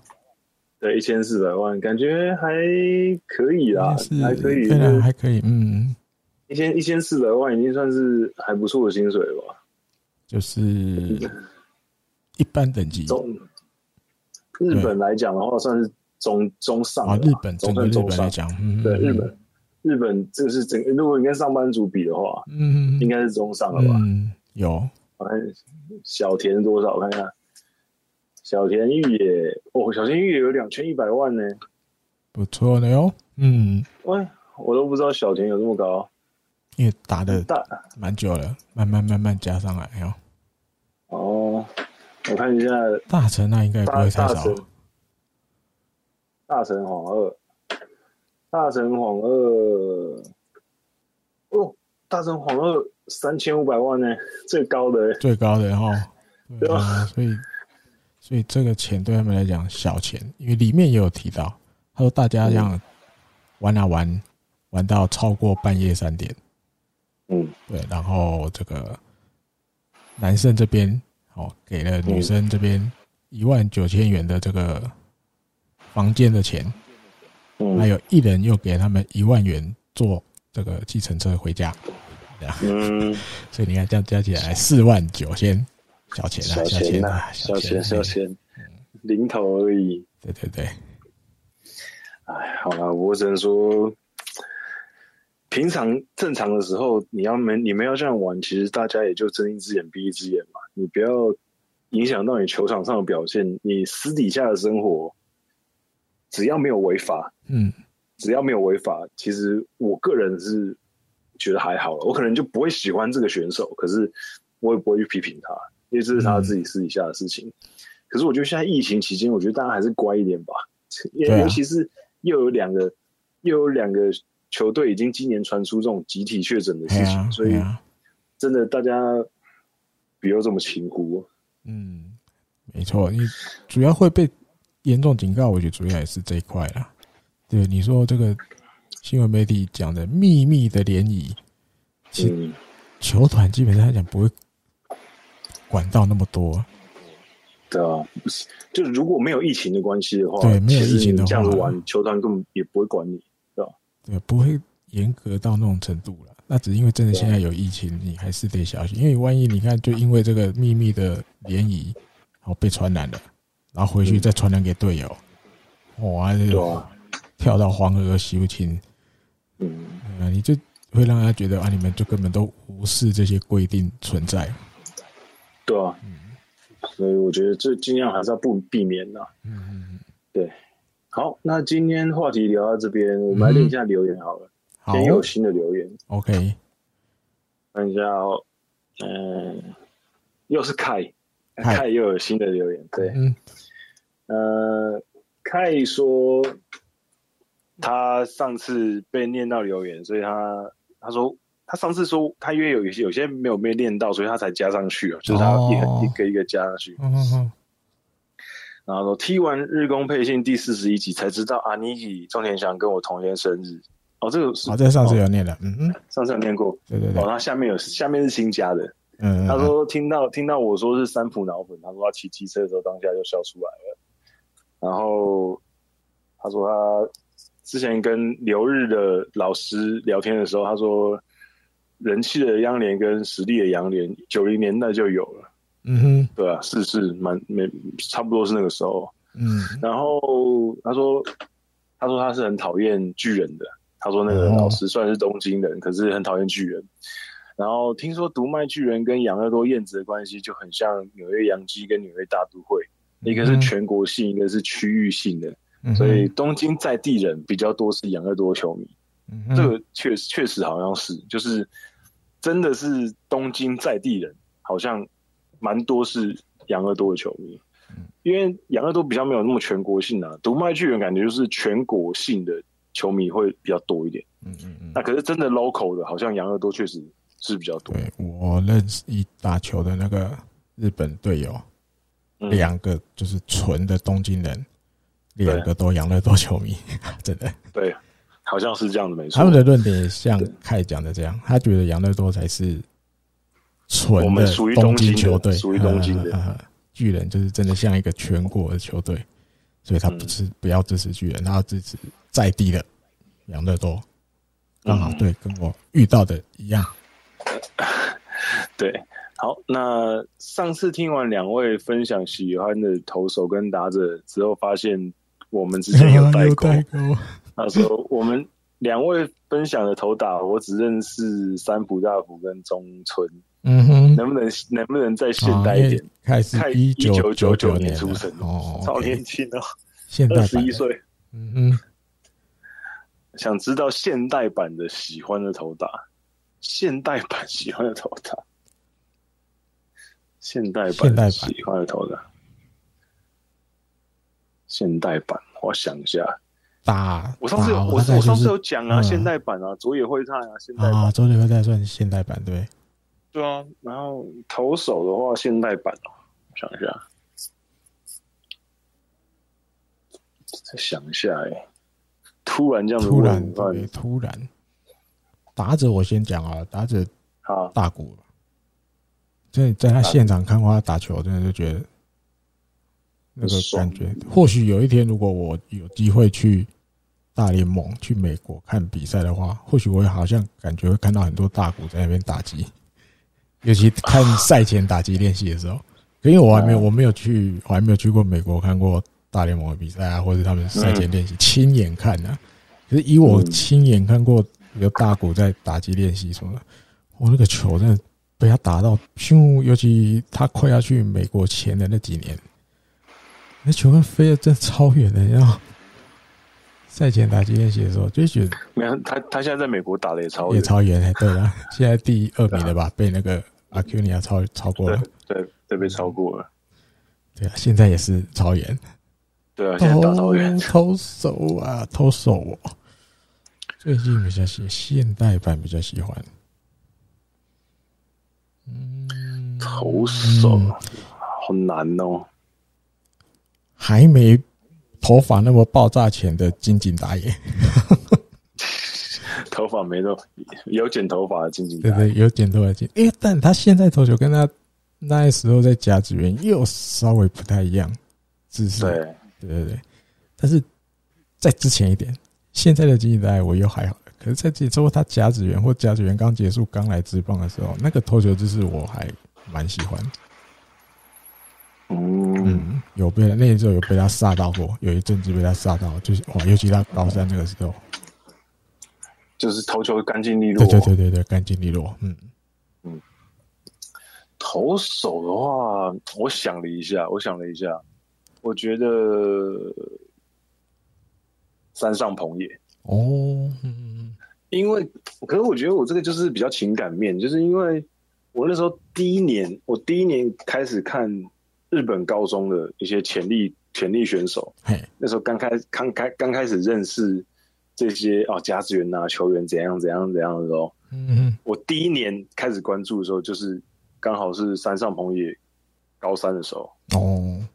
Speaker 1: 对，一千四百万，感觉还可以啦，
Speaker 2: 是
Speaker 1: 还可以，
Speaker 2: 对啊，还可以，嗯，
Speaker 1: 一千一千四百万已经算是还不错的薪水了吧？
Speaker 2: 就是
Speaker 1: 嗯
Speaker 2: 一般等级
Speaker 1: 中日本来讲的话，算是中中上
Speaker 2: 啊，
Speaker 1: 的啦
Speaker 2: 日本
Speaker 1: 总
Speaker 2: 整个
Speaker 1: 算
Speaker 2: 日
Speaker 1: 中
Speaker 2: 本来
Speaker 1: 上。
Speaker 2: 讲，嗯，
Speaker 1: 对日本，日本这是整如果你跟上班族比的话，
Speaker 2: 嗯，嗯，
Speaker 1: 应该是中上了吧？
Speaker 2: 嗯，有
Speaker 1: 我看小田多少？我看看，小田玉也哦，小田玉也有两千一百万呢。
Speaker 2: 不错的哟。嗯，
Speaker 1: 喂，我都不知道小田有这么高，
Speaker 2: 因为打的
Speaker 1: 大
Speaker 2: 蛮久了，慢慢慢慢加上来哟。
Speaker 1: 哦。我看一下
Speaker 2: 大成那应该也嗯不
Speaker 1: 大
Speaker 2: 会
Speaker 1: 大
Speaker 2: 太少
Speaker 1: 神，大神皇二，大神皇二，哦，大神皇二三千五百万呢，最高的欸
Speaker 2: 最高的哈。
Speaker 1: 对
Speaker 2: 对
Speaker 1: 吧
Speaker 2: 啊，所以所以这个钱对他们来讲小钱，因为里面也有提到，他说大家这
Speaker 1: 嗯
Speaker 2: 样玩啊玩，玩到超过半夜三点，
Speaker 1: 嗯，
Speaker 2: 对，然后这个男生这边哦给了女生这边一万九千元的这个房间的钱，
Speaker 1: 嗯，
Speaker 2: 还有一人又给他们一万元坐这个计程车回家，
Speaker 1: 嗯，
Speaker 2: 所以你看这样加起来四万九千，小钱啊，
Speaker 1: 小
Speaker 2: 小
Speaker 1: 钱
Speaker 2: 钱
Speaker 1: 呐，
Speaker 2: 啊，
Speaker 1: 小
Speaker 2: 钱，
Speaker 1: 钱小
Speaker 2: 嘿，
Speaker 1: 钱，零头而已。
Speaker 2: 对对对，
Speaker 1: 哎，好了，我只能说，平常正常的时候，你要没你们要这样玩，其实大家也就睁一只眼闭一只眼嘛，你不要影响到你球场上的表现，你私底下的生活，只要没有违法，
Speaker 2: 嗯，
Speaker 1: 只要没有违法，其实我个人是觉得还好了，我可能就不会喜欢这个选手，可是我也不会去批评他，因为这是他
Speaker 2: 嗯
Speaker 1: 自己私底下的事情。可是我觉得现在疫情期间，我觉得大家还是乖一点吧，因
Speaker 2: 对
Speaker 1: 为
Speaker 2: 啊
Speaker 1: 尤其是又有两个、又有两个球队已经今年传出这种集体确诊的
Speaker 2: 哎
Speaker 1: 事
Speaker 2: 呀
Speaker 1: 情，，所以
Speaker 2: 嘿啊
Speaker 1: 真的大家不要这么轻忽。
Speaker 2: 嗯，没错，因为主要会被严重警告，我觉得主要也是这一块啦。对，你说这个新闻媒体讲的秘密的联谊，其实
Speaker 1: 嗯，
Speaker 2: 球团基本上来讲不会管到那么多啊，
Speaker 1: 对啊，就是如果没有疫情的关系的话，
Speaker 2: 对没有
Speaker 1: 其实
Speaker 2: 疫情的
Speaker 1: 你这样子
Speaker 2: 话
Speaker 1: 玩，球团根本也不会管你。
Speaker 2: 对，不会严格到那种程度了。那只因为真的现在有疫情，你还是得小心，因为万一你看，就因为这个秘密的联谊，然后被传染了，然后回去
Speaker 1: 嗯
Speaker 2: 再传染给队友，哇，这
Speaker 1: 对
Speaker 2: 种
Speaker 1: 啊
Speaker 2: 跳到黄河洗不清，
Speaker 1: 嗯，
Speaker 2: 啊，你就会让他觉得啊，你们就根本都无视这些规定存在。
Speaker 1: 对啊，所以我觉得这尽量还是要不避免呐、
Speaker 2: 嗯嗯，
Speaker 1: 对，好，那今天话题聊到这边，我们来念一下留言好了。
Speaker 2: 好
Speaker 1: 今天又有新的留言，
Speaker 2: ，OK，
Speaker 1: 看一下哦，嗯，又是凯，
Speaker 2: 凯
Speaker 1: 凯又有新的留言，对，
Speaker 2: 嗯，
Speaker 1: 呃，凯说他上次被念到留言，所以他他说他上次说他因为有一些有些没有被念到，所以他才加上去哦，就是他一个、
Speaker 2: 哦
Speaker 1: 一个一个加上去。
Speaker 2: 嗯嗯嗯，
Speaker 1: 然后说踢完日工配信第四十一集才知道阿尼基钟田翔跟我同一天生日。哦，这个是
Speaker 2: 好，这上次有念的，嗯嗯，
Speaker 1: 上次有念过。
Speaker 2: 对对对
Speaker 1: 哦，，他下面有下面是新加的。
Speaker 2: 嗯，嗯
Speaker 1: 他，说听到听到我说是三浦脑粉，他说他骑机车的时候当下就笑出来了。然后他说他之前跟留日的老师聊天的时候，他说人气的央联跟实力的洋联，九零年代就有了，
Speaker 2: 嗯
Speaker 1: 对啊，是是蛮没差不多是那个时候。
Speaker 2: 嗯嗯
Speaker 1: 然后他说，他说他是很讨厌巨人的。他说那个
Speaker 2: 哦
Speaker 1: 老师虽然是东京人，可是很讨厌巨人。然后听说独卖巨人跟养乐多燕子的关系就很像纽约洋基跟纽约大都会，一个是全国性，一个是区域性的。
Speaker 2: 嗯，
Speaker 1: 所以东京在地人比较多是养乐多球迷，
Speaker 2: 嗯
Speaker 1: 这个确实确实好像是，就是真的是东京在地人，好像蛮多是养乐多的球迷，
Speaker 2: 嗯
Speaker 1: 因为养乐多比较没有那么全国性啊，独卖巨人感觉就是全国性的球迷会比较多一点。
Speaker 2: 嗯嗯嗯，
Speaker 1: 那可是真的 local 的，好像养乐多确实是比较多。
Speaker 2: 对我认识一打球的那个日本队友，
Speaker 1: 嗯
Speaker 2: 两个就是纯的东京人，两个都养乐多球迷， 真的。
Speaker 1: 对，好像是这样子，没错。
Speaker 2: 他们的论点也像
Speaker 1: 对
Speaker 2: 凯讲的这样，他觉得养乐多才是
Speaker 1: 我
Speaker 2: 纯
Speaker 1: 们
Speaker 2: 的
Speaker 1: 属于
Speaker 2: 东
Speaker 1: 东京的
Speaker 2: 球队，
Speaker 1: 属于东京的
Speaker 2: 嗯嗯嗯嗯 巨人，就是真的像一个全国的球队，所以他不
Speaker 1: 嗯
Speaker 2: 是不要支持巨人，他要支持在地的养乐多。刚好
Speaker 1: 嗯
Speaker 2: 对，跟我遇到的一样。
Speaker 1: 对，好，那上次听完两位分享喜欢的投手跟打者之后，发现我们之 间有代 沟。
Speaker 2: 沟，
Speaker 1: 他说我们两位分享的投打，我只认识三浦大辅跟中村，
Speaker 2: 嗯哼，
Speaker 1: 能不能能不能再现代一点？
Speaker 2: 开始
Speaker 1: 看
Speaker 2: 一九九
Speaker 1: 1999
Speaker 2: 年
Speaker 1: 年出生的
Speaker 2: 哦，
Speaker 1: 超
Speaker 2: OK
Speaker 1: 年轻哦，
Speaker 2: 现代
Speaker 1: 二
Speaker 2: 版
Speaker 1: 十一
Speaker 2: 的，
Speaker 1: 岁。
Speaker 2: 嗯
Speaker 1: 想知道现代版的喜欢的投打，现代版喜欢的投打，现代
Speaker 2: 现代
Speaker 1: 版
Speaker 2: 版
Speaker 1: 喜欢的投打，现代版，我想一下，
Speaker 2: 打
Speaker 1: 我上次有
Speaker 2: 打
Speaker 1: 我
Speaker 2: 大概
Speaker 1: 我
Speaker 2: 就是
Speaker 1: 上次有讲啊，
Speaker 2: 嗯
Speaker 1: 现代版啊，佐野惠太啊，现代版，
Speaker 2: 啊，周杰伦在算现代版对，
Speaker 1: 对啊，然后投手的话，现代版哦，我想一下，再想一下、欸，突然这样子
Speaker 2: 突
Speaker 1: 问
Speaker 2: 然
Speaker 1: 怎么办
Speaker 2: 对，突然打者我先讲啊，打者
Speaker 1: 好，
Speaker 2: 大鼓，真的在他现场看过他打球，真的就觉得那个
Speaker 1: 爽
Speaker 2: 感觉。或许有一天，如果我有机会去大联盟、去美国看比赛的话，或许我也好像感觉会看到很多大鼓在那边打击，尤其看赛前打击练习的时候。因为我还没有，
Speaker 1: 哦
Speaker 2: 我没有去，我还没有去过美国看过大联盟的比赛啊，或者他们赛前练习，亲眼看啊。可是以我
Speaker 1: 嗯
Speaker 2: 亲眼看过有大鼓在打击练习什么的，我那个球真的被他打到，咻！尤其他快要去美国前的那几年，那球跟哎飞的真的超远的， 然后赛前打击练习的时候就觉得
Speaker 1: 没有他，他现在在美国打的也超
Speaker 2: 也
Speaker 1: 远，
Speaker 2: 超远的。对 了，现在第二名了吧，
Speaker 1: 啊
Speaker 2: 被那个阿 Q 尼亚超超过
Speaker 1: 对
Speaker 2: 了。
Speaker 1: 对对，被超过了。
Speaker 2: 对啊，现在也是超远。
Speaker 1: 对
Speaker 2: 哦
Speaker 1: 啊，现在打超远。
Speaker 2: 投手啊，投手哦、最近比较喜现代版比较喜欢。嗯，
Speaker 1: 投手好难哦。
Speaker 2: 还没头发那么爆炸前的金井打野，
Speaker 1: 头发没弄，有剪头发的静静
Speaker 2: 对
Speaker 1: 打
Speaker 2: 不，对？有点头发金，诶、但他现在投球跟他那时候在甲子园又稍微不太一样，姿势，
Speaker 1: 对，啊
Speaker 2: 对对对。但是在之前一点，现在的经济带我又还好，可是在这之后，他甲子园或甲子园刚结束刚来职棒的时候，那个投球姿势我还蛮喜欢。
Speaker 1: 嗯，
Speaker 2: 嗯，有被他那时候有被他吓到过，有一阵子被他吓到，就是哇，尤其他高三那个时候，
Speaker 1: 就是投球干净利落
Speaker 2: 对，对对对对，干净利落。嗯，
Speaker 1: 投手的话，我想了一下，我想了一下，我觉得山上鹏也，
Speaker 2: 哦，嗯，
Speaker 1: 因为可是我觉得我这个就是比较情感面，就是因为我那时候第一年，我第一年开始看日本高中的一些潜力潜力选手，
Speaker 2: 嘿，
Speaker 1: 那时候刚开刚开刚开始认识这些哦，甲子园啊球员怎样怎样怎样的时候，
Speaker 2: 嗯
Speaker 1: 我第一年开始关注的时候，就是刚好是山上朋也高三的时候，
Speaker 2: 哼，哦，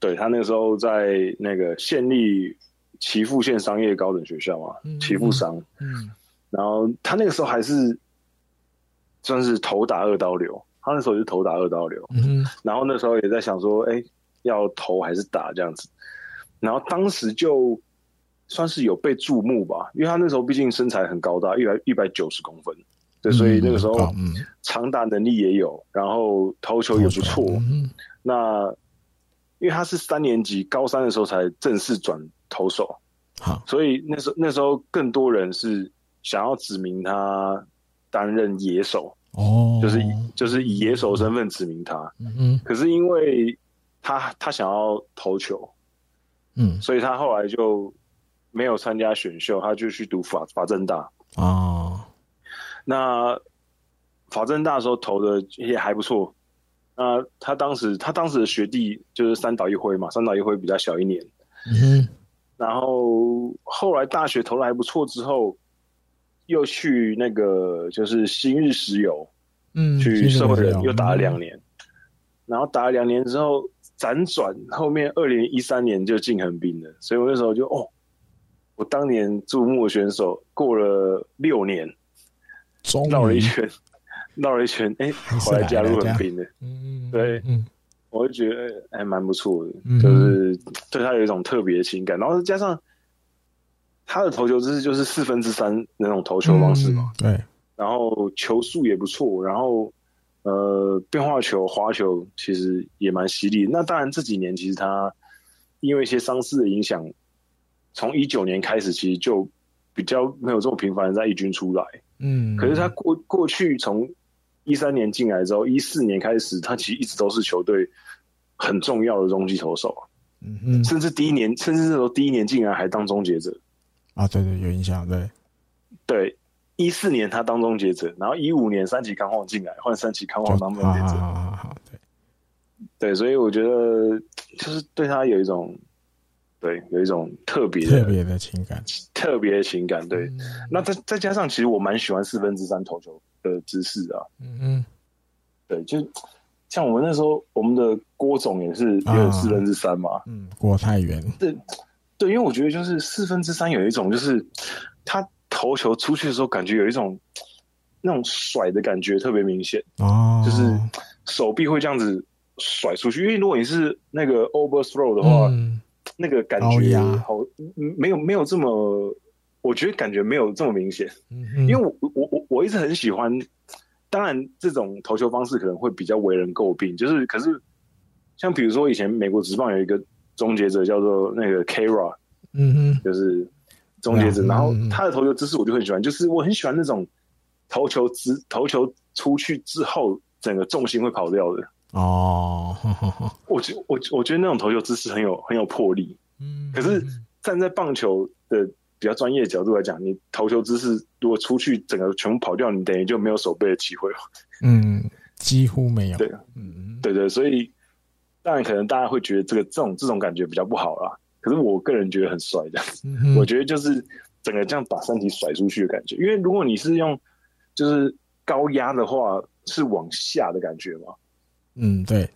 Speaker 1: 对他那个时候在那个县立岐阜县商业高等学校嘛
Speaker 2: 嗯，
Speaker 1: 岐阜商，
Speaker 2: 嗯，
Speaker 1: 然后他那个时候还是算是头打二刀流，他那时候也是头打二刀流，
Speaker 2: 嗯哼，
Speaker 1: 然后那时候也在想说，哎、要投还是打这样子。然后当时就算是有被注目吧，因为他那时候毕竟身材很高大，一百一百九十公分，对，所以那个时候
Speaker 2: 嗯很高嗯
Speaker 1: 长打能力也有，然后投球也不错。
Speaker 2: 嗯
Speaker 1: 那因为他是三年级高三的时候才正式转投手，
Speaker 2: 好，
Speaker 1: 所以那时候那时候更多人是想要指名他担任野手，
Speaker 2: 哦，
Speaker 1: 就是以、就是以野手身份指名他。
Speaker 2: 嗯
Speaker 1: 可是因为他他想要投球，
Speaker 2: 嗯
Speaker 1: 所以他后来就没有参加选秀，他就去读法法政大。
Speaker 2: 啊，
Speaker 1: 那法政大的时候投的也还不错。那他当时他当时的学弟就是三岛一辉嘛，三岛一辉比较小一年。
Speaker 2: 嗯哼，
Speaker 1: 然后后来大学投的还不错之后，又去那个就是新日石油，
Speaker 2: 嗯，
Speaker 1: 去社会人
Speaker 2: 嗯
Speaker 1: 又打了两，年，然后打了两年之后辗转，后面二零一三年就进横滨了，所以我那时候就哦，我当年注目的选手过了六年，
Speaker 2: 终于
Speaker 1: 绕了一，圈， 绕了一圈，哎、
Speaker 2: 嗯还是
Speaker 1: 后来
Speaker 2: 来
Speaker 1: 加
Speaker 2: 了
Speaker 1: 入
Speaker 2: 这
Speaker 1: 横
Speaker 2: 样
Speaker 1: 滨的，
Speaker 2: 嗯，
Speaker 1: 对
Speaker 2: 嗯
Speaker 1: 我就觉得哎还蛮不错的，
Speaker 2: 嗯
Speaker 1: 就是对他有一种特别的情感，然后加上他的投球姿势就是四分之三那种投球方式嘛，，
Speaker 2: 嗯对，
Speaker 1: 然后球速也不错，然后呃变化球、滑球其实也蛮犀利。那当然这几年其实他因为一些伤势的影响，从一九年开始其实就比较没有这么频繁的在一军出来。
Speaker 2: 嗯，
Speaker 1: 可是他过过去从一三年进来之后，一四年开始他其实一直都是球队很重要的中继投手，啊
Speaker 2: 嗯哼，
Speaker 1: 甚至第一年甚至那时候第一年进来还当终结者。
Speaker 2: 啊，对对，有影响，对，
Speaker 1: 对，一四年他当终结者，然后一五年三崎康晃进来，换三崎康
Speaker 2: 就
Speaker 1: 晃当终
Speaker 2: 好
Speaker 1: 结
Speaker 2: 好
Speaker 1: 者。
Speaker 2: 好好好，对，
Speaker 1: 对，所以我觉得就是对他有一种，对，有一种特别的
Speaker 2: 特别的情感，
Speaker 1: 特别的情感。对，
Speaker 2: 嗯
Speaker 1: 那再再加上，其实我蛮喜欢四分之三投球的姿势啊。
Speaker 2: 嗯嗯，
Speaker 1: 对，就像我们那时候，我们的郭总也是也
Speaker 2: 啊
Speaker 1: 有四分之三嘛。
Speaker 2: 嗯，郭太原，
Speaker 1: 对，因为我觉得就是四分之三有一种，就是他投球出去的时候，感觉有一种那种甩的感觉特别明显。
Speaker 2: 哦，
Speaker 1: 就是手臂会这样子甩出去。因为如果你是那个 overthrow 的话，
Speaker 2: 嗯
Speaker 1: 那个感
Speaker 2: 高
Speaker 1: 觉
Speaker 2: 压
Speaker 1: 好嗯没有没有这么，我觉得感觉没有这么明显。
Speaker 2: 嗯哼，
Speaker 1: 因为我我我我一直很喜欢，当然这种投球方式可能会比较为人诟病，就是可是像比如说以前美国职棒有一个终结者叫做那个 Kra，
Speaker 2: 嗯哼，
Speaker 1: 就是终结者，
Speaker 2: 嗯
Speaker 1: 然后
Speaker 2: 嗯嗯
Speaker 1: 他的投球姿势我就很喜欢，就是我很喜欢那种投球之投球出去之后，整个重心会跑掉的。
Speaker 2: 哦，呵呵呵
Speaker 1: 我觉我我觉得那种投球姿势很有很有魄力。
Speaker 2: 嗯，
Speaker 1: 可是
Speaker 2: 嗯
Speaker 1: 站在棒球的比较专业的角度来讲，你投球姿势如果出去整个全部跑掉，你等于就没有守备的机会了。
Speaker 2: 嗯，几乎没有，
Speaker 1: 对
Speaker 2: 嗯，嗯，
Speaker 1: 对对，所以当然可能大家会觉得这个这种这种感觉比较不好啦。可是我个人觉得很帅的，
Speaker 2: 嗯哼
Speaker 1: 我觉得就是整个这样把身体甩出去的感觉。因为如果你是用就是高压的话，是往下的感觉嘛，
Speaker 2: 嗯，对，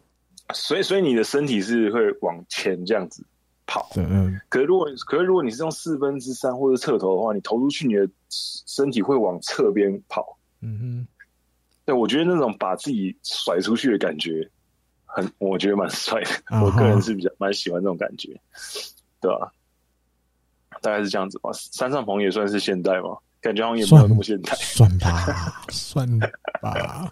Speaker 1: 所以所以你的身体是会往前这样子跑。
Speaker 2: 对，嗯，
Speaker 1: 可是如果可是如果你是用四分之三或者侧头的话，你投出去，你的身体会往侧边跑。
Speaker 2: 嗯
Speaker 1: 对，我觉得那种把自己甩出去的感觉，很我觉得蛮帅的。
Speaker 2: 啊哈
Speaker 1: 我个人是比较蛮喜欢这种感觉，对吧、大概是这样子吧。山上鹏也算是现代嘛，感觉好像
Speaker 2: 哼，
Speaker 1: 也没有
Speaker 2: 算
Speaker 1: 那么现代，
Speaker 2: 算吧， 算吧，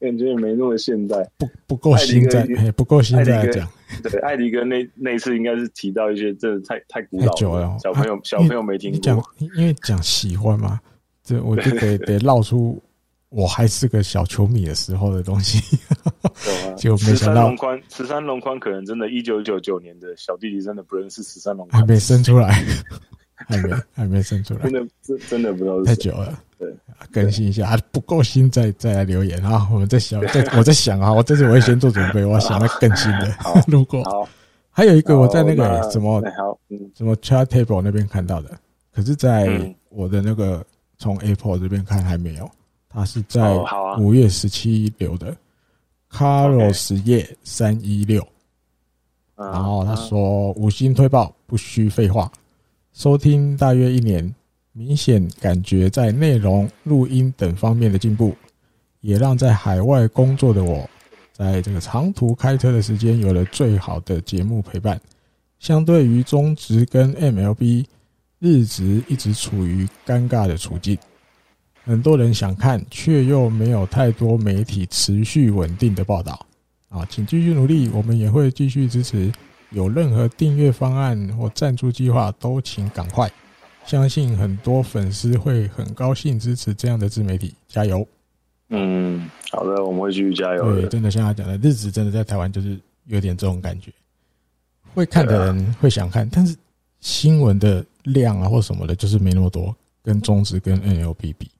Speaker 1: 感觉也没那么现代。
Speaker 2: 不不够新再
Speaker 1: 艾迪，哥
Speaker 2: 哎，不够新再来讲，
Speaker 1: 对，艾迪哥那那一次应该是提到一些真的太太古
Speaker 2: 太
Speaker 1: 老
Speaker 2: 久了哦，
Speaker 1: 小朋友、
Speaker 2: 啊
Speaker 1: 小朋友没
Speaker 2: 你
Speaker 1: 听
Speaker 2: 讲
Speaker 1: 过。，
Speaker 2: 因为讲喜欢嘛，这我就得得绕出我还是个小球迷的时候的东西，
Speaker 1: 对啊
Speaker 2: 就没
Speaker 1: 十
Speaker 2: 想
Speaker 1: 三
Speaker 2: 到
Speaker 1: 龙宽，十三龙宽可能真的，一九九九年的小弟弟真的不认识十三龙
Speaker 2: 还
Speaker 1: 宽，
Speaker 2: 没生出来， 还没还没生 出来
Speaker 1: 真，的真真的不知道
Speaker 2: 太
Speaker 1: 是谁。
Speaker 2: 久了。
Speaker 1: 对
Speaker 2: 啊，更新一下啊，不够新再再来留言啊。我们在想，在我在想啊，我这次我会先做准备，我要想到更新的
Speaker 1: 好。
Speaker 2: 如果
Speaker 1: 好，
Speaker 2: 还有一个我在那
Speaker 1: 好
Speaker 2: 个什么
Speaker 1: 哎好，嗯
Speaker 2: 什么 Chat Table 那边看到的，可是，在
Speaker 1: 嗯
Speaker 2: 我的那个从 Apple 这边看还没有，它是在
Speaker 1: 哦好啊
Speaker 2: 五月十七留的，Carlos 叶三一六。
Speaker 1: 嗯
Speaker 2: 然后他说五星推报不需废话，收听大约一年，明显感觉在内容、录音等方面的进步，也让在海外工作的我，在这个长途开车的时间有了最好的节目陪伴。相对于中职跟 MLB，日职一直处于尴尬的处境，很多人想看，却又没有太多媒体持续稳定的报道。啊，请继续努力，我们也会继续支持。有任何订阅方案或赞助计划，都请赶快。相信很多粉丝会很高兴支持这样的自媒体，加油！
Speaker 1: 嗯，好的，我们会继续加油
Speaker 2: 对，
Speaker 1: 的。
Speaker 2: 真的像他讲的，日子真的在台湾就是有点这种感觉，会看
Speaker 1: 啊
Speaker 2: 的人会想看，但是新闻的量啊或什么的，就是没那么多，跟中职跟 NLB 比，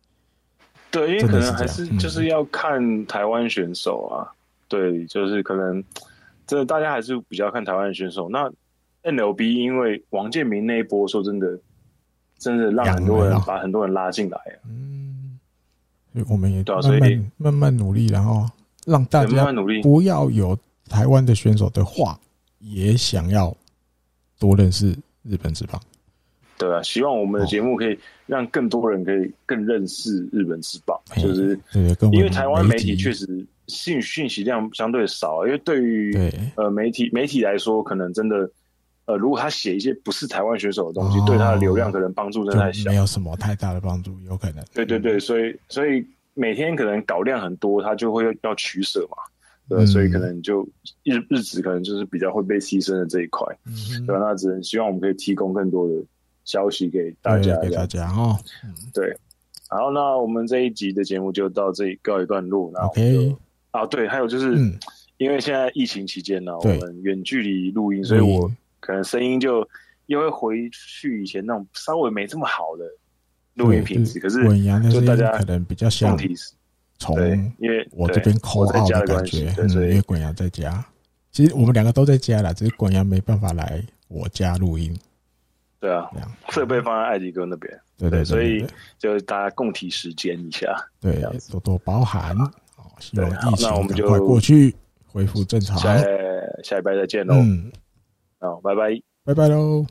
Speaker 1: 对，因为
Speaker 2: 真
Speaker 1: 可
Speaker 2: 的
Speaker 1: 能还
Speaker 2: 是这
Speaker 1: 是
Speaker 2: 样嗯
Speaker 1: 就是要看台湾选手啊，对，就是可能真的大家还是比较看台湾选手。那 NLB 因为王建民那一波，说真的，真的让
Speaker 2: 养
Speaker 1: 很多
Speaker 2: 了
Speaker 1: 人
Speaker 2: 啊
Speaker 1: 把很多人拉进来啊，
Speaker 2: 嗯，所以我们也
Speaker 1: 对啊
Speaker 2: 慢
Speaker 1: 所以
Speaker 2: 慢慢慢努力，然后让大
Speaker 1: 对慢
Speaker 2: 家
Speaker 1: 慢努力。
Speaker 2: 不要有台湾的选手的话，也想要多认识日本职棒。
Speaker 1: 对啊，希望我们的节目可以让更多人可以更认识日本之棒，就是
Speaker 2: 哎对，跟我们
Speaker 1: 因为台湾媒体确
Speaker 2: 实
Speaker 1: 实信讯息量相对少，因为对于
Speaker 2: 对
Speaker 1: 呃媒体媒体来说，可能真的呃，如果他写一些不是台湾选手的东西，
Speaker 2: 哦
Speaker 1: 对他的流量可能帮助真的太
Speaker 2: 就
Speaker 1: 小
Speaker 2: 没。有什么太大的帮助，有可能。
Speaker 1: 对对对，所以所以每天可能稿量很多，他就会要取舍嘛。对，
Speaker 2: 嗯
Speaker 1: 所以可能就日日子可能就是比较会被牺牲的这一块，
Speaker 2: 嗯
Speaker 1: 对啊
Speaker 2: 哼，
Speaker 1: 吧？那只能希望我们可以提供更多的消息给大家
Speaker 2: 对，给
Speaker 1: 这样
Speaker 2: 大家哦。
Speaker 1: 好，那我们这一集的节目就到这里告一段落。然后
Speaker 2: OK，
Speaker 1: 啊，对，还有就是、
Speaker 2: 嗯，
Speaker 1: 因为现在疫情期间呢、我
Speaker 2: 对
Speaker 1: 们远距离录音，所以
Speaker 2: 录音
Speaker 1: 我可能声音就又会回去以前那种稍微没这么好的录音品质。可是
Speaker 2: 稳阳的
Speaker 1: 就
Speaker 2: 声音
Speaker 1: 大家
Speaker 2: 可能比较
Speaker 1: 问
Speaker 2: 像
Speaker 1: 题是，对
Speaker 2: 从，
Speaker 1: 因为
Speaker 2: 我
Speaker 1: 对
Speaker 2: 这边
Speaker 1: 我
Speaker 2: 口
Speaker 1: 在
Speaker 2: 号
Speaker 1: 家的
Speaker 2: 的感
Speaker 1: 关系
Speaker 2: 觉，，
Speaker 1: 对，
Speaker 2: 嗯
Speaker 1: 所
Speaker 2: 因
Speaker 1: 以
Speaker 2: 为滚阳在家。其实我们两个都在家啦，只是滚阳没办法来我家录音，
Speaker 1: 对啊，
Speaker 2: 这样。
Speaker 1: 设备放在艾迪哥那边，
Speaker 2: 对
Speaker 1: 对
Speaker 2: 对，
Speaker 1: 所以
Speaker 2: 对
Speaker 1: 就大家共体时间一下。
Speaker 2: 对
Speaker 1: 这样，子
Speaker 2: 多多包涵。哦，希望
Speaker 1: 对好
Speaker 2: 疫情
Speaker 1: 那我们
Speaker 2: 赶
Speaker 1: 就
Speaker 2: 快过去，恢复正常。
Speaker 1: 下下礼拜再见喽，
Speaker 2: 嗯，
Speaker 1: 好，拜拜。
Speaker 2: 拜拜喽。